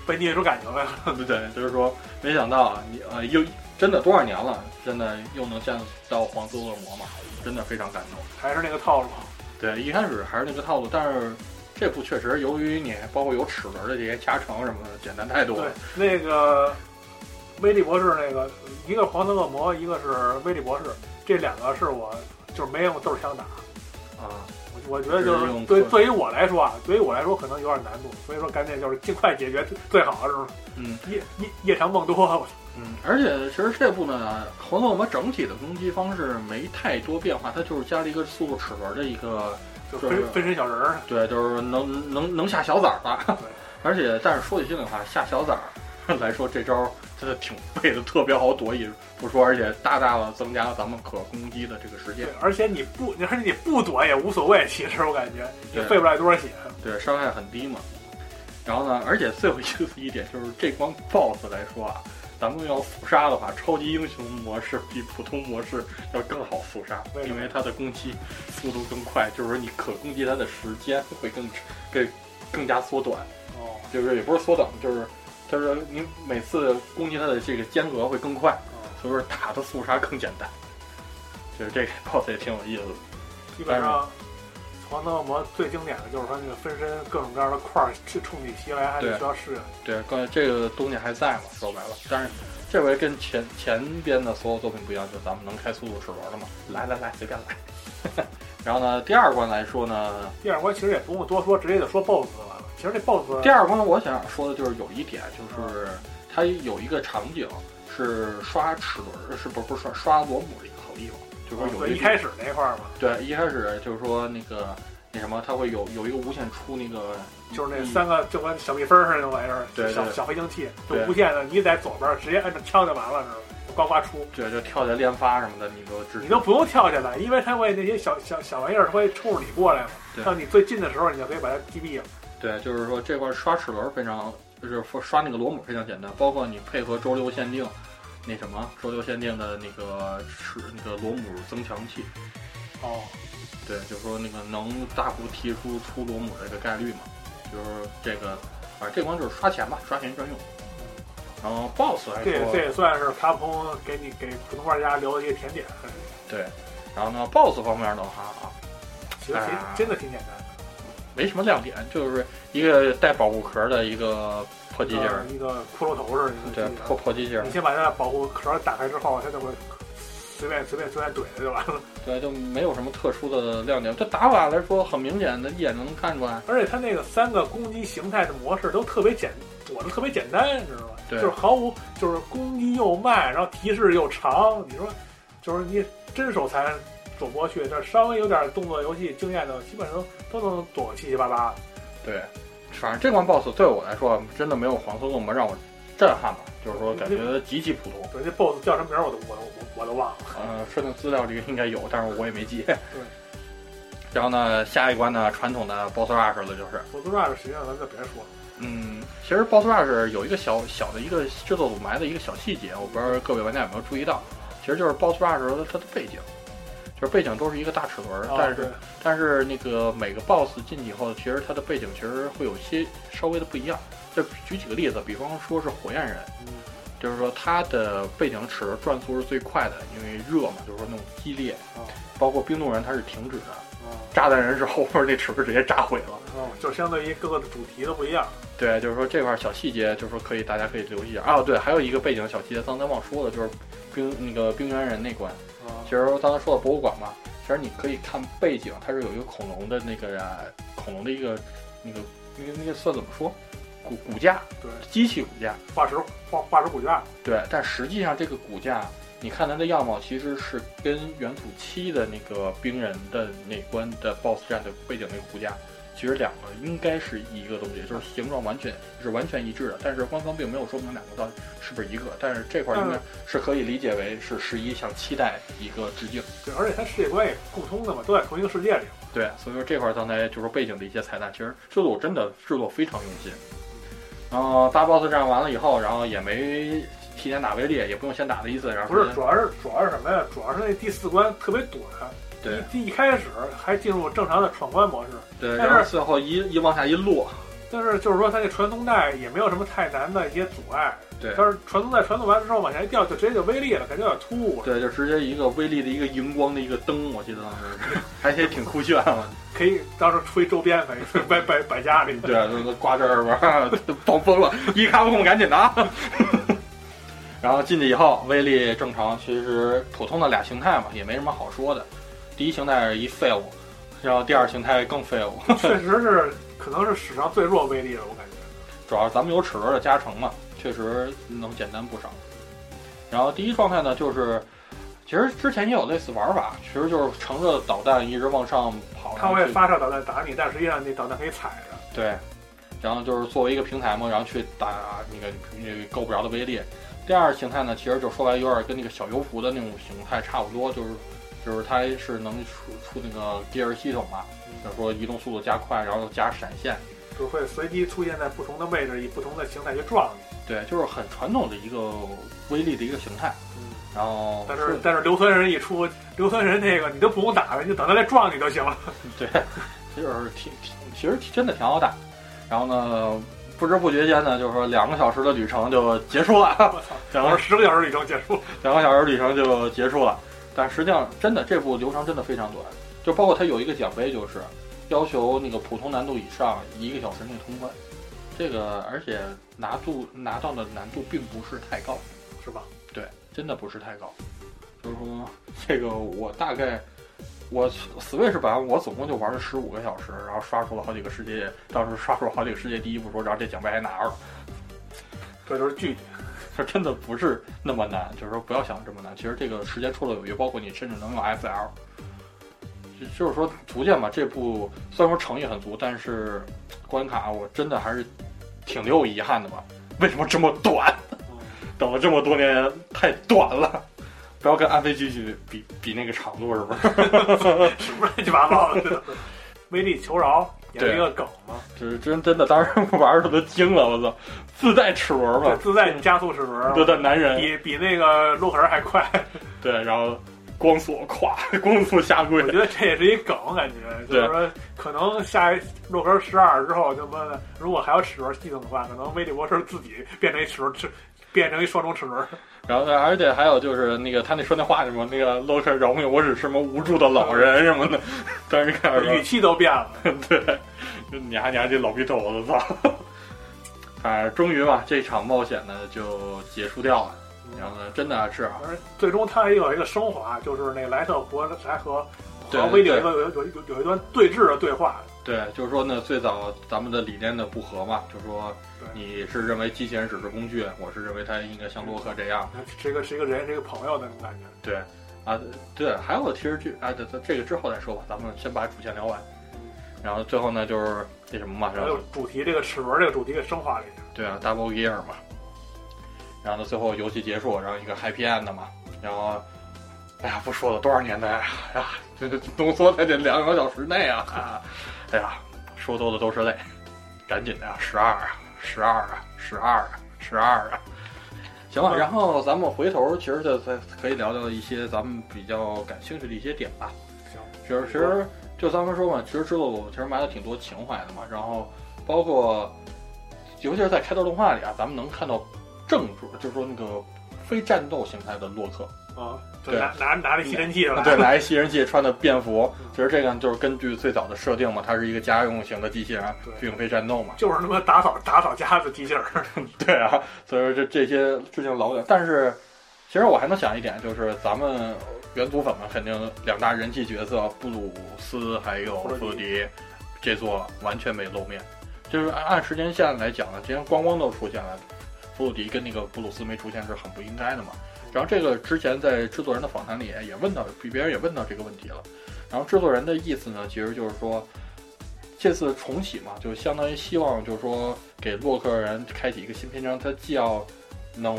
被虐出感情来了。
对对，就是说，没想到啊你呃，又真的多少年了，真的又能见到黄色恶魔嘛，真的非常感动。
还是那个套路，
对，一开始还是那个套路，但是这部确实由于你包括有齿轮的这些加成什么的，简单太多
对
了。，
那个威利博士，那个一个黄色恶魔，一个是威利博士，这两个是我就是没用豆枪打。
啊，
我我觉得就
只
是
是用
对
棍
对于我来说啊，对于我来说可能有点难度，所以说干脆就是尽快解决最好，是不是？
嗯
夜夜夜长梦多，我
嗯，而且其实这部呢，黄色恶魔整体的攻击方式没太多变化，它就是加了一个速度齿轮的一个，
就
对
分分身小人儿，
对，就是能能能下小崽儿吧
对。
而且，但是说句心里话，下小崽儿 来说，这招儿真的挺 背的，特别好躲，也不说，而且大大的增加了咱们可攻击的这个时间
对。，而且你不，而且你不躲也无所谓，其实我感觉也
对
费不了多少血。
对，伤害很低嘛。然后呢，而且最有意思一点就是这帮 BOSS 来说啊，咱们要复杀的话，超级英雄模式比普通模式要更好复杀
为，什么
因为它的攻击速度更快，就是说你可攻击它的时间会更更更加缩短，
哦，
就是也不是缩短，就是就是你每次攻击它的这个间隔会更快，
哦
所以说打的速杀更简单。就是这个 BOSS 也挺有意思的。
基本上黄灯恶魔最经典的就是说那个分身各种各样的块儿去冲你袭来，还得
对
需要适应。
对，关于这个东西还在嘛？说白了，但是这回跟前前边的所有作品不一样，就是咱们能开速度齿轮了嘛。来来来，随便来。 然后呢，第二关来说呢，
第二关其实也不用多说，直接就说 BOSS 就完了。其实这 BOSS
第二关我想说的就是有一点，就是它有一个场景是刷齿轮，是不是不是刷刷螺母的一个好地方，就是说有
啊对
一
一
个
开始那块儿嘛，
对一开始就是说那个那什么，它会有有一个无限出那个
就是那
一
三个就跟小蜜蜂似的那玩意儿，
嗯对对
小
对
小飞行器，就
对
无限的，你在左边直接按着枪就完了，是吧？就呱呱出，
对，就跳起来连发什么的，你都知
你都不用跳下来，因为它会那些小小小玩意儿会冲着你过来嘛，
对
到你最近的时候，你就可以把它击毙了。
对，就是说这块刷齿轮非常，就是说刷那个螺母非常简单，包括你配合周六限定，那什么周六限定的那个齿那个螺母增强器，
哦，
对，就是说那个能大幅提出出螺母的这个概率嘛，就是这个，反正这关就是刷钱吧，刷钱专用。然后 BOSS 来
这也这
说，
也算是卡普空给你给普通玩家留的一个甜点，
对，然后呢 BOSS 方面的话啊，
其实挺
啊
真的挺简单的。
没什么亮点，就是一个带保护壳的一个破机器人，
一个骷髅头似的，一
对
个机器人
破破机器人
你，先把它的保护壳打开之后，它就会随便随便随便怼它就完了。
对，就没有什么特殊的亮点。这打法来说，很明显的，一眼能看出来。
而且它那个三个攻击形态的模式都特别简，躲的特别简单，你知道吗？就
对
是毫无，就是攻击又慢，然后提示又长。你说，就是你真手残躲不过去，但是稍微有点动作游戏经验的，基本上都都能躲个七七八八。
对，反正这关 BOSS 对我来说，真的没有黄色恶魔让我震撼吧，就是说感觉极其普通。
对，这 BOSS 叫什么名儿我都我都我我都忘了。
呃，说的资料里应该有，但是我也没记。
对。
然后呢，下一关呢，传统的 BOSS rush 了，就是，
我都 rush 实际上咱就别说了，
嗯，其实 BOSS rush 有一个小小的一个制作组埋的一个小细节，我不知道各位玩家有没有注意到，其实就是 BOSS rush 它的背景，就是背景都是一个大齿轮，
啊
但是
对
但是那个每个 BOSS 进去以后，其实它的背景其实会有些稍微的不一样。就举几个例子，比方说是火焰人，
嗯
就是说它的背景齿轮转速是最快的，因为热嘛，就是说那种激烈。
哦
包括冰冻人它是停止的，
啊
炸弹人是后边那齿轮直接炸毁了。
哦，就相对于各个的主题都不一样。
对，就是说这块小细节，就是说可以大家可以留意一下。啊，对，还有一个背景小细节，刚才忘说了，就是冰那个冰原人那关。
啊
其实刚才说到博物馆嘛，其实你可以看背景，它是有一个恐龙的那个啊恐龙的一个那个那个那个算怎么说，骨骨架，
对，
机器骨架，
化石化化石骨架，
对。但实际上这个骨架，你看它的样貌其实是跟原土七的那个冰人的那关的 BOSS 战的背景那个骨架，其实两个应该是一个东西，就是形状完全是完全一致的。但是官方并没有说明两个到底是不是一个，但是这块儿应该是可以理解为是十一向期待一个致敬。
对，而且它世界观也共通的嘛，都在同一个世界里。
对，所以说这块儿刚才就是说背景的一些彩蛋，其实制作真的制作非常用心。然后大 boss 战完了以后，然后也没提前打威力，也不用先打的意思，然后
不是，
直接
主要是主要是什么呀？主要是那第四关特别短，
对
第一开始还进入正常的闯关模式，
对，
但是
然后最后一一往下一落，
但是就是说，它这传送带也没有什么太难的一些阻碍，
对
但是传送带传送完之后往下一掉，就直接就微裂了，感觉有点突兀了。
对，就直接一个威力的一个荧光的一个灯，我记得当时 是还挺挺酷炫了。
可以到时候出一周 边，可以摆摆摆家里。
对，啊都都挂这儿吧， 都放疯了，一卡不空赶紧的啊。 然后进去以后，威力正常，其实普通的俩形态嘛，也没什么好说的。第一形态是一废物，然后第二形态更废物，
确实是，可能是史上最弱威力了，我感觉。
主要是咱们有齿轮的加成嘛，确实能简单不少。然后第一状态呢，就是其实之前也有类似玩法，其实就是乘着导弹一直往上跑，
它
然
会
后去
发射导弹打你，但实际上那导弹可以踩着。
对，然后就是作为一个平台嘛，然后去打那个那个够不着的威力。第二形态呢，其实就说白了有点跟那个小油壶的那种形态差不多，就是就是它是能出出那个 gear 系统嘛，
嗯
就是说移动速度加快，然后加闪现，
就会随机出现在不同的位置，以不同的形态去撞你。
对，就是很传统的一个威力的一个形态。
嗯，
然后
但是但是硫酸人一出，硫酸人那个你都不用打了，你就等他来撞你就行了。
对，就是挺挺，其实真的挺好打。然后呢，不知不觉间呢，就是说两个小时的旅程就结束了，
我操，
两个
我是十个小时旅程结束。
两个小时旅程就结束了。但实际上，真的这部流程真的非常短，就包括它有一个奖杯，就是要求那个普通难度以上一个小时内通关。这个而且拿度拿到的难度并不是太高，
是吧？
对，真的不是太高。就是说，这个我大概我 Switch 版我总共就玩了十五个小时，然后刷出了好几个世界，当时刷出了好几个世界第一不说，然后这奖杯还拿着了。
这就是距离。
这真的不是那么难，就是说不要想这么难。其实这个时间绰绰有余，包括你甚至能用 SL，就就是说逐渐吧。这部虽然说诚意很足，但是关卡我真的还是挺留有遗憾的吧。为什么这么短？ 等了这么多年，太短了。不要跟安飞继续比比那个长度，是不是？
什么乱七八糟的这都是？威力求饶也是一个梗嘛，
就是真真的，当时玩儿的都惊了，我操！自带齿轮
对，
吧，
自带加速齿轮，
对的男人，
比比那个洛克人还快。
对，然后光速咵， 光速下跪
我觉，得这也是一梗，感觉就是说，可能下一洛克十二之后，他妈的，如果还有齿轮系统的话，可能威利博士自己变成一齿轮，齿变成一双重齿轮。
然后呢，而且还有就是那个他那说那话什么，那个 Loker 饶命，我只是什么无助的老人什么的，当时看
语
着
气都变 了。
对，就你还你还这老逼头子操！反正终于吧，这场冒险呢就结束掉了。然后呢，真的是啊，
嗯而最终它也有一个升华，就是那个莱特和莱和
对
和威利有一个有有有有一段对峙的对话，
对，就是说呢，最早咱们的理念的不合嘛，就说
对
你是认为机器人只是工具，我是认为它应该像洛克这样。
是一个是一个人是一个朋友的那种感觉。
对啊，对，还有其实这啊，这这个之后再说吧，咱们先把主线聊完。然后最后呢，就是那什么嘛，然
然
后
后主题这个齿轮这个主题给升华了一下，
对啊，Double Gear 嘛。然后呢，最后游戏结束，然后一个 Happy End 嘛。然后，哎呀，不说了，多少年代啊！哎呀，这这浓缩在这两个小时内啊！哎呀，说多了都是泪，赶紧的呀、啊，十二啊，十二啊，十二啊，十二啊！行了，然后咱们回头其实就再可以聊聊一些咱们比较感兴趣的一些点吧。
行，
其实其实就咱们说嘛，其实制作组其实埋了挺多情怀的嘛，然后包括尤其是在开头动画里啊，咱们能看到正主，就是说那个非战斗形态的洛克，
啊，就
对
拿拿拿着吸尘器了，
对，拿 一吸人器穿的便服
嗯，
其实这个就是根据最早的设定嘛，它是一个家用型的机器人
对，
并非战斗嘛，
就是他妈打扫打扫家的机器人儿，
对啊，所以说这这些事情老远，但是其实我还能想一点，就是咱们原祖粉们肯定两大人气角色布鲁斯还有
弗洛迪
弗洛迪，这座完全没露面，就是按按时间线来讲呢，今天光光都出现了，弗洛迪跟那个布鲁斯没出现是很不应该的嘛。然后这个之前在制作人的访谈里也问到，比别人也问到这个问题了。然后制作人的意思呢，其实就是说，这次重启嘛，就相当于希望就是说给洛克人开启一个新篇章，他既要能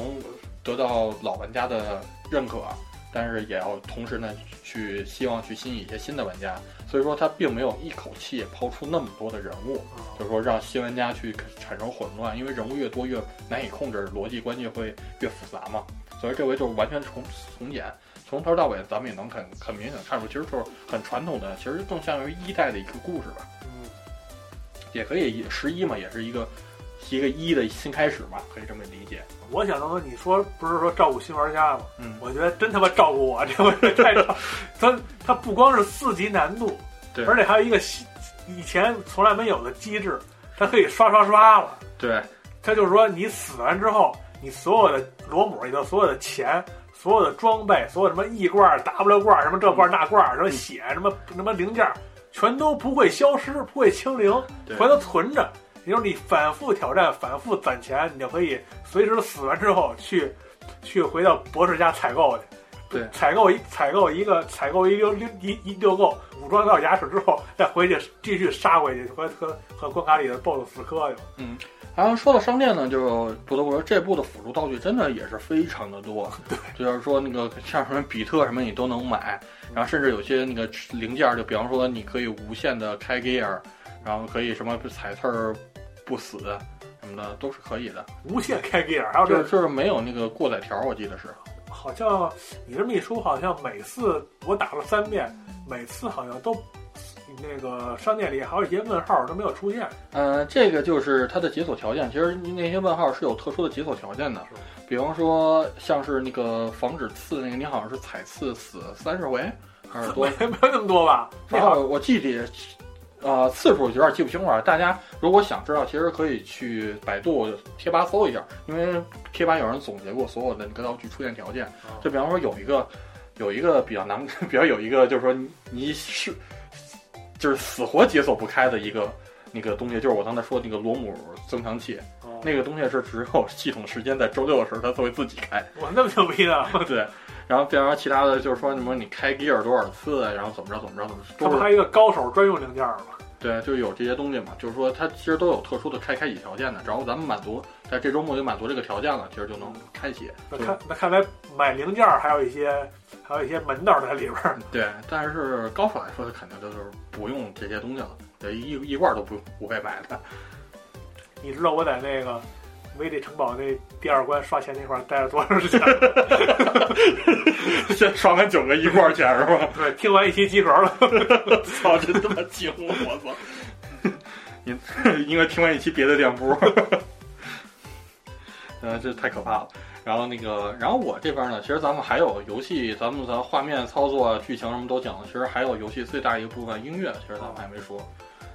得到老玩家的认可，啊但是也要同时呢去希望去吸引一些新的玩家。所以说他并没有一口气抛出那么多的人物，就是说让新玩家去产生混乱，因为人物越多越难以控制，逻辑关系会越复杂嘛。所以这回就是完全重重演，从头到尾咱们也能很很
啊
明显地看出，其实就是很传统的，其实更像于一代的一个故事吧。
嗯，
也可以十一嘛，也是一个一个一的新开始吧，可以这么理解。
我想到你说不是说照顾新玩家吗？
嗯，
我觉得真他妈照顾我，这回太 照，他他不光是四级难度，
对
而且还有一个新以前从来没有的机制，它可以刷刷刷了。
对
它就是说你死完之后，你所有的螺母里头所有的钱。所有的装备，所有什么 E 罐、W 罐，什么这罐那罐，什么血，什么什么零件，全都不会消失，不会清零，
对
回头存着。也就是你反复挑战、反复攒钱，你就可以随时死完之后去 去回到博士家采购去。
对
采购一采购一个采购一溜溜一一溜够，武装到牙齿之后，再回去继续杀回去，和和和关卡里的 BOSS 死磕去。
然后说到商店呢，就不得不说这部的辅助道具真的也是非常的多， 对，就是说那个像什么比特什么你都能买，然后甚至有些那个零件儿，就比方说你可以无限的开 gear，然后可以什么踩刺儿不死什么的都是可以的，
无限开 gear，还有
就
这
是就是没有那个过载条儿，我记得是，
好像你这么一说，好像每次我打了三遍，每次好像都那个商店里还有一些问号都没有出现。
呃，这个就是它的解锁条件。其实那些问号是有特殊的解锁条件的
是，
比方说像是那个防止刺那个，你好像是踩刺死三十回还是多
没没有那么多吧？那
然
好
后我记得，呃，次数有点记不清了。大家如果想知道，其实可以去百度贴吧搜一下，因为贴吧有人总结过所有的那个道具出现条件。就比方说有一个，有一个比较难， 比较有一个就是说你你是就是死活解锁不开的一个。那个东西就是我刚才说的那个螺母增强器，
哦
那个东西是只有系统时间在周六的时候它才会自己开，
我那么牛逼呢？
对。然后，比方说其他的就是说什么你开 gear 多少次，啊然后怎么着怎么着怎么着，
他
都
们
是
还有一个高手专用零件嘛？
对，就有这些东西嘛，就是说它其实都有特殊的开开启条件的，只要咱们满足，在这周末就满足这个条件了，其实就能开启。
那
对
看那看来买零件还有一些还有一些门道在里边儿。
对，但是高手来说，他肯定就是不用这些东西了，对，一一罐都不不会买的。
你知道我在那个维里城堡那第二关刷钱那块儿待了多长时间吗？
先刷完九个一罐钱是吧？
对，听完一期集合了。
操，真他妈惊！我操！你 应该听完一期别的电波， 呃，这太可怕了。然后那个，然后我这边呢，其实咱们还有游戏，咱们咱画面操作、啊剧情什么都讲了，其实还有游戏最大一个部分音乐，其实咱们还没说。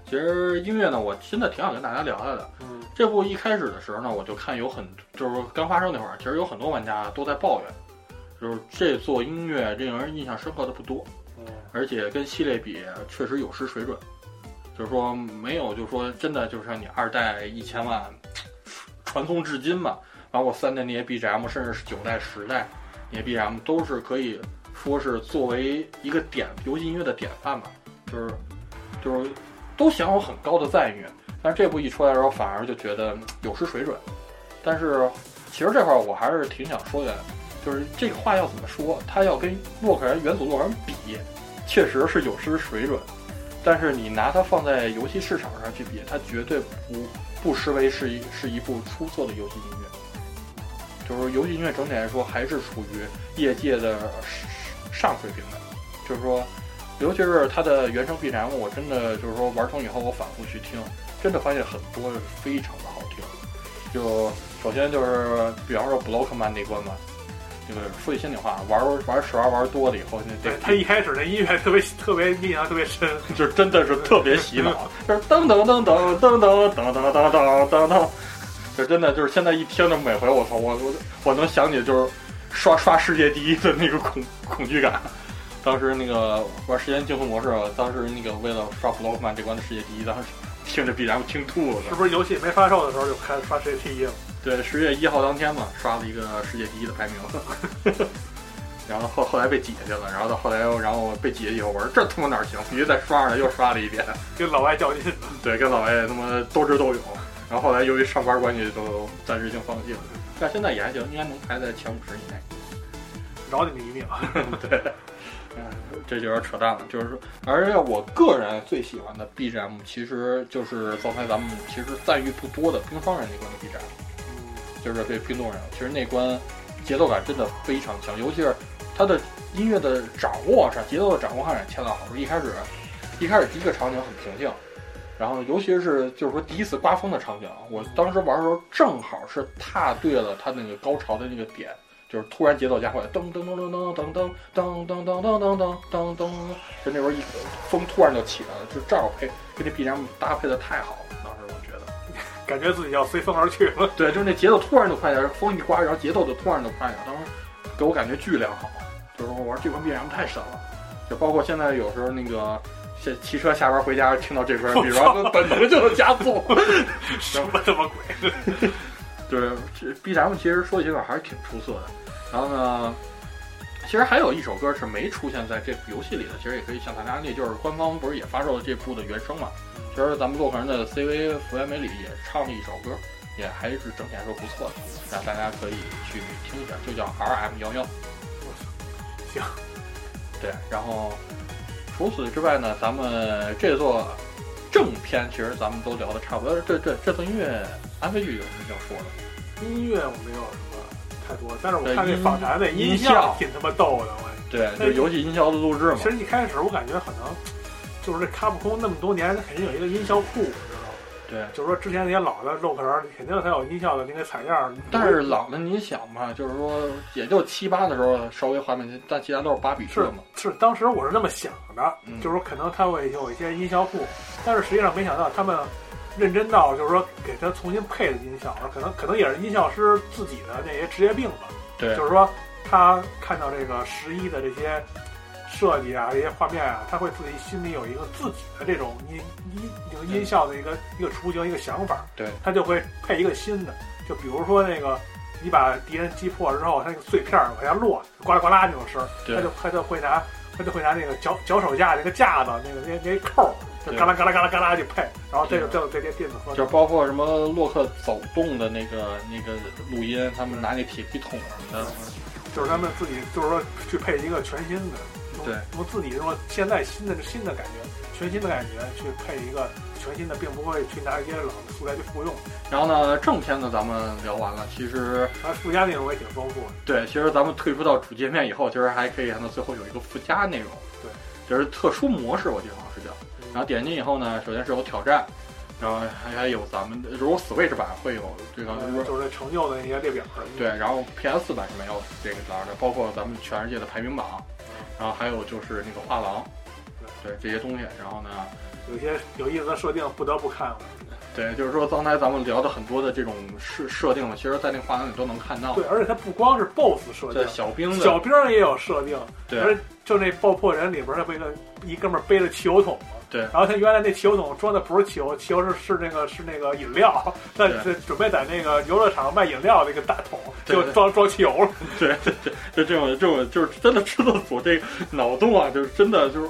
其实音乐呢，我真的挺想跟大家聊聊的。
嗯，
这部一开始的时候呢，我就看有很就是刚发售那会儿，其实有很多玩家都在抱怨，就是这座音乐令人印象深刻的不多。而且跟系列比确实有失水准，就是说没有，就是说真的就是像你二代一千万传送至今嘛，包括三代那些 BGM，甚至是九代、十代那些 BGM 都是可以说是作为一个典游戏音乐的典范吧，就是就是都享有很高的赞誉，但是这部一出来的时候反而就觉得嗯有失水准，但是其实这块儿我还是挺想说的。就是这个话要怎么说？它要跟洛克人元祖洛克人比，确实是有失水准，但是你拿它放在游戏市场上去比，它绝对不不失为是一是一部出色的游戏音乐。就是游戏音乐整体来说还是处于业界的上水平的，就是说，尤其是它的呃原声 BGM，我真的就是说玩成以后我反复去听，真的发现很多是非常的好听。就首先就是比方说 Blockman 那关嘛，就是说句心里话，玩玩十玩玩多了以后，那
对
得
他一开始那音乐特别特别印象特别深，
就是真的是特别洗脑，就是噔噔噔噔噔噔噔噔噔噔噔噔，就真的就是现在一听着每回我操我我我能想起就是刷刷世界第一的那个恐恐惧感。当时那个玩时间竞速模式，当时那个为了刷布洛克曼这关的世界第一，当时听着 BGM 听吐了。
是不是游戏没发售的时候就开始刷 CT 了？
对，十月一号当天嘛，刷了一个世界第一的排名， 然后后后来被挤下去了，然后到后来又然后被挤下以后，我说这他妈哪儿行？于是再刷上来又刷了一遍。
跟老外较劲。
对，跟老外他妈斗智斗勇，然后后来由于上班关系都暂时性放弃了，但现在也还行，应该能排在前五十以内。
饶你们一命。
嗯，这就有点扯淡了，就是说，而且我个人最喜欢的 BGM 其实就是刚才咱们其实赞誉不多的冰霜人那关的 BGM，就是对冰冻人，其实那关节奏感真的非常强，尤其是它的音乐的掌握上，节奏的掌握上也恰到好处。一开始，一开始第一个场景很平静，然后尤其是就是说第一次刮风的场景，啊我当时玩的时候正好是踏对了它那个高潮的那个点，就是突然节奏加快，噔噔噔噔噔噔噔噔噔噔噔噔噔噔，就那时候一风突然就起来了，就正好配跟这 BGM 搭配的太好了，当时我觉得。
感觉自己要随风而去了。
对，就是那节奏突然就快点，风一刮，然后节奏就突然就快点，当时给我感觉巨良好。就是说我玩这款 BGM 太神了，就包括现在有时候那个下骑车下班回家听到这歌，比如说本能就能加速。
什么他妈鬼？
对，这 BGM 其实说起来还是挺出色的。然后呢，其实还有一首歌是没出现在这部游戏里的，其实也可以向大家安利，就是官方不是也发售了这部的原声嘛？其实咱们洛克人的 CV 福原美里也唱了一首歌，也还是整体来说不错的，那大家可以去听一下，就叫 RM 幺幺。
行，
对，然后除此之外呢，咱们这座正片其实咱们都聊的差不多。这这这段音乐安慰剧有什么要说的？
音乐我没有什么太多，但是我
对
看那
音
访谈那
音
效
效
挺他妈逗的。我
对，就游戏音效的录制嘛
其。实一开始我感觉可能就是这卡普空那么多年，它肯定有一个音效库，你知道吗？
对，
就是说之前那些老的肉壳儿，肯定它有音效的那个采样儿。
但是老的你想嘛，就是说也就七八的时候稍微画面，但其他都是八比四嘛。
是当时我是那么想的，
嗯
就是说可能它会有一些音效库，但是实际上没想到他们认真到就是说给它重新配的音效，可能可能也是音效师自己的那些职业病吧。
对
就，是说他看到这个十一的这些设计啊，这些画面啊，他会自己心里有一个自己的这种音音这个音效的一个一个雏形，一个想法，
对，
他就会配一个新的，就比如说那个。你把敌人击破之后，他那个碎片儿往下落，呱啦呱啦那种声儿，
对
他就他就会拿他就会拿那个脚脚手架那个架子那个那那扣儿，就
对
嘎啦嘎啦嘎啦嘎啦就配，然后这个
对
这个这些电子合
就包括什么洛克走动的那个那个录音，他们拿那铁皮桶什么的。
就是他们自己，就是说去配一个全新的，用
对
用自己说现在新的新的感觉，全新的感觉去配一个全新的，并不会去拿一些老的素材去复用，
然后呢，正片呢咱们聊完了，其实
它附加内容也挺丰富的。
对，其实咱们退出到主界面以后，其实还可以看到最后有一个附加内容，
对，
就是特殊模式，我记得好像是叫。然后点进以后呢，首先是有挑战，然后还还有咱们如果 Switch 版会有这个，
呃就是成就的那些列表什么的，
对，然后 PS 版是没有这个栏的，包括咱们全世界的排名榜，然后还有就是那个画廊，对这些东西。然后呢，
有些有意思的设定不得不看了。
对，就是说刚才咱们聊的很多的这种设设定呢，其实在那个画廊里都能看到
对，。而且它不光是 BOSS 设
这
定，
哦小兵的
小兵儿也有设定，
对
而就那爆破人里边儿，他不一个一哥们儿背着汽油桶嘛，
对
然后他原来那汽油桶装的不是汽油，汽油是是那个是那个饮料， 那
对
准备在那个游乐场卖饮料那个大桶
对
就
对
装装汽油了，
对对对，就这种这种就是真的制作组这个脑洞啊，就是真的就是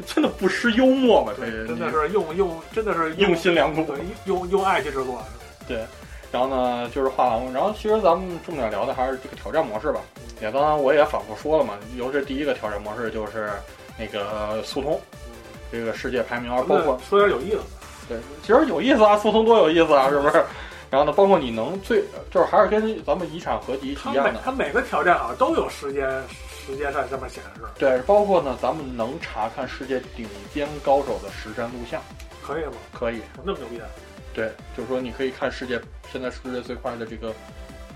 真的不失幽默嘛，这个
真的是用用真的是
用心良苦。
对用用爱去制作，
然后呢，就是画廊，然后其实咱们重点聊的还是这个挑战模式吧。也刚刚我也反复说了嘛，尤其第一个挑战模式就是那个速通，这个世界排名，啊包括
那说点有意思的，
对，其实有意思啊，速通多有意思啊，是不是？然后呢，包括你能最就是还是跟咱们遗产合集
他
一样
每
的，
他每个挑战好像都有时间时间在上面显示，
对，包括呢咱们能查看世界顶尖高手的实战录像，
可以吗？
可以。
那么牛逼啊！
对，就是说你可以看世界现在世界最快的这个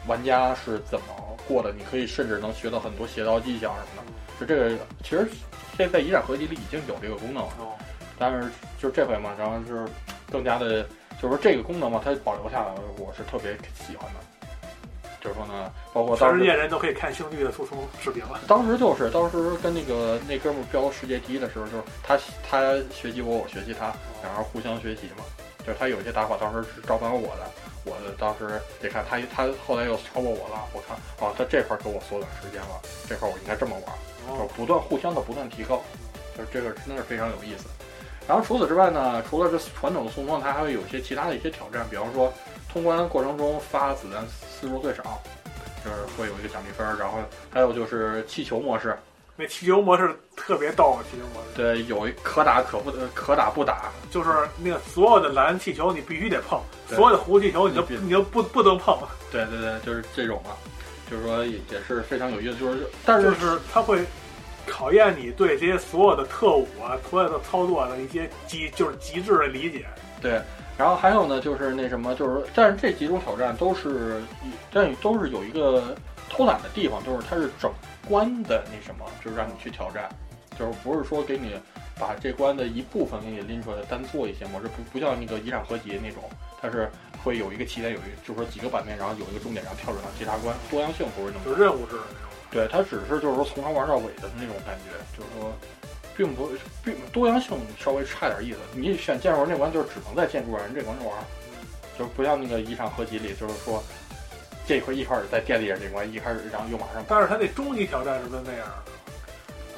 玩家是怎么过的，你可以甚至能学到很多邪道技巧什么的。就这个，其实现在在《遗产合集》里已经有这个功能了，
哦，
但是就这回嘛，然后就是更加的，就是说这个功能嘛，它保留下来了，我是特别喜欢的。就是说呢，包括
全
当
世
时
界人都可以看星剧的速通视频了。
当时就是当时跟那个那哥们儿标世界第一的时候，就是他他学习我，我学习他，
哦
然后互相学习嘛。就是他有些打法当时是照搬我的，我的当时得看他他后来又超过我了，我看哦他这块儿给我缩短时间了，这块儿我应该这么玩，就是
哦，
不断互相的不断提高，就是这个真的是非常有意思。然后除此之外呢，除了这传统的送风，它还会有一些其他的一些挑战，比方说通关过程中发子弹次数最少，就是会有一个奖励分儿。然后还有就是气球模式，
那汽油模式特别逗，啊汽油模式。
对，有一可打可不呃可打不打，
就是那个所有的蓝气球你必须得碰，
对
所有的红气球你都
你必
你都不不能碰，
对对对，就是这种嘛，就是说也也是非常有意思，就是但
就是是它会考验你对这些所有的特务啊、所有的操作的一些极就是极致的理解。
对，然后还有呢，就是那什么，就是但是这几种挑战都是，但都是有一个偷懒的地方，就是它是整关的那什么，就是让你去挑战，就是不是说给你把这关的一部分给你拎出来单做一些模式，不不像那个一战合集那种，它是会有一个起点，有一就是说几个版面，然后有一个终点，然后跳转到其他关，多样性不是那么
就是任务制的那种。
对，它只是就是说从头玩到尾的那种感觉，就是说，并不并多样性稍微差点意思。你选建筑人这关就是只能在建筑人这关上玩，就是不像那个一场合集里，就是说这块一开始在电力人这关，一开始然后又马上
但是他那终极挑战是不是那样？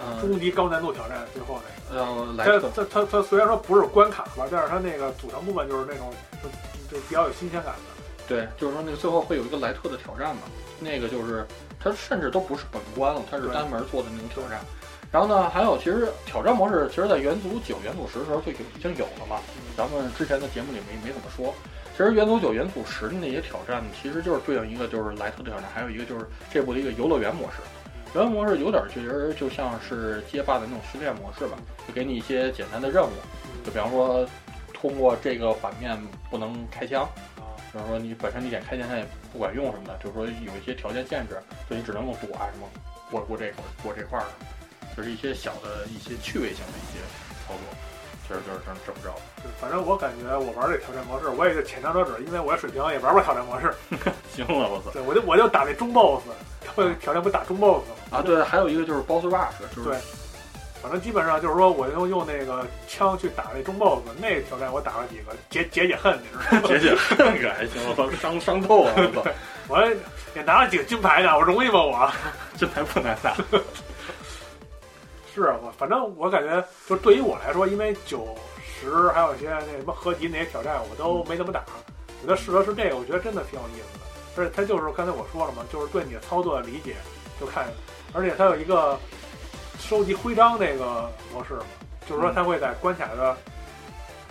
嗯
终极高难度挑战最后那
呃来
个，
个
他他他他虽然说不是关卡吧，但是他那个组成部分就是那种就就比较有新鲜感的。
对，就是说那个最后会有一个莱特的挑战嘛，那个就是它甚至都不是本关了，它是
对
单门做的那种挑战。然后呢，还有其实挑战模式，其实在元祖九、元祖十的时候就有已经有了嘛。咱们之前的节目里没没怎么说。其实元祖九、元祖十的那些挑战，其实就是对应一个就是莱特的挑战，还有一个就是这部的一个游乐园模式。游乐园模式有点儿其实就像是街霸的那种训练模式吧，就给你一些简单的任务，就
嗯
比方说通过这个版面不能开枪，
啊，
比方说你本身你点开枪它也不管用什么的，就是说有一些条件限制，所以你只能用躲啊什么过过这口过这块儿，就是一些小的一些趣味性的一些操作，其实就是这么这么着。
对反正我感觉我玩这挑战模式，我也就浅尝辄止，因为我水平也玩不了挑战模式。
行了，我操！
对，我就我就打那中 boss，会挑战不打中 boss 吗？
啊，对，还有一个就是 boss rush，就是
对反正基本上就是说，我就用那个枪去打那中 boss，那挑战我打了几个，解解解恨，你知道吗？
解解恨个还行，我操，伤伤透了，我操，
我也拿了几个金牌呢，我容易吗？我
这还不难打。
是啊我，反正我感觉就是对于我来说，因为九十还有一些那什么合集那些挑战，我都
嗯
没怎么打。我觉得适合是这个，我觉得真的挺有意思的。而且它就是刚才我说了嘛，就是对你的操作理解，就看，而且它有一个收集徽章那个模式嘛，就是
嗯
说它会在关卡的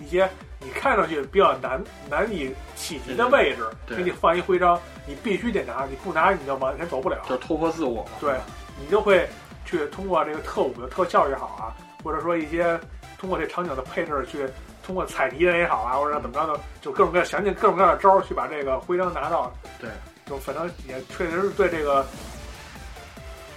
一些你看上去比较难难以企及的位置，
对
给你放一徽章，你必须得拿，你不拿你就往前走不了。
就是突破自我嘛，
对你就会去通过这个特务的特效也好啊，或者说一些通过这场景的配置去通过采集人也好啊，或者怎么着的，就各种各样想尽各种各样的招儿去把这个徽章拿到。
对，
就反正也确实是对这个。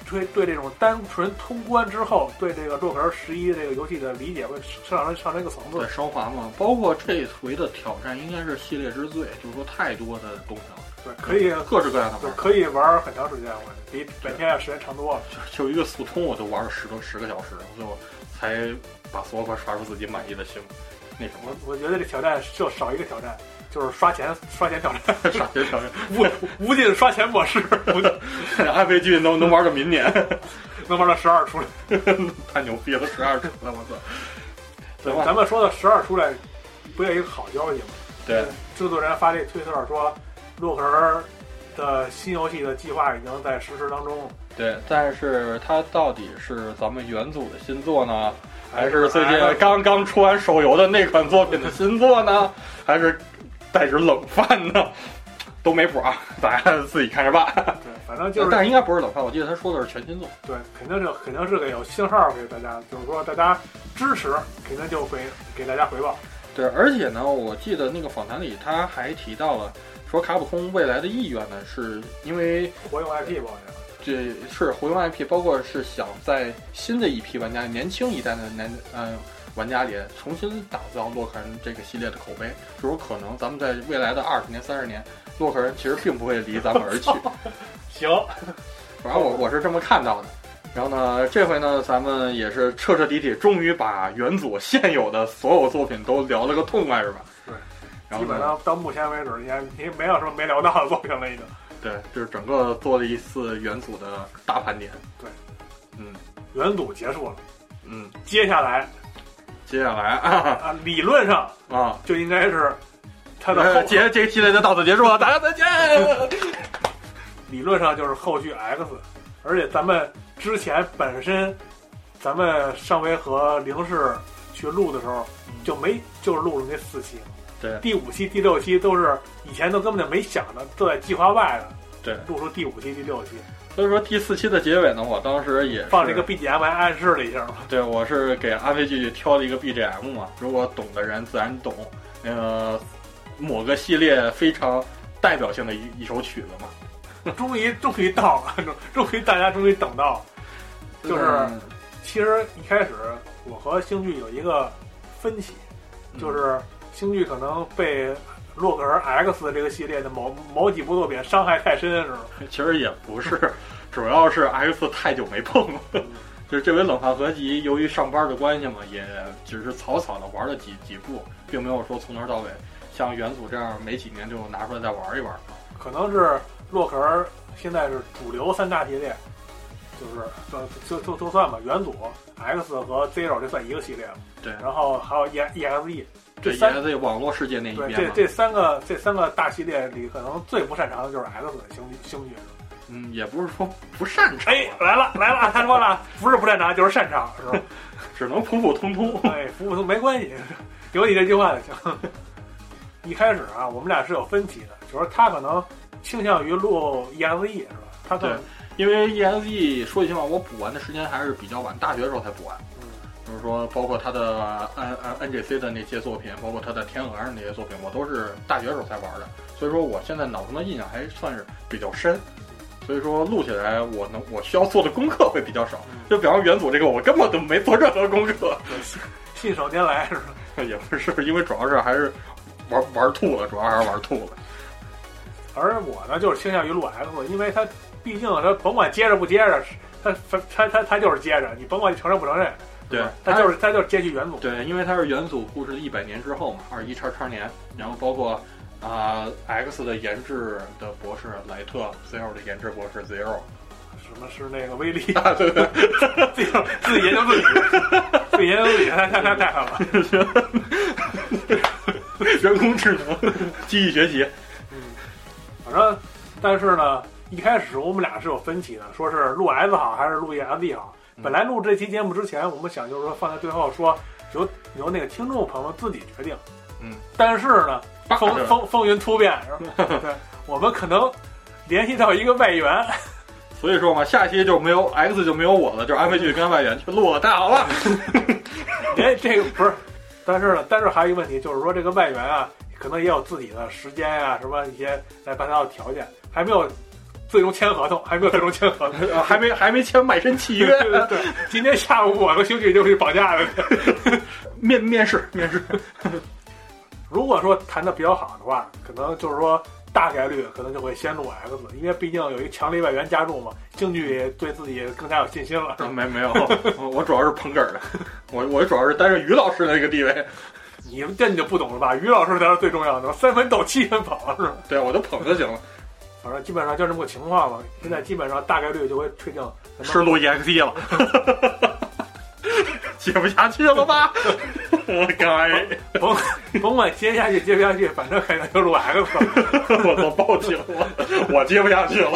对对，这种单纯通关之后，对这个《洛克人十一》这个游戏的理解会上升上升一个层次
对，。升华嘛。包括这回的挑战应该是系列之最，就是说太多的东西了，
对，可以，
各式各样的
对
玩法。
可以玩儿很长时间，我比本天要时间长多了。
就就一个速通，我就玩了十多十个小时，最后才把所有关刷出自己满意的星，那什么
我我觉得这挑战就少一个挑战，就是刷钱刷钱挑战。
啥学条件，
无无尽刷钱模式，
安倍剧能能玩个明年，
能玩到十二出来。
太牛逼了，十二出了，我操！对吧？
咱们说的十二出来，不也有一个好消息吗？
对，
制作人发这推特说，洛克人的新游戏的计划已经在实施当中，
对，但是它到底是咱们元祖的新作呢，还是最
还
近刚刚出完手游的那款作品的新作呢，还是带着冷饭呢？都没谱啊，大家自己看着办。
对，反正就是
但应该不是冷饭，我记得他说的是全新作。
对，肯定是肯定是给有信号给大家，就是说大家支持，肯定就会给大家回报。
对，而且呢，我记得那个访谈里他还提到了，说卡普空未来的意愿呢，是因为
活用 IP 吧，我觉得
这是回用 IP，包括是想在新的一批玩家、年轻一代的年嗯、玩家里重新打造洛克人这个系列的口碑，就是说可能咱们在未来的二十年、三十年，洛克人其实并不会离咱们而去。
行，
反正我我是这么看到的。然后呢，这回呢，咱们也是彻彻底底，终于把元祖现有的所有作品都聊了个痛快，是吧？
对。
然
基
后
本
呢？
上到目前为止，也也没有什么没聊到的作品了，已经。
对，就是整个做了一次元祖的大盘点。
对，
嗯
元祖结束了，
嗯，
接下来
接下来啊
啊，理论上
啊，
就应该是它的
呃
后
节这个系列就到此结束了，大家再 见。
理论上就是后续 X，而且咱们之前本身，咱们上回和零式去录的时候
嗯
就没就是录了那四期，
对
第五期、第六期都是以前都根本就没想的，都在计划外的，
对
录出第五期、第六期，
所以说第四期的结尾呢，我当时也是
放这个 BGM 还暗示了一下嘛。
对，我是给安飞剧挑了一个 BGM 嘛，如果懂的人自然懂。呃，某个系列非常代表性的一一首曲子嘛，
终于，终于到了，终于大家终于等到了。就是
嗯
其实一开始我和星剧有一个分歧，
嗯
就是星剧可能被洛克人 X 这个系列的某某几部作品伤害太深的时候，
其实也不是，主要是 X 太久没碰了。 就是这回冷饭合集，由于上班的关系嘛，也只是草草的玩了几几步，并没有说从头到尾。像元祖这样没几年就拿出来再玩一玩，
可能是洛克人现在是主流三大系列，就是呃就就就算吧，元祖 X 和 Zero 这算一个系列了，
对
然后还有 E EXE，
这
三
也在网络世界，E 那一
对，这
边嘛，
这三个这三个大系列里，可能最不擅长的就是 X 星星剧。
嗯，也不是说不擅长
哎，来了来了，他说了，不是不擅长就是擅长，是吧？
只能普普通通。
哎，服务生没关系，有你这句话就行。一开始啊，我们俩是有分歧的，就是他可能倾向于录 EXE 是吧？他可能
对因为 E EXE 说句实话，我补完的时间还是比较晚，大学的时候才补完。
嗯
就是说，包括他的 N 呃 N NGC 的那些作品，包括他的天鹅上那些作品，我都是大学时候才玩的，所以说我现在脑中的印象还算是比较深。所以说录起来，我能我需要做的功课会比较少。就比方元祖这个，我根本都没做任何功课，
信手拈来是吧？
也不是因为主要是还是玩玩吐了，主要还是玩吐了。
而我呢，就是倾向于录 X，因为他毕竟他甭管接着不接着，他他他他他就是接着，你甭管你承认不承认，
对
是吧，他就是他就是接续元祖。
对，因为它是元祖故事的一百年之后嘛，二一叉叉年，然后包括啊、X 的研制的博士莱特，Zero 的研制博士 Zero，
什么是那个威力？
啊对对，
自己自己研究自己， 自己研究自己，太太太太狠了。
人工智能机器学习，
反正，但是呢，一开始我们俩是有分歧的，说是录 S 好还是录 ESD 好。
嗯
本来录这期节目之前，我们想就是说放在最后说，由由那个听众朋友们自己决定。
嗯，
但是呢，
八
风
折
风风云突变， 是吧对，我们可能联系到一个外援，
所以说嘛，下期就没有 X 就没有我了，就是安倍剧跟外援去录了，太好了。
连这个不是。但是呢，但是还有一个问题，就是说这个外援啊，可能也有自己的时间啊，什么一些来达到的条件，还没有最终签合同，还没有最终签合同。
呃还没还没签卖身契约，
对对对， 今天下午我和星宇就去绑架了。
面面试面试，
如果说谈的比较好的话，可能就是说大概率可能就会先录 X，因为毕竟有一个强力外援加入嘛，京剧也对自己更加有信心了。
啊没没有，我我主要是捧哏儿的，我我主要是担任于老师的一个地位，
你们这你就不懂了吧？于老师才是最重要的， 三分斗七分跑是吧？
对我就捧就行了，
反正基本上就这么个情况吧。现在基本上大概率就会确定咱们
是录 EXE 了，写不下去了吧？我该，
甭甭管接下去接不下去，反正肯定就录 X 了。
我都报警了，我接不下去了。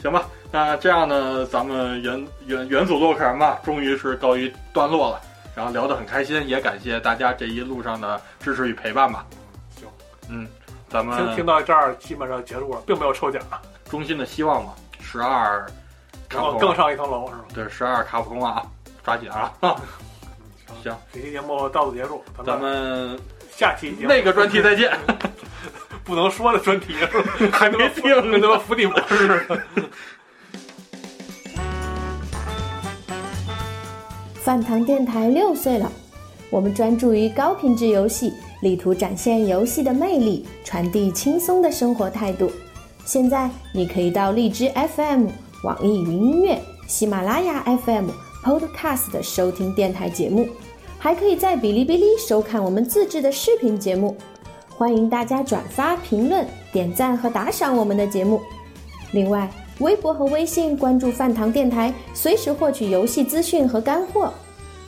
行吧，那这样呢，咱们元元元祖洛克人吧，终于是告一段落了，然后聊得很开心，也感谢大家这一路上的支持与陪伴吧。
行，
嗯，咱 们
听听到这儿基本上结束了，并没有抽奖，
衷心的希望嘛，十二卡
然后
普空啊
更上一层楼是吧？
对十二卡普空啊，抓紧啊！行，
这期节目到此结束，咱
咱
们
们
下期节目
那个专题再见。
不能说的专题，
还没定呢
跟他妈伏地魔似的。
饭堂电台六岁了，我们专注于高品质游戏，力图展现游戏的魅力，传递轻松的生活态度。现在你可以到荔枝 FM、网易云音乐、喜马拉雅 FM、Podcast 收听电台节目，还可以在哔哩哔哩收看我们自制的视频节目。欢迎大家转发、评论、点赞和打赏我们的节目。另外，微博和微信关注饭堂电台，随时获取游戏资讯和干货。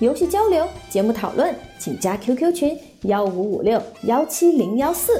游戏交流、节目讨论，请加 QQ 群幺五五六幺七零幺四。